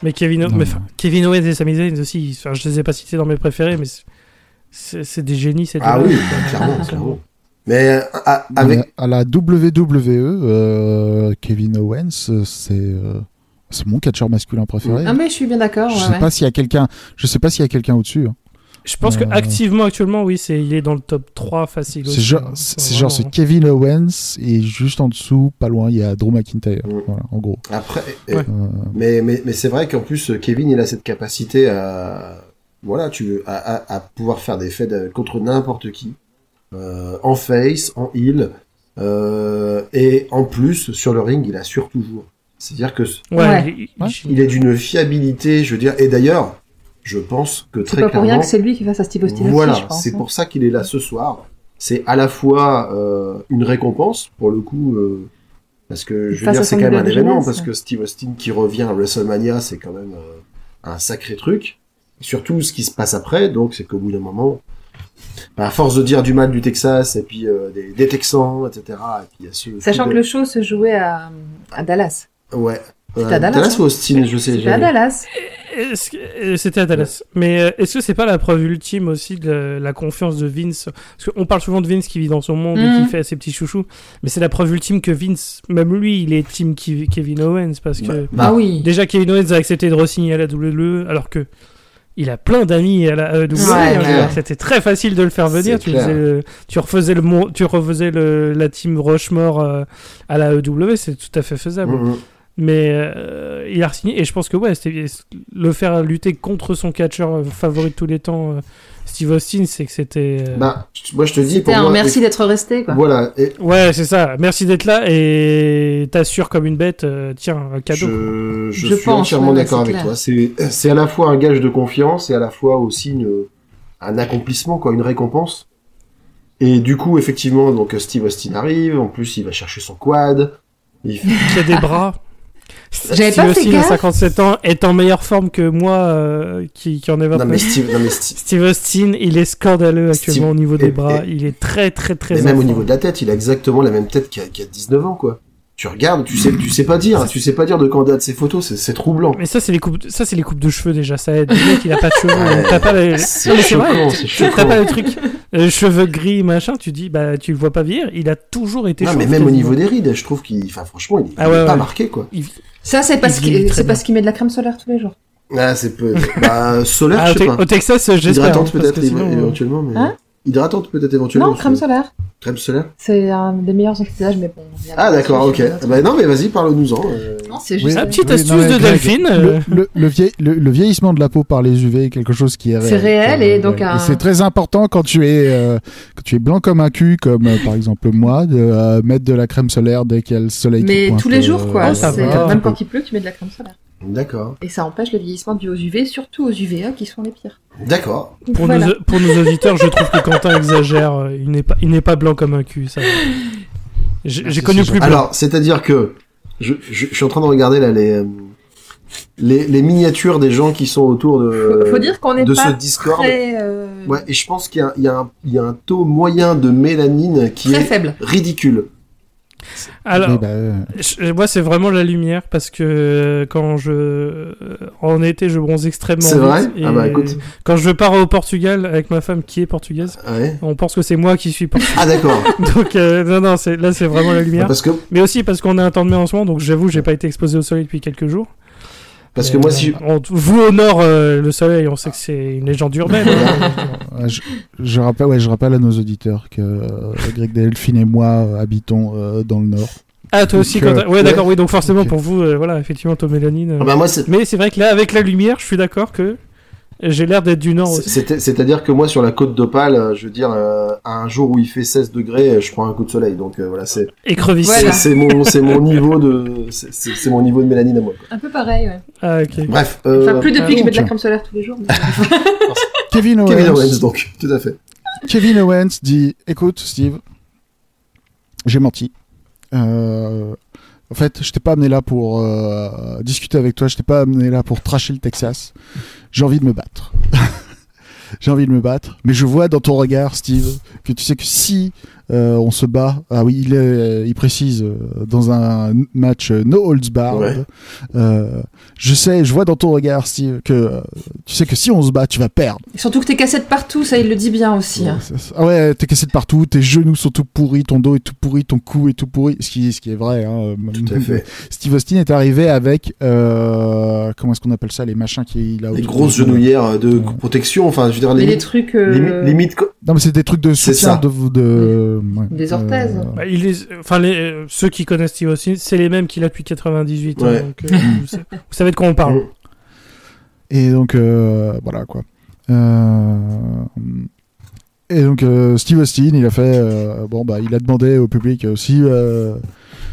Speaker 5: Mais Kevin, O-
Speaker 4: Non,
Speaker 5: mais enfin, Kevin Owens et Sami Zayn aussi, enfin, je les ai pas cités dans mes préférés, mais c'est- c'est c'est des génies, E. c'est
Speaker 2: Ah oui, bah, clairement,
Speaker 3: [LAUGHS]
Speaker 2: clairement. Mais euh, à- avec
Speaker 4: Mais à la WWE, euh, Kevin Owens, euh, c'est, euh, c'est mon catcheur masculin préféré.
Speaker 3: Ah, mais je suis bien d'accord.
Speaker 4: je
Speaker 3: ouais,
Speaker 4: sais
Speaker 3: ouais.
Speaker 4: pas s'il y a quelqu'un, je sais pas s'il y a quelqu'un au-dessus. hein.
Speaker 5: Je pense que
Speaker 4: Euh,
Speaker 5: activement actuellement oui c'est il est dans le top 3 facile
Speaker 4: C'est
Speaker 5: aussi,
Speaker 4: genre,
Speaker 5: hein.
Speaker 4: c'est
Speaker 5: Enfin,
Speaker 4: genre, c'est
Speaker 5: vraiment.
Speaker 4: Kevin Owens et juste en dessous, pas loin, il y a Drew McIntyre.
Speaker 2: Mm.
Speaker 4: Voilà, en gros.
Speaker 2: après
Speaker 5: Ouais.
Speaker 4: Euh,
Speaker 2: Mais, mais, mais c'est vrai qu'en plus, euh, Kevin, il a cette capacité à, voilà, tu veux, à, à, à pouvoir faire des fades euh, contre n'importe qui. Euh, en face, en heel. euh, et en plus, sur le ring, il assure toujours. C'est-à-dire que c-
Speaker 5: ouais,
Speaker 3: Ouais.
Speaker 5: il- il-
Speaker 4: Ouais.
Speaker 2: il est d'une fiabilité, je veux dire. Et d'ailleurs, je pense que
Speaker 3: C'est
Speaker 2: très
Speaker 3: pas pour rien
Speaker 2: clairement.
Speaker 3: que c'est lui qui fasse à Steve Austin aussi,
Speaker 2: voilà,
Speaker 3: je pense.
Speaker 2: c'est
Speaker 3: hein.
Speaker 2: pour ça qu'il est là ce soir. c'est à la fois euh, une récompense, pour le coup, euh, parce que je veux
Speaker 3: Face à
Speaker 2: dire, c'est
Speaker 3: son
Speaker 2: quand même un
Speaker 3: idole de
Speaker 2: événement,
Speaker 3: jeunesse.
Speaker 2: parce que Steve Austin qui revient à WrestleMania, c'est quand même euh, un sacré truc. Surtout ce qui se passe après, donc c'est qu'au bout d'un moment, bah, à force de dire du mal du Texas, et puis euh, des, des Texans, etc. Et puis, il y a ce
Speaker 3: Sachant
Speaker 2: tout
Speaker 3: que
Speaker 2: de-
Speaker 3: le show se jouait à, à Dallas.
Speaker 2: Ouais.
Speaker 3: C'était
Speaker 2: Euh,
Speaker 3: à Dallas, hein.
Speaker 2: ou Austin, je sais.
Speaker 3: C'était à
Speaker 2: jamais.
Speaker 3: Dallas.
Speaker 5: Est-ce que- euh, C'était à Dallas. Mais euh, est-ce que c'est pas la preuve ultime aussi de la, la confiance de Vince Parce qu'on parle souvent de Vince qui vit dans son monde et
Speaker 3: Mhm.
Speaker 5: qui fait ses petits chouchous. Mais c'est la preuve ultime que Vince, même lui, il est team Kev- Kevin Owens. Parce que
Speaker 2: Bah,
Speaker 3: ah oui.
Speaker 5: déjà, Kevin Owens a accepté de re-signer à la WWE alors que. Il a plein d'amis à la WWE.
Speaker 3: Ouais,
Speaker 5: hein,
Speaker 2: ouais.
Speaker 5: alors C'était très facile de le faire venir.
Speaker 2: C'est
Speaker 5: Tu,
Speaker 2: clair.
Speaker 5: faisais le- tu refaisais, le, mon- tu refaisais le- la team Rushmore euh, à la EW, c'est tout à fait faisable
Speaker 2: Mm, mm.
Speaker 5: mais euh, il a signé et je pense que ouais c'était- le faire lutter contre son catcheur euh, favori de tous les temps euh, Steve Austin c'est que c'était euh,
Speaker 2: Bah, je- moi je te dis,
Speaker 3: C'était
Speaker 2: pour
Speaker 3: un
Speaker 2: moi,
Speaker 3: merci d'être resté, quoi.
Speaker 2: Voilà, et
Speaker 5: ouais c'est ça merci d'être là et t'assures comme une bête euh, tiens un cadeau
Speaker 2: je, je
Speaker 3: Je
Speaker 2: suis
Speaker 3: pense,
Speaker 2: entièrement
Speaker 3: ouais,
Speaker 2: d'accord
Speaker 3: c'est
Speaker 2: avec
Speaker 3: clair.
Speaker 2: toi. C'est c'est à la fois un gage de confiance et à la fois aussi une, un accomplissement, quoi, une récompense. Et du coup, effectivement, donc Steve Austin arrive. En plus, il va chercher son quad. Il fait-
Speaker 5: [LAUGHS] il a des bras
Speaker 3: J'avais
Speaker 5: Steve
Speaker 3: pas fait
Speaker 5: Austin à
Speaker 3: gaffe.
Speaker 5: 57 ans est en meilleure forme que moi euh, qui, qui en ai
Speaker 2: non
Speaker 5: 29
Speaker 2: mais Steve, non mais Steve-
Speaker 5: Steve Austin il est scandaleux
Speaker 2: Steve-
Speaker 5: actuellement au niveau des
Speaker 2: et-
Speaker 5: bras il est très très très
Speaker 2: mais même au
Speaker 5: enfant.
Speaker 2: niveau de la tête, il a exactement la même tête qu'il y a- qu'il y a 19 ans, quoi. Tu regardes, tu sais, tu sais pas dire, tu sais pas dire de quand datent ces photos. C'est c'est troublant.
Speaker 5: mais ça c'est les coupes ça c'est les coupes de cheveux déjà ça aide le mec il a pas de cheveux
Speaker 2: Ouais. Ah,
Speaker 5: donc t'as pas les- Non,
Speaker 2: C'est
Speaker 5: mais c'est vrai,
Speaker 2: choquant, c'est
Speaker 5: Tu- T'as
Speaker 2: choquant.
Speaker 5: pas le truc euh, cheveux gris machin, tu dis bah tu le vois pas vieillir, il a toujours été.
Speaker 2: Non,
Speaker 5: chauve,
Speaker 2: mais même au
Speaker 5: quasiment.
Speaker 2: niveau des rides, je trouve qu'il, enfin, franchement, il, il
Speaker 5: Ah ouais,
Speaker 2: est pas
Speaker 5: ouais.
Speaker 2: marqué, quoi.
Speaker 3: Ça, c'est parce
Speaker 5: Il vieillit
Speaker 3: qu'il
Speaker 5: très
Speaker 3: c'est
Speaker 5: bien.
Speaker 3: parce qu'il met de la crème solaire tous les jours.
Speaker 2: Ah, c'est peu. bah, solaire,
Speaker 5: Ah, au,
Speaker 2: je sais
Speaker 5: Te-
Speaker 2: pas.
Speaker 5: au Texas, euh, j'espère. hein,
Speaker 2: Hydratante
Speaker 5: parce
Speaker 2: peut-être
Speaker 5: que
Speaker 2: éve-
Speaker 5: sinon, euh,
Speaker 2: éventuellement, mais. euh,
Speaker 3: Hein
Speaker 2: Hydratante peut-être éventuellement.
Speaker 3: Non, crème
Speaker 2: parce que-
Speaker 3: solaire.
Speaker 2: Crème solaire.
Speaker 3: C'est un des meilleurs anti-âge, mais bon. on vient
Speaker 2: Ah,
Speaker 3: de-
Speaker 2: d'accord, ok. Bah, non, mais vas-y, parle-nous-en. euh.
Speaker 3: Non, c'est
Speaker 4: Oui,
Speaker 3: juste.
Speaker 5: Ah, petite
Speaker 4: oui,
Speaker 5: astuce
Speaker 4: non, mais
Speaker 5: de
Speaker 4: Greg,
Speaker 5: Delphine. euh,
Speaker 4: Le, le- le vieil- le- le vieillissement de la peau par les UV est quelque chose qui est réel.
Speaker 3: C'est réel et
Speaker 4: Ouais,
Speaker 3: donc
Speaker 4: ouais.
Speaker 3: un-
Speaker 4: c'est très important quand tu es euh, quand tu es blanc comme un cul, comme euh, par exemple moi, de euh, mettre de la crème solaire dès qu'il y a le soleil. qui
Speaker 3: Mais
Speaker 4: pointe,
Speaker 3: tous les
Speaker 4: euh,
Speaker 3: jours, quoi.
Speaker 5: Ah, ça
Speaker 3: C'est-
Speaker 5: va.
Speaker 3: même quand il pleut, tu mets de la crème solaire.
Speaker 2: D'accord.
Speaker 3: Et ça empêche le vieillissement du aux UV, surtout aux UVA qui sont les pires.
Speaker 2: D'accord.
Speaker 5: Pour,
Speaker 3: Voilà.
Speaker 5: nos, pour nos auditeurs, je trouve que Quentin exagère. euh, Il n'est pas, il n'est pas blanc comme un cul. Ça. J'ai j'ai
Speaker 4: Merci,
Speaker 5: connu
Speaker 4: c'est
Speaker 5: plus blanc.
Speaker 2: Alors, c'est-à-dire que je, je, je suis en train de regarder là les, euh, les, les miniatures des gens qui sont autour de.
Speaker 3: Faut, faut dire qu'on n'est
Speaker 2: euh, de ce
Speaker 3: pas
Speaker 2: Discord.
Speaker 3: très, euh,
Speaker 2: Ouais, et je pense qu'il y a, il y, a un, il y a un taux moyen de mélanine qui
Speaker 3: très
Speaker 2: est
Speaker 3: faible.
Speaker 2: ridicule.
Speaker 5: Alors,
Speaker 4: oui, bah, euh,
Speaker 5: je- moi, c'est vraiment la lumière parce que euh, quand je euh, en été, je bronze extrêmement.
Speaker 2: C'est vrai
Speaker 5: vite,
Speaker 2: Ah
Speaker 5: et
Speaker 2: bah, écoute.
Speaker 5: Quand je pars au Portugal avec ma femme qui est portugaise,
Speaker 2: Ouais.
Speaker 5: on pense que c'est moi qui
Speaker 2: [LAUGHS]
Speaker 5: suis portugaise.
Speaker 2: Ah,
Speaker 3: [LAUGHS]
Speaker 2: d'accord.
Speaker 5: Donc euh, non, non, c'est, là c'est vraiment la lumière.
Speaker 2: Parce que
Speaker 5: Mais aussi parce qu'on a un temps de mai en ce moment, donc j'avoue, j'ai pas été exposé au soleil depuis quelques jours.
Speaker 2: Parce que
Speaker 5: Mais,
Speaker 2: moi,
Speaker 5: euh,
Speaker 2: si je-
Speaker 5: on- vous au nord, euh, le soleil, on sait que c'est une légende
Speaker 2: [LAUGHS]
Speaker 5: urbaine. hein.
Speaker 4: ouais, je, je rappelle, ouais, je rappelle à nos auditeurs que euh, Greg Delphine et moi euh, habitons euh, dans le nord.
Speaker 5: ah, toi aussi,
Speaker 4: Donc,
Speaker 5: Quentin. Ouais,
Speaker 4: ouais.
Speaker 5: d'accord, oui, donc forcément
Speaker 4: Ok.
Speaker 5: pour vous, euh, voilà, effectivement, Tom Mélanine. euh.
Speaker 2: euh, Ah bah, moi, c'est-
Speaker 5: Mais c'est vrai que là, avec la lumière, je suis d'accord que j'ai l'air d'être du nord
Speaker 2: c'est-
Speaker 5: aussi.
Speaker 2: c'était- c'est-à-dire que moi, sur la côte d'Opale, euh, je veux dire, euh, à un jour où il fait 16 degrés, euh, je prends un coup de soleil. Donc euh, voilà, c'est
Speaker 5: Et crevice.
Speaker 3: Voilà.
Speaker 2: c'est- c'est mon, c'est mon niveau de, c'est- c'est c'est mon niveau de mélanine à moi. quoi.
Speaker 3: Un peu pareil, ouais.
Speaker 5: Ah, ok.
Speaker 2: Bref,
Speaker 3: Enfin,
Speaker 2: euh,
Speaker 3: plus depuis que je mets de la
Speaker 4: donc.
Speaker 3: crème solaire tous les jours. mais-
Speaker 4: Kevin Owens.
Speaker 2: Kevin Owens, donc, tout à fait.
Speaker 4: Kevin Owens dit Écoute, Steve, j'ai menti. Euh, en fait, je t'ai pas amené là pour euh, discuter avec toi, je t'ai pas amené là pour tracher le Texas. J'ai envie de me battre. [LAUGHS] j'ai envie de me battre. Mais je vois dans ton regard, Steve, que tu sais que si euh, on se bat, ah oui, il, est- il précise euh, dans un match euh, no holds barred.
Speaker 2: Ouais.
Speaker 4: euh, je sais, je vois dans ton regard, Steve, que euh, tu sais que si on se bat, tu vas perdre.
Speaker 3: Surtout que t'es cassettes partout, ça il le dit bien aussi. hein.
Speaker 4: Ouais, c'est ça. Ah ouais, t'es cassé de partout, tes genoux sont tout pourris, ton dos est tout pourri, ton cou est tout pourri, ce qui, ce qui est vrai. Hein.
Speaker 2: Tout à fait.
Speaker 4: Steve Austin est arrivé avec, euh, comment est-ce qu'on appelle ça, les machins qu'il a
Speaker 2: Les
Speaker 4: autour
Speaker 2: grosses
Speaker 4: du cou.
Speaker 2: genouillères euh, de protection, enfin, je veux dire,
Speaker 3: Mais les
Speaker 2: limite,
Speaker 3: trucs. euh,
Speaker 2: limite, limite co-
Speaker 4: Non mais c'est des trucs de
Speaker 2: C'est
Speaker 4: soutien
Speaker 2: ça.
Speaker 4: de... de ouais.
Speaker 3: Des
Speaker 4: Euh,
Speaker 3: orthèses.
Speaker 5: Bah, il est- Enfin, les, euh, ceux qui connaissent Steve Austin, c'est les mêmes qu'il a depuis 98. hein,
Speaker 2: Ouais.
Speaker 5: donc, euh, vous, sa- vous savez de quoi on parle.
Speaker 4: Et donc, euh, voilà quoi. Euh, et donc, euh, Steve Austin, il a fait. euh, bon, bah, il a demandé au public euh, si. euh,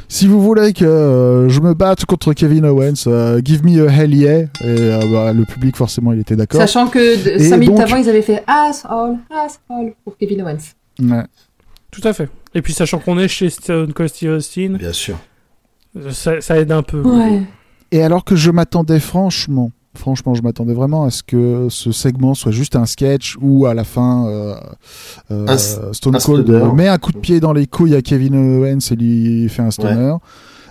Speaker 4: si vous voulez que euh, je me batte contre Kevin Owens, euh, give me a hell yeah. Et euh, bah, le public, forcément, il était d'accord.
Speaker 3: Sachant que
Speaker 4: Et
Speaker 3: 5 minutes
Speaker 4: donc-
Speaker 3: avant, ils avaient fait Asshole, Asshole pour Kevin Owens.
Speaker 4: Ouais.
Speaker 5: Tout à fait. Et puis sachant qu'on est chez Stone Coast Austin, euh,
Speaker 2: Bien sûr.
Speaker 5: ça, ça aide un peu.
Speaker 3: Ouais.
Speaker 4: Et alors que je m'attendais franchement, franchement, je m'attendais vraiment à ce que ce segment soit juste un sketch ou à la fin euh, euh,
Speaker 2: Un s-
Speaker 4: Stone
Speaker 2: un
Speaker 4: Cold
Speaker 2: stoner.
Speaker 4: met un coup de pied dans les couilles à Kevin Owens et lui fait un stoner.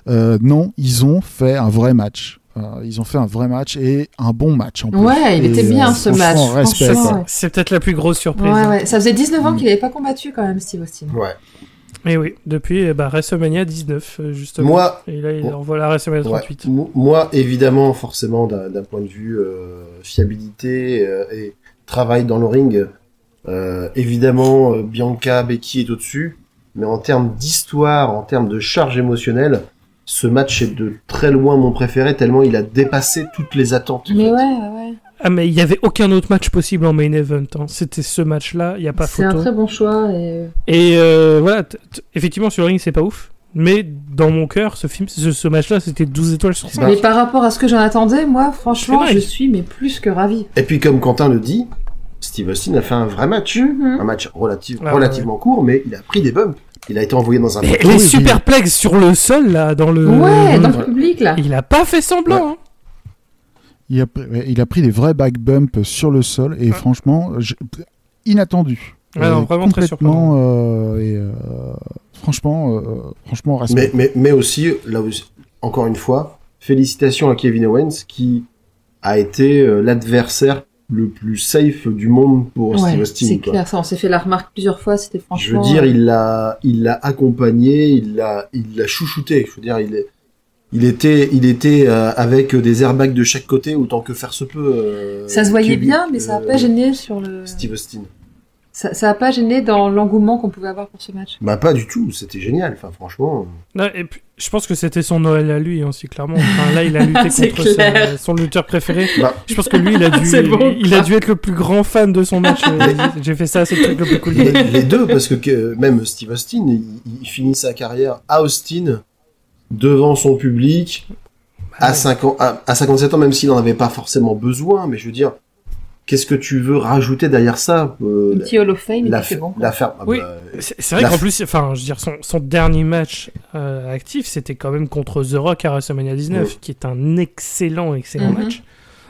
Speaker 4: Euh, non, ils ont fait un vrai match. Euh, ils ont fait un vrai match et un bon match en plus.
Speaker 3: Ouais, il
Speaker 4: Et,
Speaker 3: était bien, ce match,
Speaker 4: franchement, respect,
Speaker 5: Ça,
Speaker 3: franchement,
Speaker 4: quoi.
Speaker 5: c'est-
Speaker 3: ouais.
Speaker 5: C'est peut-être la plus grosse surprise. hein.
Speaker 3: Ouais, ouais. Ça faisait 19 ans
Speaker 4: Mm.
Speaker 3: qu'il n'avait pas combattu quand même, Steve Austin.
Speaker 2: Ouais.
Speaker 5: Et oui, depuis eh bah, WrestleMania 19, euh, justement.
Speaker 2: Moi,
Speaker 5: Et là, il
Speaker 2: Ouais.
Speaker 5: envoie la WrestleMania
Speaker 2: Ouais.
Speaker 5: 38.
Speaker 2: M- Moi, évidemment, forcément, d'un d'un point de vue euh, fiabilité euh, et travail dans le ring, euh, évidemment, euh, Bianca, Becky est au-dessus. Mais en termes d'histoire, en termes de charge émotionnelle, ce match est de très loin mon préféré, tellement il a dépassé toutes les attentes. en
Speaker 3: Mais
Speaker 2: fait.
Speaker 3: ouais, ouais.
Speaker 5: Ah, mais il n'y avait aucun autre match possible en main event. hein. C'était ce match-là, il n'y a pas
Speaker 3: C'est
Speaker 5: photo.
Speaker 3: un très bon choix. Et...
Speaker 5: Et euh, voilà, t- t- effectivement, sur le ring, c'est pas ouf. Mais dans mon cœur, ce film, ce, ce match-là, c'était 12 étoiles sur 5.
Speaker 2: Bah,
Speaker 3: Mais par rapport à ce que j'en attendais, moi, franchement,
Speaker 5: C'est vrai.
Speaker 3: je suis mais plus que ravi.
Speaker 2: Et puis, comme Quentin le dit, Steve Austin a fait un vrai match.
Speaker 3: Mhm.
Speaker 2: Un match relative-
Speaker 5: Ah,
Speaker 2: relativement court, mais il a pris des bumps. Il a été envoyé
Speaker 3: [LAUGHS]
Speaker 2: dans un
Speaker 5: Les,
Speaker 2: bateau,
Speaker 5: les
Speaker 2: il-
Speaker 5: superplexes sur le sol, là, dans le.
Speaker 3: ouais, dans le
Speaker 2: voilà.
Speaker 3: public là.
Speaker 5: Il a pas fait semblant. hein.
Speaker 4: Il a, pr- ouais, il a pris des vrais back bumps sur le sol et
Speaker 5: Ah.
Speaker 4: franchement, je- inattendu.
Speaker 5: Ah non,
Speaker 4: Euh,
Speaker 5: vraiment très
Speaker 4: complètement, euh, et, euh, franchement, euh, franchement,
Speaker 2: Mais,
Speaker 4: respect.
Speaker 2: mais, mais aussi, là aussi, encore une fois, félicitations à Kevin Owens qui a été euh, l'adversaire le plus safe du monde pour Steve
Speaker 3: Ouais,
Speaker 2: Austin.
Speaker 3: c'est
Speaker 2: quoi.
Speaker 3: clair, ça, on s'est fait la remarque plusieurs fois, c'était
Speaker 2: Je veux
Speaker 3: franchement. euh,
Speaker 2: dire, il l'a, il l'a accompagné, il l'a, il l'a chouchouté. Je veux dire, il est, il était, il était euh, avec des airbags de chaque côté autant que faire se peut. euh,
Speaker 3: Ça se voyait
Speaker 2: Kevin-
Speaker 3: bien, mais ça n'a
Speaker 2: euh,
Speaker 3: pas gêné euh, sur le.
Speaker 2: Steve Austin.
Speaker 3: Ça ça a pas gêné dans l'engouement qu'on pouvait avoir pour ce match.
Speaker 2: Bah pas du tout. C'était génial. Enfin franchement.
Speaker 5: Ouais, et puis, je pense que c'était son Noël à lui aussi, clairement. Enfin, là, il a
Speaker 3: [LAUGHS]
Speaker 5: lutté
Speaker 3: C'est
Speaker 5: contre son,
Speaker 3: clair.
Speaker 5: son lutteur préféré.
Speaker 2: Bah.
Speaker 5: Je pense que
Speaker 3: [LAUGHS]
Speaker 5: lui, il a dû,
Speaker 3: C'est bon,
Speaker 5: il a dû être le plus grand fan de
Speaker 2: [LAUGHS]
Speaker 5: son match. Euh, J'ai fait ça, c'est le truc le plus cool.
Speaker 2: les, les deux, parce que, que même Steve Austin, il, il finit sa carrière à Austin, devant son public, à, 50 à, à 57 ans, même s'il n'en avait pas forcément besoin, mais je veux dire, qu'est-ce que tu veux rajouter derrière ça euh,
Speaker 3: Un petit Hall of Fame, et
Speaker 2: la,
Speaker 3: puis c'est bon. quoi.
Speaker 2: la faire- ah
Speaker 5: Oui.
Speaker 2: bah,
Speaker 5: C'est c'est vrai
Speaker 2: La
Speaker 5: qu'en
Speaker 2: f-
Speaker 5: plus, enfin, je veux dire, son, son dernier match euh, actif, c'était quand même contre The Rock à WrestleMania 19,
Speaker 2: Ouais.
Speaker 5: qui est un excellent, excellent
Speaker 3: Mhm.
Speaker 5: match.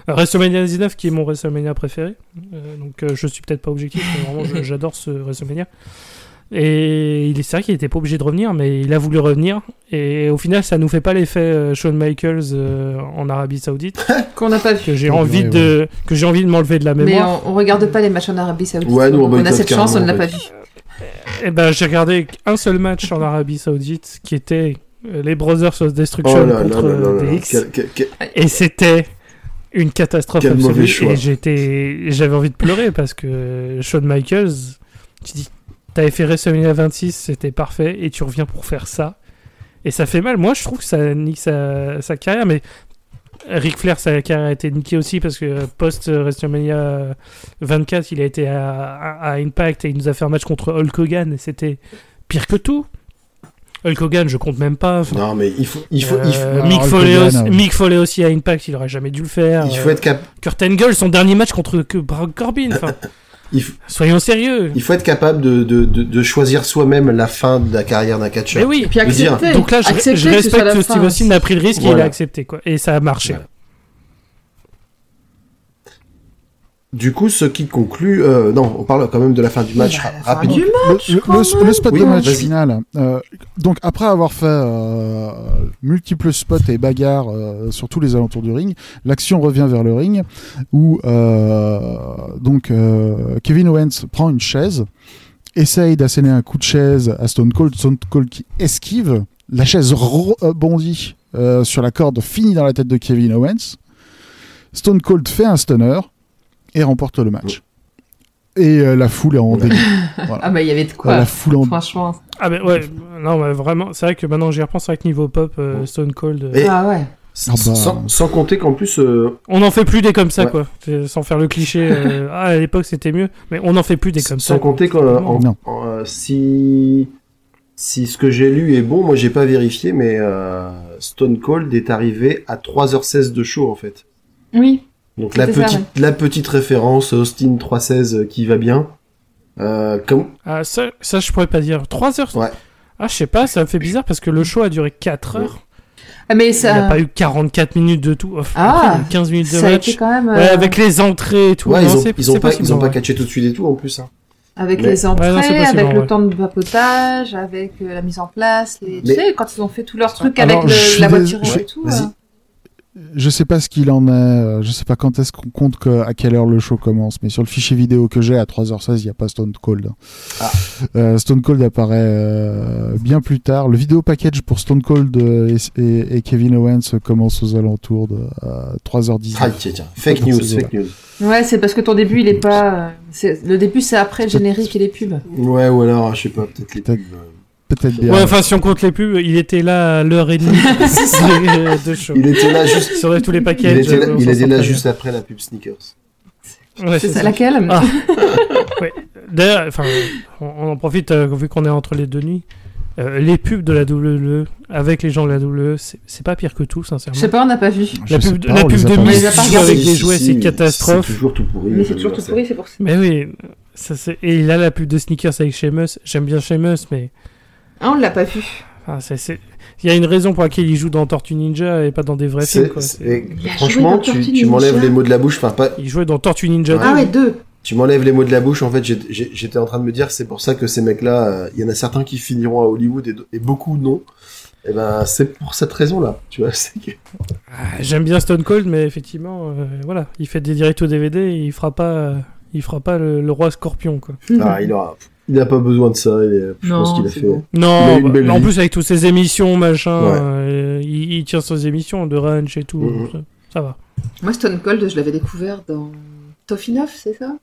Speaker 5: Euh, WrestleMania 19, qui est mon WrestleMania préféré. Euh, donc, euh, je suis peut-être pas objectif, mais
Speaker 2: [LAUGHS]
Speaker 5: vraiment, je- j'adore ce WrestleMania. Et il est c'est vrai qu'il était pas obligé de revenir, mais il a voulu revenir. Et au final, ça nous fait pas l'effet euh, Shawn Michaels euh, en Arabie Saoudite,
Speaker 3: Qu'on n'a pas vu.
Speaker 5: que j'ai
Speaker 4: Ouais,
Speaker 5: envie
Speaker 4: ouais,
Speaker 5: de que j'ai envie de m'enlever de la
Speaker 3: Mais
Speaker 5: mémoire.
Speaker 3: on, on regarde pas les matchs en Arabie Saoudite.
Speaker 2: Ouais, nous, on
Speaker 3: donc on a
Speaker 2: boycotte
Speaker 3: cette chance, on ne l'a
Speaker 2: carrément,
Speaker 3: pas
Speaker 2: en
Speaker 3: vu.
Speaker 5: Eh ben, j'ai regardé un seul match en Arabie Saoudite qui était euh, les Brothers of
Speaker 2: oh
Speaker 5: Destruction
Speaker 2: là là
Speaker 5: contre
Speaker 2: là là
Speaker 5: euh,
Speaker 2: là,
Speaker 5: DX.
Speaker 2: quel- quel- quel-
Speaker 5: Et c'était une catastrophe
Speaker 2: Quel mauvais
Speaker 5: absolue.
Speaker 2: choix.
Speaker 5: Et j'étais, j'avais envie de pleurer parce que Shawn Michaels, tu dis, t'avais fait WrestleMania 26, c'était parfait, et tu reviens pour faire ça. Et ça fait mal. Moi, je trouve que ça nique sa, sa carrière, mais Ric Flair, sa carrière a été niquée aussi parce que post-WrestleMania 24, il a été à, à- à Impact et il nous a fait un match contre Hulk Hogan et c'était pire que tout. Hulk Hogan, je compte même pas. Enfin,
Speaker 2: Non, mais il faut, il faut, il faut,
Speaker 5: euh,
Speaker 4: alors,
Speaker 5: Mick,
Speaker 4: Hulk
Speaker 5: Foley
Speaker 4: Hogan,
Speaker 5: aussi-
Speaker 4: ouais.
Speaker 5: Mick Foley aussi à Impact, il aurait jamais dû le faire.
Speaker 2: il faut
Speaker 5: Euh,
Speaker 2: être cap-
Speaker 5: Kurt Angle, son dernier match contre que Brock Corbin. Enfin,
Speaker 2: il faut,
Speaker 5: soyons sérieux.
Speaker 2: il faut être capable de, de, de, de choisir soi-même la fin de la carrière d'un catcheur.
Speaker 5: Mais Eh oui.
Speaker 3: Et puis
Speaker 2: veux dire,
Speaker 3: accepter.
Speaker 5: Donc là, je,
Speaker 3: accepter
Speaker 5: je
Speaker 3: que ce soit
Speaker 5: respecte
Speaker 3: la
Speaker 5: que
Speaker 3: fin.
Speaker 5: Steve Austin a pris le risque et il
Speaker 2: Voilà.
Speaker 5: a accepté quoi. Et ça a marché.
Speaker 2: Voilà. Du coup, ce qui conclut, euh, non, on parle quand même de la fin du match
Speaker 3: Bah,
Speaker 2: ra-
Speaker 3: la fin
Speaker 2: rapidement.
Speaker 3: du
Speaker 4: Le, le-
Speaker 3: quand
Speaker 4: le-
Speaker 3: même.
Speaker 4: le spot
Speaker 2: Oui,
Speaker 4: de match
Speaker 2: vas-y.
Speaker 4: final. euh, donc après avoir fait euh, multiples spots et bagarres euh, sur tous les alentours du ring, l'action revient vers le ring où euh, donc euh, Kevin Owens prend une chaise, essaye d'asséner un coup de chaise à Stone Cold, Stone Cold qui esquive, la chaise rebondit euh, sur la corde, finit dans la tête de Kevin Owens. Stone Cold fait un stunner et remporte le match. Et euh, la foule est en
Speaker 2: Ouais.
Speaker 4: délire.
Speaker 3: Ah, mais il y avait de quoi.
Speaker 4: la foule en
Speaker 3: Franchement.
Speaker 5: Ah mais ouais, non mais vraiment, c'est vrai que maintenant j'y repense avec niveau pop, euh, Stone Cold, euh,
Speaker 2: Et-
Speaker 3: Ah ouais.
Speaker 4: Ah bah.
Speaker 2: Sans, sans compter qu'en plus, euh,
Speaker 5: on en fait plus des comme ça
Speaker 2: Ouais.
Speaker 5: quoi, C'est- sans faire le cliché.
Speaker 2: [LAUGHS]
Speaker 5: euh, ah à l'époque c'était mieux, mais on en fait plus des comme
Speaker 2: sans
Speaker 5: ça.
Speaker 2: compter
Speaker 5: Ah,
Speaker 2: qu'en en-
Speaker 4: Non.
Speaker 2: en- euh, si si ce que j'ai lu est bon, moi j'ai pas vérifié, mais euh, Stone Cold est arrivé à 3h16 de show en fait.
Speaker 3: Oui.
Speaker 2: Donc la
Speaker 3: C'était ça,
Speaker 2: petite la petite référence Austin 316 euh, qui va bien. Euh, comme...
Speaker 5: Ah, ça, ça, je pourrais pas dire. 3 heures
Speaker 2: Ouais.
Speaker 5: Ah, je sais pas, ça me fait bizarre parce que le show a duré 4
Speaker 2: Ouais.
Speaker 5: heures.
Speaker 3: Ah, mais
Speaker 5: Il n'y
Speaker 3: ça,
Speaker 5: a pas eu 44 minutes de tout. Enfin,
Speaker 3: Ah,
Speaker 5: après, il y a eu 15 minutes de
Speaker 3: ça a été
Speaker 5: match.
Speaker 3: quand même euh,
Speaker 5: Ouais, avec les entrées et tout.
Speaker 2: ouais, ils
Speaker 5: Non,
Speaker 2: ont,
Speaker 5: c'est-
Speaker 2: ils ont
Speaker 5: c'est
Speaker 2: pas,
Speaker 5: possible,
Speaker 2: ils ont pas
Speaker 5: ouais.
Speaker 2: catché tout de suite et tout en plus. hein.
Speaker 3: avec
Speaker 2: mais-
Speaker 3: les entrées,
Speaker 5: Ouais, non, c'est possible,
Speaker 3: avec
Speaker 5: ouais.
Speaker 3: le temps de vapotage, avec euh, la mise en place.
Speaker 2: Mais-
Speaker 3: Les... Tu sais, quand ils ont fait tout leur
Speaker 5: Ah,
Speaker 3: truc
Speaker 4: Alors,
Speaker 3: avec
Speaker 4: je
Speaker 3: le-
Speaker 4: suis
Speaker 3: la
Speaker 4: dés-
Speaker 3: voiture
Speaker 2: Ouais,
Speaker 3: et tout.
Speaker 2: vas-y.
Speaker 3: euh.
Speaker 4: Je sais pas ce qu'il en est, euh, je sais pas quand est-ce qu'on compte que- à quelle heure le show commence, mais sur le fichier vidéo que j'ai à 3h16, il n'y a pas Stone Cold. hein.
Speaker 2: Ah.
Speaker 4: Euh, Stone Cold apparaît euh, bien plus tard. Le vidéo package pour Stone Cold euh, et, et- et Kevin Owens commence aux alentours de euh, 3h19.
Speaker 2: Ah, tiens, tiens. Fake
Speaker 4: Dans
Speaker 2: news,
Speaker 4: ces
Speaker 2: fake news.
Speaker 3: Ouais, c'est parce que ton début, il est pas. euh, c'est- Le début, c'est après le générique et les pubs.
Speaker 2: Ouais, ou alors, je sais pas, peut-être les
Speaker 4: Peut-être.
Speaker 2: pubs, euh,
Speaker 4: Peut-être bien.
Speaker 5: Ouais, enfin, si on compte les pubs, il était là à l'heure
Speaker 3: [LAUGHS]
Speaker 5: et demie [LAUGHS] de, de show.
Speaker 2: Il était là juste,
Speaker 5: Si on enlève tous les
Speaker 2: il
Speaker 5: paquets.
Speaker 2: était là, il était là juste après la pub sneakers.
Speaker 5: Ouais,
Speaker 3: C'est
Speaker 5: c'est
Speaker 3: ça,
Speaker 5: ça.
Speaker 3: laquelle
Speaker 5: Ah. D'ailleurs, enfin, on, on en profite euh, vu qu'on est entre les deux nuits. Euh, les pubs de la WWE avec les gens de la WWE, c'est c'est pas pire que tout, sincèrement.
Speaker 3: Je sais pas, on n'a pas vu.
Speaker 4: Je
Speaker 5: La
Speaker 4: sais
Speaker 5: pub,
Speaker 4: pas,
Speaker 5: la
Speaker 4: on
Speaker 5: pub
Speaker 4: les a
Speaker 5: de
Speaker 4: pas
Speaker 5: Miss
Speaker 3: vus.
Speaker 5: Jou
Speaker 3: Si,
Speaker 5: avec
Speaker 2: Si,
Speaker 5: les
Speaker 2: si,
Speaker 5: jouets,
Speaker 2: si,
Speaker 5: c'est
Speaker 2: mais
Speaker 5: catastrophe.
Speaker 2: C'est toujours tout pourri.
Speaker 3: Mais c'est
Speaker 2: les
Speaker 3: toujours tout
Speaker 2: anniversaires.
Speaker 3: pourri, c'est pour ça.
Speaker 5: Mais oui, ça c'est. Et il a la pub de sneakers avec Sheamus. J'aime bien Sheamus, mais
Speaker 3: Ah, on l'a pas vu.
Speaker 5: ah, c'est- c'est- il y a une raison pour laquelle il joue dans Tortue Ninja et pas dans des vrais
Speaker 2: C'est-
Speaker 5: films. quoi.
Speaker 2: c'est-
Speaker 5: C'est-
Speaker 2: eh,
Speaker 3: Il a joué
Speaker 2: Franchement,
Speaker 3: dans Tortue
Speaker 2: tu, tu m'enlèves
Speaker 3: Ninja.
Speaker 2: les mots de la bouche. Enfin, pas,
Speaker 5: Il jouait dans Tortue Ninja.
Speaker 2: Ouais.
Speaker 3: Ah ouais, deux.
Speaker 2: tu m'enlèves les mots de la bouche. En fait, j'ai- j'ai- j'étais en train de me dire, c'est pour ça que ces mecs-là, euh, il y en a certains qui finiront à Hollywood et, d- et beaucoup non. Et ben, c'est pour cette raison-là. Tu vois, [LAUGHS] c'est que-
Speaker 5: Ah, J'aime bien Stone Cold, mais effectivement, euh, voilà, il fait des directs au DVD et il fera pas, euh, il fera pas le, le roi scorpion quoi.
Speaker 2: Ah, il aura, il n'a pas besoin de ça. il est- je
Speaker 3: Hmm. Non,
Speaker 2: pense qu'il a
Speaker 3: c'est
Speaker 2: fait.
Speaker 3: bon.
Speaker 2: Il a
Speaker 5: Non,
Speaker 2: une
Speaker 5: bah,
Speaker 2: belle
Speaker 5: en
Speaker 2: vie.
Speaker 5: plus avec toutes ses émissions machin,
Speaker 2: Ouais.
Speaker 5: euh, il, il tient ses émissions de ranch et tout,
Speaker 2: Mhm.
Speaker 5: ça, ça va.
Speaker 3: [LAUGHS] Moi, Stone Cold, je l'avais découvert dans Tofinoff, c'est ça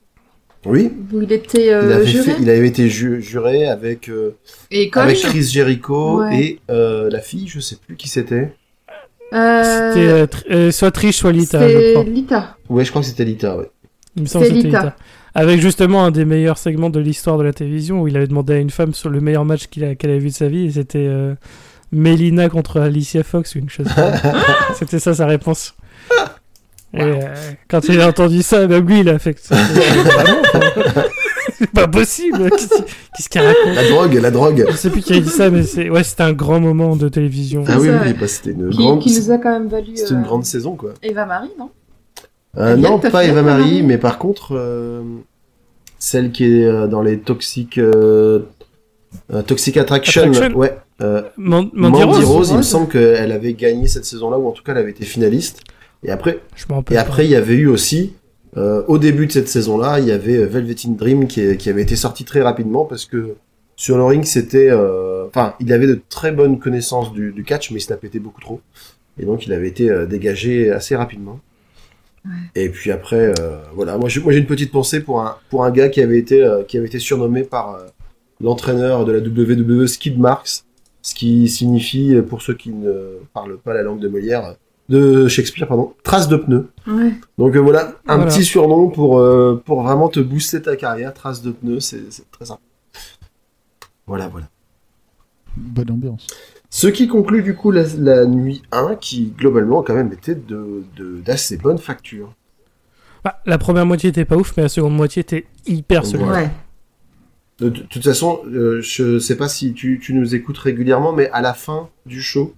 Speaker 2: Oui.
Speaker 3: Où il était euh,
Speaker 2: il, avait
Speaker 3: juré.
Speaker 2: fait- il avait été ju- juré avec euh,
Speaker 3: Et Cole
Speaker 2: avec Chris Jericho
Speaker 3: Ouais.
Speaker 2: et euh, la fille, je sais plus qui c'était.
Speaker 3: euh,
Speaker 5: C'était euh, tr- euh, soit Trish, soit Lita, je
Speaker 3: C'était
Speaker 5: crois.
Speaker 3: Lita.
Speaker 2: Ouais, je crois que c'était Lita. Ouais.
Speaker 5: Il me semble que
Speaker 3: C'est
Speaker 5: c'était
Speaker 3: Lita.
Speaker 5: Lita. Avec justement un des meilleurs segments de l'histoire de la télévision où il avait demandé à une femme sur le meilleur match qu'il a- qu'elle avait vu de sa vie et c'était euh, Melina contre Alicia Fox ou une chose comme ça.
Speaker 2: [LAUGHS]
Speaker 5: C'était ça sa réponse. Et euh, quand il a entendu ça, même lui il a fait.
Speaker 2: [LAUGHS]
Speaker 5: que- Vraiment, enfin, C'est pas possible. Qu'est-ce qu'il- Qu'est-ce qu'il raconte
Speaker 2: La drogue, la drogue.
Speaker 5: Je sais plus qui a dit ça, mais c'est ouais, c'était un grand moment de télévision.
Speaker 2: Ah oui,
Speaker 3: ça,
Speaker 2: oui,
Speaker 3: ouais.
Speaker 2: bah, c'était une
Speaker 3: Qui,
Speaker 2: grande.
Speaker 3: qui nous a quand même valu.
Speaker 2: C'était
Speaker 3: euh,
Speaker 2: une grande saison, quoi.
Speaker 3: Eva Marie, non
Speaker 2: Euh,
Speaker 3: Ariel,
Speaker 2: non,
Speaker 3: t'as
Speaker 2: pas
Speaker 3: fait
Speaker 2: Eva
Speaker 3: Eva
Speaker 2: Marie,
Speaker 3: Marie
Speaker 2: mais par contre, euh, celle qui est euh, dans les Toxic, euh, euh, toxic Attraction,
Speaker 5: Attraction
Speaker 2: ouais. euh,
Speaker 5: Man-
Speaker 2: Mandy, Rose, il me
Speaker 3: Rose.
Speaker 2: semble qu'elle avait gagné cette saison-là, ou en tout cas, elle avait été finaliste. Et après,
Speaker 5: Je m'en rappelle.
Speaker 2: et après, il y avait eu aussi, euh, au début de cette saison-là, il y avait Velvet in Dream qui, est- qui avait été sorti très rapidement parce que sur le ring, c'était, euh, enfin, il avait de très bonnes connaissances du, du catch, mais il se la pétait beaucoup trop. Et donc, il avait été euh, dégagé assez rapidement. Et puis après, euh, voilà, moi, j'ai- moi j'ai une petite pensée pour un pour un gars qui avait été euh, qui avait été surnommé par euh, l'entraîneur de la WWE Skid Marks, ce qui signifie, euh, pour ceux qui ne parlent pas la langue de Molière, de Shakespeare, pardon, trace de pneu.
Speaker 3: Ouais.
Speaker 2: Donc euh, voilà, un
Speaker 5: Voilà.
Speaker 2: petit surnom pour, euh, pour vraiment te booster ta carrière. Trace de pneus, c'est c'est très simple. Voilà, voilà.
Speaker 4: Bonne ambiance.
Speaker 2: Ce qui conclut du coup la, la nuit 1, qui globalement quand même était d'assez de, d'assez bonne facture.
Speaker 5: Bah, la première moitié était pas ouf, mais la seconde moitié était hyper solide.
Speaker 2: Ouais. De, de toute façon, euh, je sais pas si tu, tu nous écoutes régulièrement, mais à la fin du show,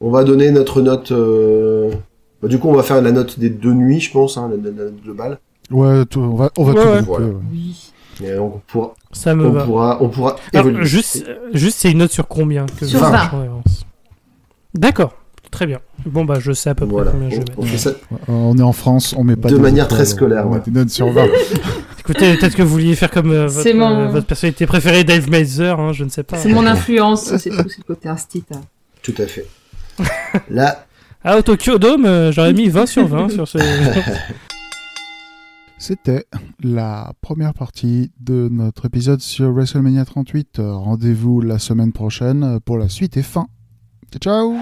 Speaker 2: on va donner notre note. euh, bah, du coup, on va faire la note des deux nuits, je pense, hein, la, la- la note globale.
Speaker 4: Ouais, tout- on va, on va
Speaker 5: Ouais,
Speaker 4: tout euh,
Speaker 5: ouais.
Speaker 4: grouper,
Speaker 2: Voilà.
Speaker 4: ouais.
Speaker 3: Oui.
Speaker 2: Et on pourra,
Speaker 5: Ça me
Speaker 2: on
Speaker 5: va.
Speaker 2: pourra, on pourra
Speaker 5: Alors,
Speaker 2: évoluer.
Speaker 5: juste, euh, juste c'est une note sur combien que
Speaker 3: Sur
Speaker 5: je
Speaker 3: 20.
Speaker 5: change en avance D'accord, très bien. Bon bah je sais à peu près
Speaker 2: Voilà,
Speaker 5: combien je vais
Speaker 2: on, on
Speaker 5: mettre.
Speaker 2: fait ça
Speaker 4: Ouais, On est en France, on met pas
Speaker 2: De
Speaker 4: des
Speaker 2: manière
Speaker 4: étoiles,
Speaker 2: très scolaire,
Speaker 4: on met
Speaker 2: ouais.
Speaker 4: des notes sur 20.
Speaker 5: Écoutez, peut-être que vous vouliez faire comme euh, votre,
Speaker 3: C'est mon-
Speaker 5: euh, votre personnalité préférée, Dave Meltzer, hein, je ne sais pas.
Speaker 3: C'est mon influence, c'est tout, c'est le côté instit. hein.
Speaker 2: Tout à fait. [LAUGHS] Là,
Speaker 5: Ah, au Tokyo Dome, euh, j'aurais mis 20 sur 20 sur ce...
Speaker 4: C'était la première partie de notre épisode sur WrestleMania 38. Euh, Rendez-vous la semaine prochaine pour la suite et fin. Ciao, Ciao